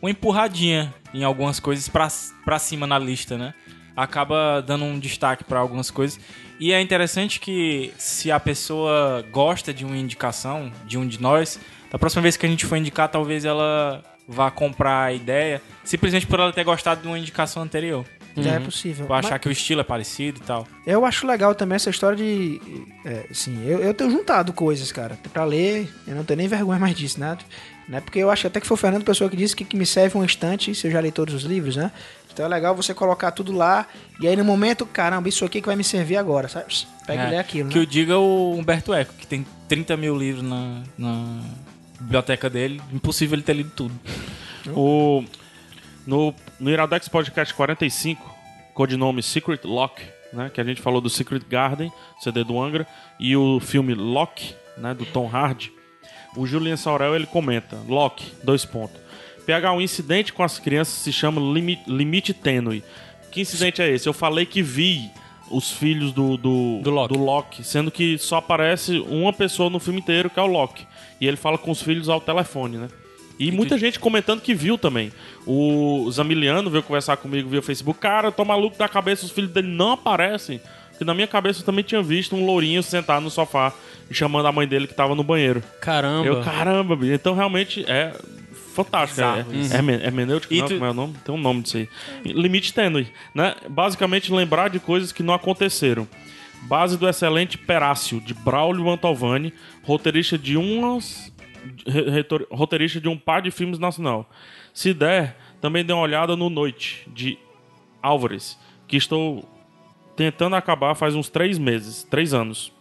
A: uma empurradinha em algumas coisas pra, pra cima na lista, né? Acaba dando um destaque pra algumas coisas. E é interessante que se a pessoa gosta de uma indicação, de um de nós, da próxima vez que a gente for indicar, talvez ela vá comprar a ideia, simplesmente por ela ter gostado de uma indicação anterior.
C: Já é possível.
A: Por Uhum. achar
C: Mas-
A: que o estilo é parecido e tal.
C: Eu acho legal também essa história de. É, assim, eu, eu tenho juntado coisas, cara, pra ler. Eu não tenho nem vergonha mais disso, né? né? Porque eu acho até que foi o Fernando Pessoa que disse que, que me serve um estante, se eu já li todos os livros, né? Então é legal você colocar tudo lá. E aí no momento, caramba, isso aqui que vai me servir agora, sabe? Pss, Pega
A: É,
C: e lê aquilo,
A: Que
C: né?
A: o diga o Humberto Eco, que tem 30 mil livros na, na biblioteca dele. Impossível ele ter lido tudo.
D: O, no, no Iradex Podcast 45, codinome Secret Lock, né? Que a gente falou do Secret Garden, CD do Angra, e o filme Lock, né? Do Tom Hardy. O Julian Saurel, ele comenta, Lock, dois pontos. PH, um incidente com as crianças se chama limi- Limite Tênue. Que incidente é esse? Eu falei que vi os filhos do, do, do, Loki. sendo que só aparece uma pessoa no filme inteiro, que é o Loki. E ele fala com os filhos ao telefone, né? E muita gente comentando que viu também. O Zamiliano veio conversar comigo via Facebook. Cara, eu tô maluco da cabeça, os filhos dele não aparecem. Porque na minha cabeça eu também tinha visto um lourinho sentado no sofá e chamando a mãe dele que tava no banheiro.
B: Caramba.
D: Eu, caramba, bicho. Então realmente é fantástico. É,
B: Bizarro isso.
D: é, hermen- hermenêutico,
B: E
D: não,
B: tu-
D: como é o nome? Tem um nome disso aí. Limite tênue, né? Basicamente lembrar de coisas que não aconteceram. Base do excelente Perácio, de Braulio Mantovani, roteirista de umas. re- retor- roteirista de um par de filmes nacional. Se der, também dê uma olhada no Noite, de Álvares, que estou tentando acabar faz uns três meses, três anos.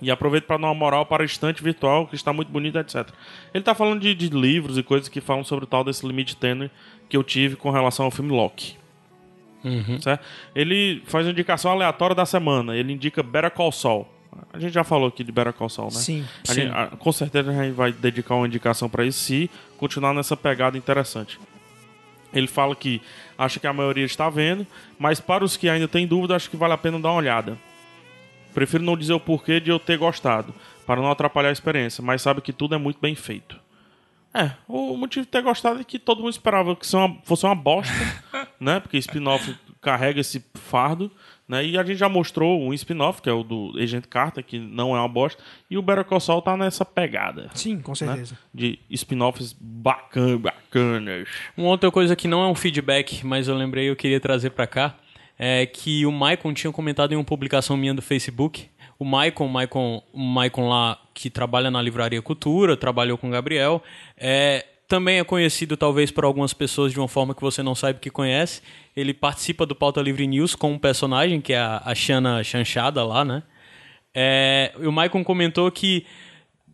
D: E aproveito para dar uma moral para a estante virtual, que está muito bonita, etc. Ele tá falando de, de livros e coisas que falam sobre o tal desse limite tênue que eu tive com relação ao filme Loki.
C: Uhum.
D: Certo? Ele faz uma indicação aleatória da semana. Ele indica Better Call Saul. A gente já falou aqui de Better Call Saul, né?
C: Sim,
D: A
C: sim.
D: gente- a- com certeza a gente vai dedicar uma indicação para isso se continuar nessa pegada interessante. Ele fala que acha que a maioria está vendo, mas para os que ainda têm dúvida, acho que vale a pena dar uma olhada. Prefiro não dizer o porquê de eu ter gostado, para não atrapalhar a experiência, mas sabe que tudo é muito bem feito. É, o motivo de ter gostado é que todo mundo esperava que isso é uma- fosse uma bosta, né? Porque spin-off carrega esse fardo, né? E a gente já mostrou um spin-off, que é o do Agent Carter, que não é uma bosta, e o Better Call Saul tá nessa pegada.
C: Sim,
A: né?
C: com certeza.
D: De spin-offs bacan bacanas.
B: Uma outra coisa que não é um feedback, mas eu lembrei eu queria trazer pra cá, é que o Maicon tinha comentado em uma publicação minha do Facebook. O Maicon, o Maicon, o Maicon lá que trabalha na Livraria Cultura, trabalhou com o Gabriel, é, também é conhecido talvez por algumas pessoas de uma forma que você não sabe que conhece. Ele participa do Pauta Livre News com um personagem que é a, a Xana Chanchada lá, né? É, e o Maicon comentou que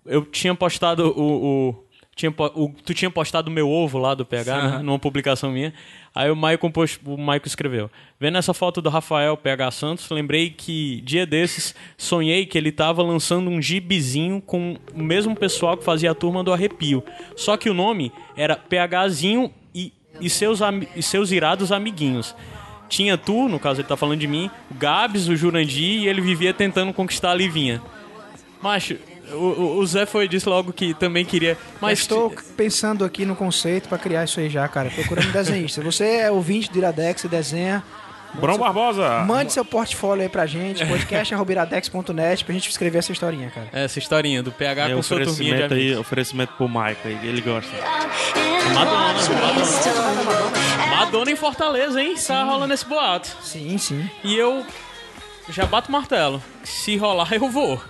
B: eu tinha postado o. o- tinha, po- o- tu tinha postado o meu ovo lá do PH, né?
A: Aham.
B: Numa publicação minha. Aí o Maicon, post- o Maicon escreveu: Vendo essa foto do Rafael PH Santos, lembrei que dia desses sonhei que ele tava lançando um gibizinho com o mesmo pessoal que fazia a turma do arrepio. Só que o nome era PHzinho e, e, seus, ami- e seus irados amiguinhos. Tinha tu, no caso ele tá falando de mim, o Gabs, o Jurandir, e ele vivia tentando conquistar a Livinha. Macho, o- o, o Zé foi disse logo que também queria.
C: Mas
B: Mas
C: estou pensando aqui no conceito pra criar isso aí já, cara. Procurando um desenhista. Você é ouvinte do Iradex, você desenha.
D: Brão
C: Mande
D: Barbosa.
C: seu- Mande seu portfólio aí pra
D: (laughs)
C: gente, podcast.iradex.net, pra gente escrever essa historinha, cara.
B: Essa historinha do PH
D: É
B: com sua turminha de
D: oferecimento
B: amigos.
D: aí, oferecimento pro Mike aí, ele gosta.
B: Madonna, Madonna. É. Madonna em Fortaleza, hein? Tá rolando esse boato.
C: Sim, sim.
B: E eu já bato o martelo. Se rolar, eu vou.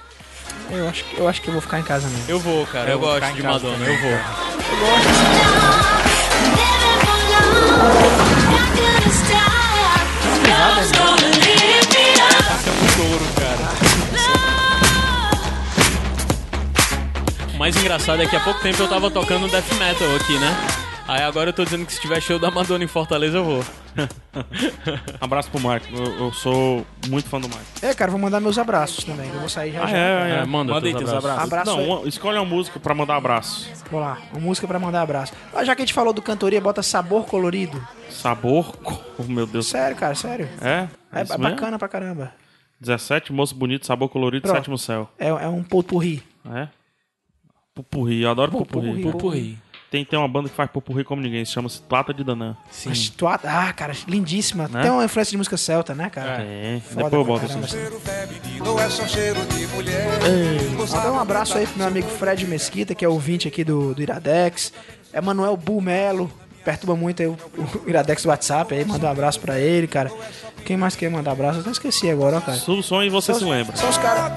C: Eu acho, que- eu acho que eu vou ficar em casa mesmo.
B: Eu vou, cara. É, Eu,
C: vou
B: gosto
C: ficar em
B: de
C: casa
B: Madonna,
C: também,
B: eu vou. O mais engraçado é que há pouco tempo eu tava tocando death metal aqui, né? Aí agora eu tô dizendo que se tiver show da Madonna em Fortaleza, eu vou.
D: Abraço pro Mike, eu, eu sou muito fã do Mike.
C: É, cara, vou mandar meus abraços também. Eu vou sair já.
D: Ah,
C: já.
D: é, é, é.
C: aí teus Abraço
D: Não,
C: aí.
D: uma- escolhe uma música pra mandar abraço.
C: Vamos lá, uma música pra mandar abraço. Ah, já que a gente falou do cantoria, bota sabor colorido.
D: Sabor, oh, meu Deus.
C: Sério, cara, sério.
D: É?
C: É,
D: isso mesmo?
C: bacana pra caramba.
D: 17, moço bonito, sabor colorido,
C: Pronto.
D: sétimo céu.
C: É, é um potpourri.
D: É? Pupurri, eu adoro pupurri.
C: pupurri, pupurri.
D: Tem, tem uma banda que faz pupurri como ninguém, se chama-se Plata de Danã.
C: Sim. Ah, cara, lindíssima.
D: Né?
C: Tem uma influência de música celta, né, cara?
D: É,
C: Foda
D: depois eu
C: pra
D: boto
C: caramba,
D: assim.
L: Não é só cheiro de mulher.
C: Mandar um abraço aí pro meu amigo Fred Mesquita, que é ouvinte aqui do, do Iradex. É Manuel Bumelo. Perturba muito aí o, o Iradex WhatsApp aí. Manda um abraço pra ele, cara. Quem mais quer mandar abraço? Eu até esqueci agora, ó, cara.
D: Suba o som e você
C: São-
D: se lembra.
C: São os caras.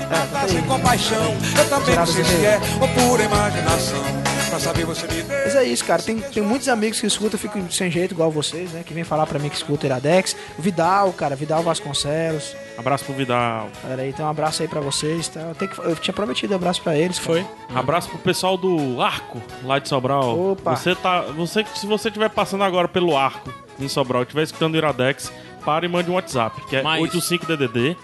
L: com paixão. Eu também não sei se é ou pura imaginação. Pra saber você me deu.
C: Mas é isso, cara. Tem, tem muitos amigos que escutam, eu fico sem jeito, igual vocês, né? Que vem falar pra mim que escuta o Iradex. O Vidal, cara, Vidal Vasconcelos.
D: Abraço pro Vidal.
C: Galera aí, então um abraço aí pra vocês. Tá? Eu, tenho que- eu tinha prometido um abraço pra eles. Foi.
D: Abraço pro pessoal do Arco, lá de Sobral.
C: Opa.
D: Você tá, você, se você estiver passando agora pelo Arco, em Sobral, estiver escutando o Iradex, para e mande um WhatsApp, que é
B: Mais
D: 85DDD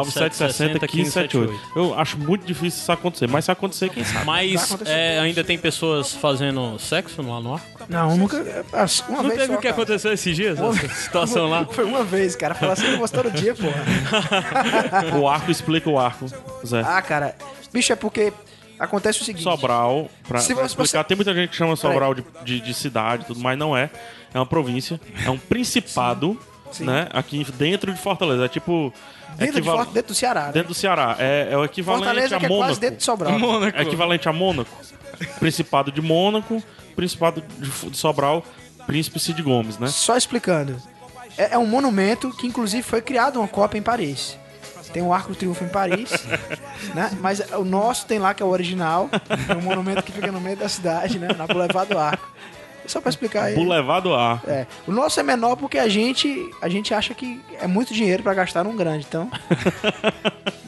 D: 9760 1578. Eu acho muito difícil isso acontecer, mas se acontecer,
C: (laughs)
D: quem sabe?
B: Mas é, ainda tem pessoas fazendo sexo lá no ar?
C: Não, nunca. é, assim, Uma
B: não
C: vez
B: teve
C: só,
B: o que
C: cara.
B: aconteceu esses dias?
C: Uma
B: Essa
C: vez-
B: situação (laughs) lá?
C: Foi uma vez, cara. Falar assim, eu gosto todo dia,
D: (laughs)
C: porra.
D: O Arco explica o Arco, Zé.
C: Ah, cara. Bicho, é porque acontece o seguinte.
D: Sobral, pra,
C: Se
D: pra
C: você-
D: explicar, tem muita gente que chama Sobral de, de, de cidade e tudo mais, não é. É uma província, é um principado,
C: Sim.
D: né? Aqui dentro de Fortaleza. É tipo.
C: Dentro, de
D: equival-
C: Forte- dentro do Ceará. né?
D: Dentro do Ceará. É, é o equivalente
C: Fortaleza,
D: a
C: que é
D: Mônaco.
C: quase dentro de Sobral. Mônaco.
D: É equivalente a Mônaco. Principado de Mônaco, Principado de F- de Sobral, Príncipe Cid Gomes, né?
C: Só explicando. É, é um monumento que, inclusive, foi criado uma Copa em Paris. Tem o Arco do Triunfo em
D: (laughs)
C: Paris, né? Mas o nosso tem lá, que é o original. É um monumento que fica no meio da cidade, né? Na Boulevard do Arco. Só pra explicar aí.
D: Boulevard do Ar.
C: É. O nosso é menor porque a gente, a gente acha que é muito dinheiro pra gastar num grande, então.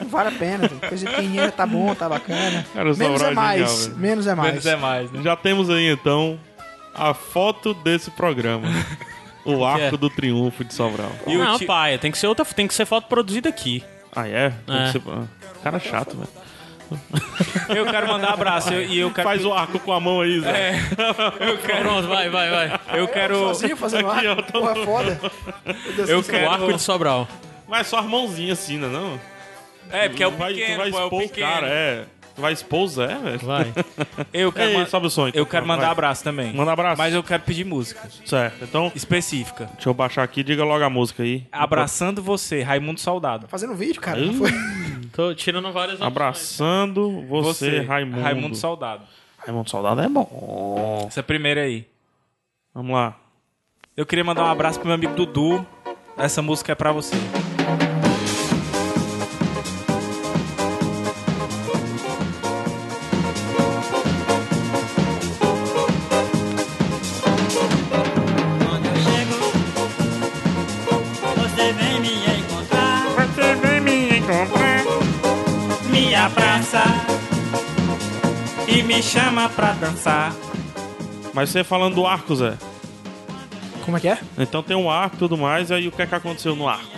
C: não vale a pena. tem Coisa pequenininha tá bom, tá bacana.
D: Cara, o
C: menos,
D: Sobral
C: é
D: é
C: mais,
D: genial, velho.
C: menos é mais.
D: Já temos aí então a foto
A: (laughs)
D: desse programa.
A: é?
D: o Arco do Triunfo de Sobral.
B: E não, paia, tem que ser outra, tem que ser foto produzida aqui.
D: Ah, é? Tem
B: É.
D: que ser- ah, Cara chato, velho.
A: Eu quero mandar abraço eu- e eu quero.
D: Faz um o arco com a mão aí,
A: É.
D: Zé.
A: Eu quero.
B: Pronto, vai, vai, (laughs) vai.
A: Eu quero.
D: um
C: Sozinho fazendo arco. Porra, foda. Meu Deus
A: Eu
C: do céu.
A: quero-
B: O arco de Sobral.
D: Mas só as mãozinhas assim, né? Não?
A: É, porque é o
D: Tu vai, tu
A: pequeno,
D: vai
A: pô, é o
D: expor o
A: pequeno.
D: cara, é. Tu vai expor o Zé, velho?
B: Vai.
A: Eu quero,
D: Ei,
A: ma-
D: sobe o som, então.
A: eu quero mandar
D: Vai.
A: abraço também.
D: Manda abraço.
A: Mas eu quero pedir música.
D: Certo, então.
A: Específica.
D: Deixa eu baixar aqui, diga logo a música aí.
A: Abraçando você, Raimundo Soldado.
C: Fazendo vídeo, cara.
D: não foi?
B: (laughs) Tô tirando várias
D: Abraçando você, Raimundo.
A: Raimundo Soldado.
D: Raimundo Soldado é bom.
A: Essa primeira aí.
D: Vamos lá.
A: Eu queria mandar um abraço pro meu amigo Dudu. Essa música é pra você.
F: Você vem me encontrar,
D: Você vem me encontrar,
F: me abraça
A: e me chama pra dançar.
D: Mas você falando do arco, Zé.
C: Como é que é?
D: Então tem um arco e tudo mais, aí o que é que aconteceu no arco?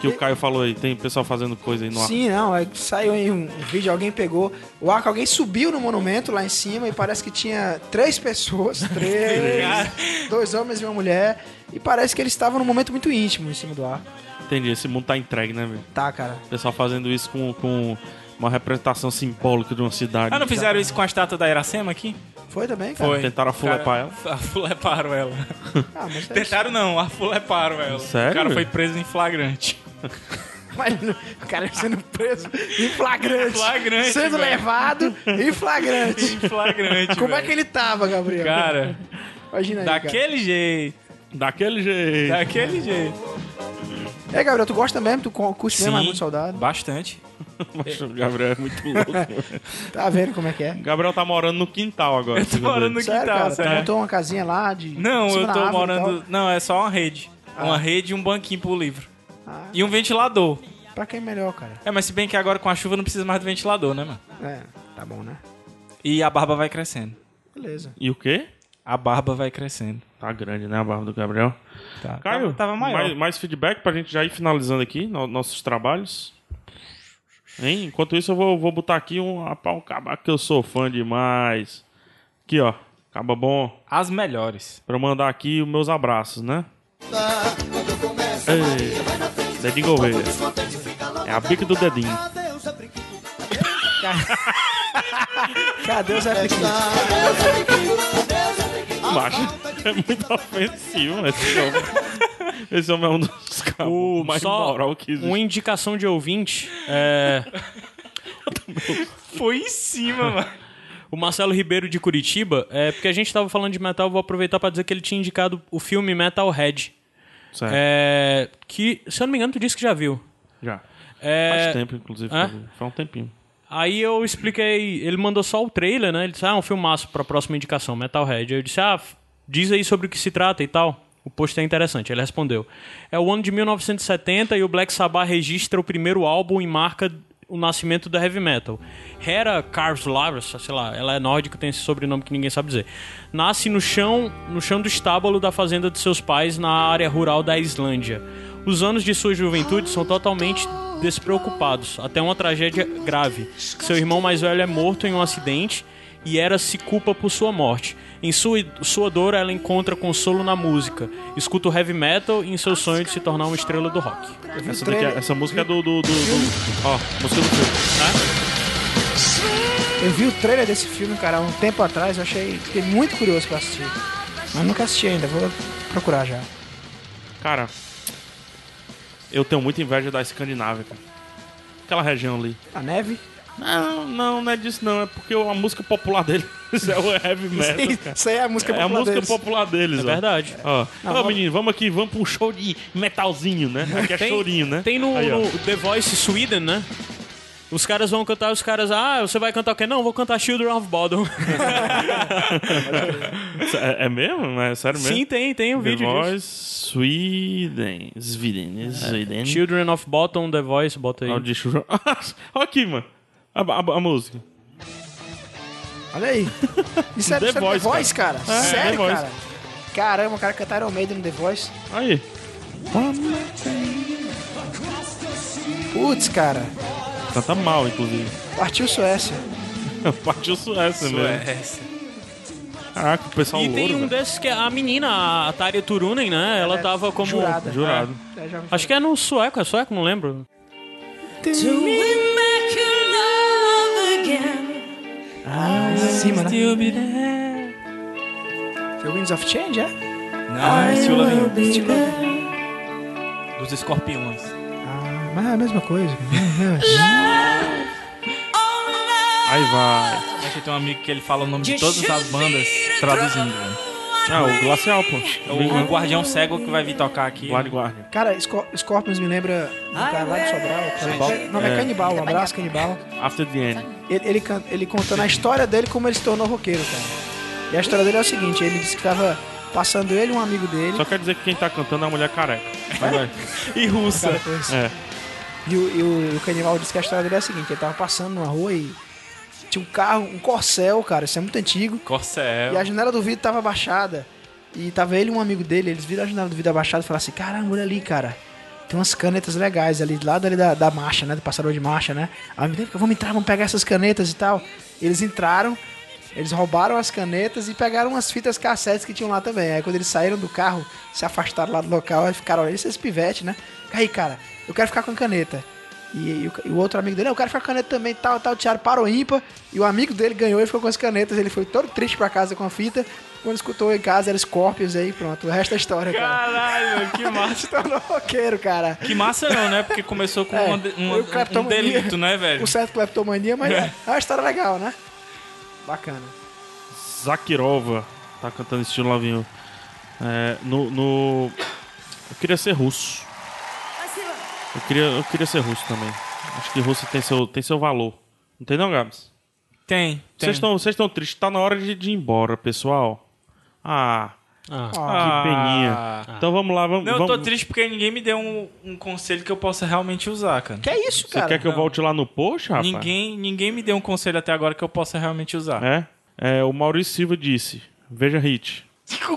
D: Que o Caio falou aí, tem pessoal fazendo coisa aí no arco.
C: Sim, não, é, que saiu aí um vídeo, alguém pegou o arco, alguém subiu no monumento lá em cima e parece que tinha três pessoas, três, dois homens e uma mulher, e parece que eles estavam num momento muito íntimo em cima do arco.
D: Entendi, esse mundo tá entregue, né, velho?
C: Tá, cara.
D: O pessoal fazendo isso com, com uma representação simbólica de uma cidade.
A: Ah, não fizeram isso com a estátua da Iracema aqui?
C: Foi também, cara?
A: Foi.
D: É, Tentaram afulepar ela?
A: (laughs) ela? Afuleparam é ela.
C: Ah, mas é
A: Tentaram não, afuleparam ela.
D: Sério?
A: O cara foi preso em flagrante.
C: Mas não- o cara sendo preso em flagrante.
A: Flagrante,
C: Sendo
A: velho.
C: levado (laughs) em flagrante.
A: Em flagrante,
C: Como é
A: velho.
C: que ele tava, Gabriel?
A: Cara,
C: Imagina aí, cara.
A: daquele jeito.
D: Daquele jeito. (laughs)
A: Daquele jeito.
C: É, Gabriel, tu gosta mesmo? Tu cu- curte mesmo? É muito saudade.
A: Bastante.
D: Mas o Gabriel é muito
A: (laughs)
D: louco. velho.
C: Tá vendo como é que é?
D: O Gabriel tá morando no quintal agora.
A: Eu tô
D: segundo
A: morando no
D: ele.
A: quintal.
C: Sério, cara? Tu
A: tá, sério.
C: montou uma casinha lá de...
A: Não,
C: em cima
A: eu
C: da
A: tô
C: árvore e Ah.
A: morando. Não, é só uma rede. Uma rede e um banquinho pro livro. E um ventilador.
C: tal. Pra quem é melhor, cara?
A: É, mas se bem que agora com a chuva não precisa mais do ventilador, né, mano?
C: É, tá bom, né?
A: E a barba vai crescendo.
C: Beleza.
D: E o quê?
A: A barba vai crescendo.
D: Tá grande, né, a barba do Gabriel?
A: Tá.
D: Caio,
A: Tava- tava maior.
D: Mais, mais feedback pra gente já ir finalizando aqui no- nossos trabalhos. Hein? Enquanto isso, eu vou, vou botar aqui um, rapaz, um caba que eu sou fã demais. Aqui, ó. Caba bom.
A: As melhores.
D: Pra eu mandar aqui os meus abraços, né?
F: Quando eu começo a
D: Ei, Dedinho Gouveia. É a bica do dedinho.
F: Deus é brinquedo
C: Cadê o Zé Pequeno?
D: Macho, é muito ofensivo mas esse homem. (laughs) Esse homem é um dos cabos mais
B: Só um
D: moral que existe.
B: uma indicação de ouvinte. (laughs) É,
A: Foi em cima, mano.
B: (laughs) o Marcelo Ribeiro de Curitiba, é, porque a gente tava falando de metal, eu vou aproveitar pra dizer que ele tinha indicado o filme Metalhead.
D: Certo.
B: É, que, se eu não me engano, tu disse que já viu.
D: Já.
B: É,
D: Faz tempo, inclusive.
B: Hã?
D: inclusive. Faz um tempinho.
B: Aí eu expliquei, ele mandou só o trailer, né? Ele disse, ah, um filmaço pra próxima indicação, Metalhead. Aí Eu disse, ah, f- diz aí sobre o que se trata e tal. O post é interessante, ele respondeu. É o ano de 1970 e o Black Sabbath registra o primeiro álbum e marca o nascimento da heavy metal. Hera Karlslavers, sei lá, ela é nórdica, tem esse sobrenome que ninguém sabe dizer. Nasce no chão, no chão do estábulo da fazenda de seus pais na área rural da Islândia. Os anos de sua juventude são totalmente despreocupados, até uma tragédia grave. Seu irmão mais velho é morto em um acidente e Hera se culpa por sua morte. Em sua, sua dor, ela encontra consolo na música, escuta o heavy metal e em seu sonho de se tornar uma estrela do rock.
C: Eu vi o
D: Essa,
C: um
D: daqui é-
C: trailer.
D: essa música é do. do, do, do- ó, música do filme.
C: Eu vi o trailer desse filme, cara, há um tempo atrás, eu achei. Fiquei muito curioso pra assistir. Mas nunca assisti ainda, vou procurar já.
D: Cara, eu tenho muita inveja da Escandinávia, cara. Aquela região ali.
C: A neve?
D: Não, não, não é disso não. É porque a música popular dele (laughs) é o heavy metal.
C: Sim, (laughs)
D: cara.
C: isso aí é a música
D: É a
C: popular
D: música
C: deles.
D: popular deles,
B: É
D: ó.
B: verdade.
D: Ó,
B: Não,
D: Ó,
B: vamos-
D: menino, vamos aqui, vamos pra um show de metalzinho, né? Aqui é
B: Tem-
D: chorinho, né?
B: Tem no,
D: Aí, ó.
B: no The Voice Sweden, né? Os caras vão cantar, os caras, ah, você vai cantar o quê? Não, vou cantar Children of Bodom.
D: É, é mesmo? É sério mesmo?
B: Sim, tem, tem um
D: The
B: vídeo É.
D: Voice, Sweden. Sweden. Sweden.
B: (laughs) Children of Bottom, The Voice, bota aí.
D: Olha de Children- (laughs) Olha aqui, mano. A, a- a música.
C: Olha aí. Isso é isso
D: The
C: é The
D: Voice,
C: Voice, cara.
D: cara. É, The
C: Sério,
D: Voice.
C: cara. Caramba, o cara cantar Iron Maiden no The Voice.
D: Aí.
C: Putz, cara.
D: Canta Tá, mal, inclusive. (laughs)
C: Partiu Suécia.
D: Partiu Suécia,
A: Suécia.
D: mesmo. Caraca, o pessoal né?
B: E
D: louco.
B: tem um desses que é a menina, a Tarja Turunen, né? Ela
C: é
B: tava como...
C: jurada.
D: Jurado.
C: É, já ouvi
B: Acho que é no sueco, é sueco? Não lembro.
F: Do we make you love again?
C: Ah, sim, mano. The Winds of Change, é? Tipo,
A: Não, é Still Loving You.
C: Still Loving You.
A: Dos escorpiões.
C: Mas é a mesma coisa.
D: Aí vai.
A: Acho que tem um amigo que ele fala o nome de todas as bandas traduzindo. né? velho.
D: Ah, o Glacial, pô.
A: É O, o Guardião Cego que vai vir tocar aqui.
D: Guardi, guardi.
C: Cara, Scor Scorpions me lembra do cara lá de Sobral.
A: Canibal?
C: Cara, o nome é
D: É.
C: Canibal, um abraço, Canibal.
D: After the End.
C: Ele, ele, can- ele contando a história dele, como ele se tornou roqueiro, cara. E a história dele é o seguinte, ele disse que tava passando ele e um amigo dele.
D: Só quer dizer que quem tá cantando é a mulher careca. Mas vai.
B: (laughs) E russa.
C: Cara, foi isso.
D: É.
C: E, o, e o- o canibal disse que a história dele é a seguinte, ele tava passando numa rua e tinha um carro, um corcel, cara, isso é muito antigo.
A: Corcel.
C: E a janela do vidro tava abaixada. E tava ele e um amigo dele, eles viram a janela do vidro abaixada e falaram assim, caramba, olha ali, cara. Tem umas canetas legais ali, do lado ali da, da marcha, né? Do passador de marcha, né? Aí me deu, vamos entrar, vamos pegar essas canetas e tal. Eles entraram, eles roubaram as canetas e pegaram umas fitas cassetes que tinham lá também. Aí quando eles saíram do carro, se afastaram lá do local, aí ficaram, olha esses pivetes, né? Aí, cara, eu quero ficar com a caneta. E, e o, e o outro amigo dele, não, eu quero ficar com a caneta também, tal, tal, tiraram para o ímpar. E o amigo dele ganhou e ficou com as canetas. Ele foi todo triste pra casa com a fita. Quando escutou em casa, era Scorpions aí, pronto. O resto é história, cara.
A: Caralho, que massa.
C: (laughs) Se tornou roqueiro, cara.
A: Que massa não, né? Porque começou com
C: É,
A: uma de- uma-
C: e o
A: um
C: cleptomania.
A: delito, né, velho?
C: O certo cleptomania, mas é. é uma história legal, né? Bacana.
D: Zakirova tá cantando estilo Lavinho. É, no, no. Eu queria ser russo. Eu queria, eu queria ser russo também. Acho que russo tem seu, tem seu valor. Não tem não, Gabs?
A: Tem, tem.
D: Vocês estão vocês estão tristes. Tá na hora de, de ir embora, pessoal. Ah.
B: Ah.
D: Que peninha. Então vamos lá, vamos.
A: Ah. Não, eu
D: vamos...
A: tô triste porque ninguém me deu um, um conselho que eu possa realmente usar, cara.
C: Que é isso,
D: Você
C: cara?
D: quer que eu volte lá no post, rapaz?
A: Ninguém, ninguém me deu um conselho até agora que eu possa realmente usar.
D: É? É, o Maurício Silva disse. Veja hit.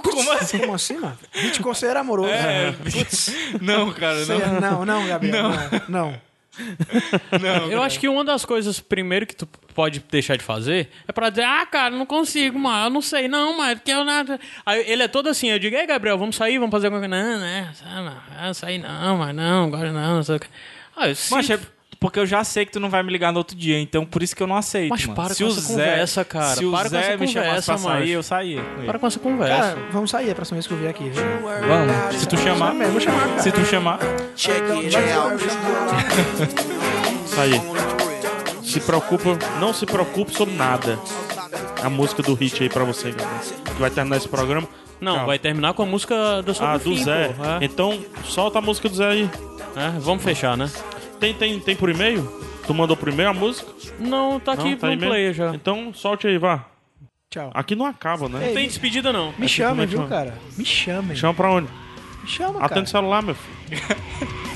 A: Como assim?
C: Como assim, mano? Gente, conselheiro amoroso.
A: É,
C: Putz.
A: Não, cara,
C: Sei-
A: não.
C: Não, não, Gabriel. Não. não.
B: (laughs) Eu acho que uma das coisas, primeiro, que tu pode deixar de fazer é pra dizer, ah, cara, não consigo, mano, eu não sei, não, mas que eu nada. Aí ele é todo assim, eu digo, ei, Gabriel, vamos sair, vamos fazer alguma coisa. Não, né? Ah, sair não, mas não, agora não, não sei o que. Ah, eu
A: Mas
B: sinto-
A: é porque eu já sei que tu não vai me ligar no outro dia, então por isso que eu não aceito.
B: Mas
A: mano.
B: para
A: se
B: com
A: o
B: essa
A: Zé,
B: conversa, cara.
A: Se o
B: Para com
A: Zé
B: essa
A: me chamasse pra
B: conversa, macho.
A: sair, eu saía. com ele.
B: Para com essa conversa.
C: Cara, vamos sair a próxima vez que eu vier aqui, viu?
A: Vamos, se tu chamar.
C: Eu vou chamar, cara.
A: Se tu chamar.
N: Check it out.
D: Aí. Se preocupa, não se preocupe sobre nada. A música do hit aí pra você, galera. Que vai terminar esse programa.
B: Não,
D: Calma.
B: vai terminar com a música da sua
D: Ah, do Zé.
B: É.
D: Então, solta a música do Zé aí.
B: É, vamos fechar, né?
D: Tem, tem, tem por e-mail? Tu mandou por e-mail a música?
B: Não, tá aqui
D: Não, tá
B: no
D: aí mesmo?
B: player já.
D: Então, solte aí, vá.
C: Tchau.
D: Aqui não acaba,
B: Não
D: né?
B: tem despedida, não.
C: Me chamem,
D: simplesmente
C: viu,
D: uma-
C: cara? Me chamem.
D: Chama pra onde?
C: Me chama, cara.
D: Atende o celular, meu filho.
N: é.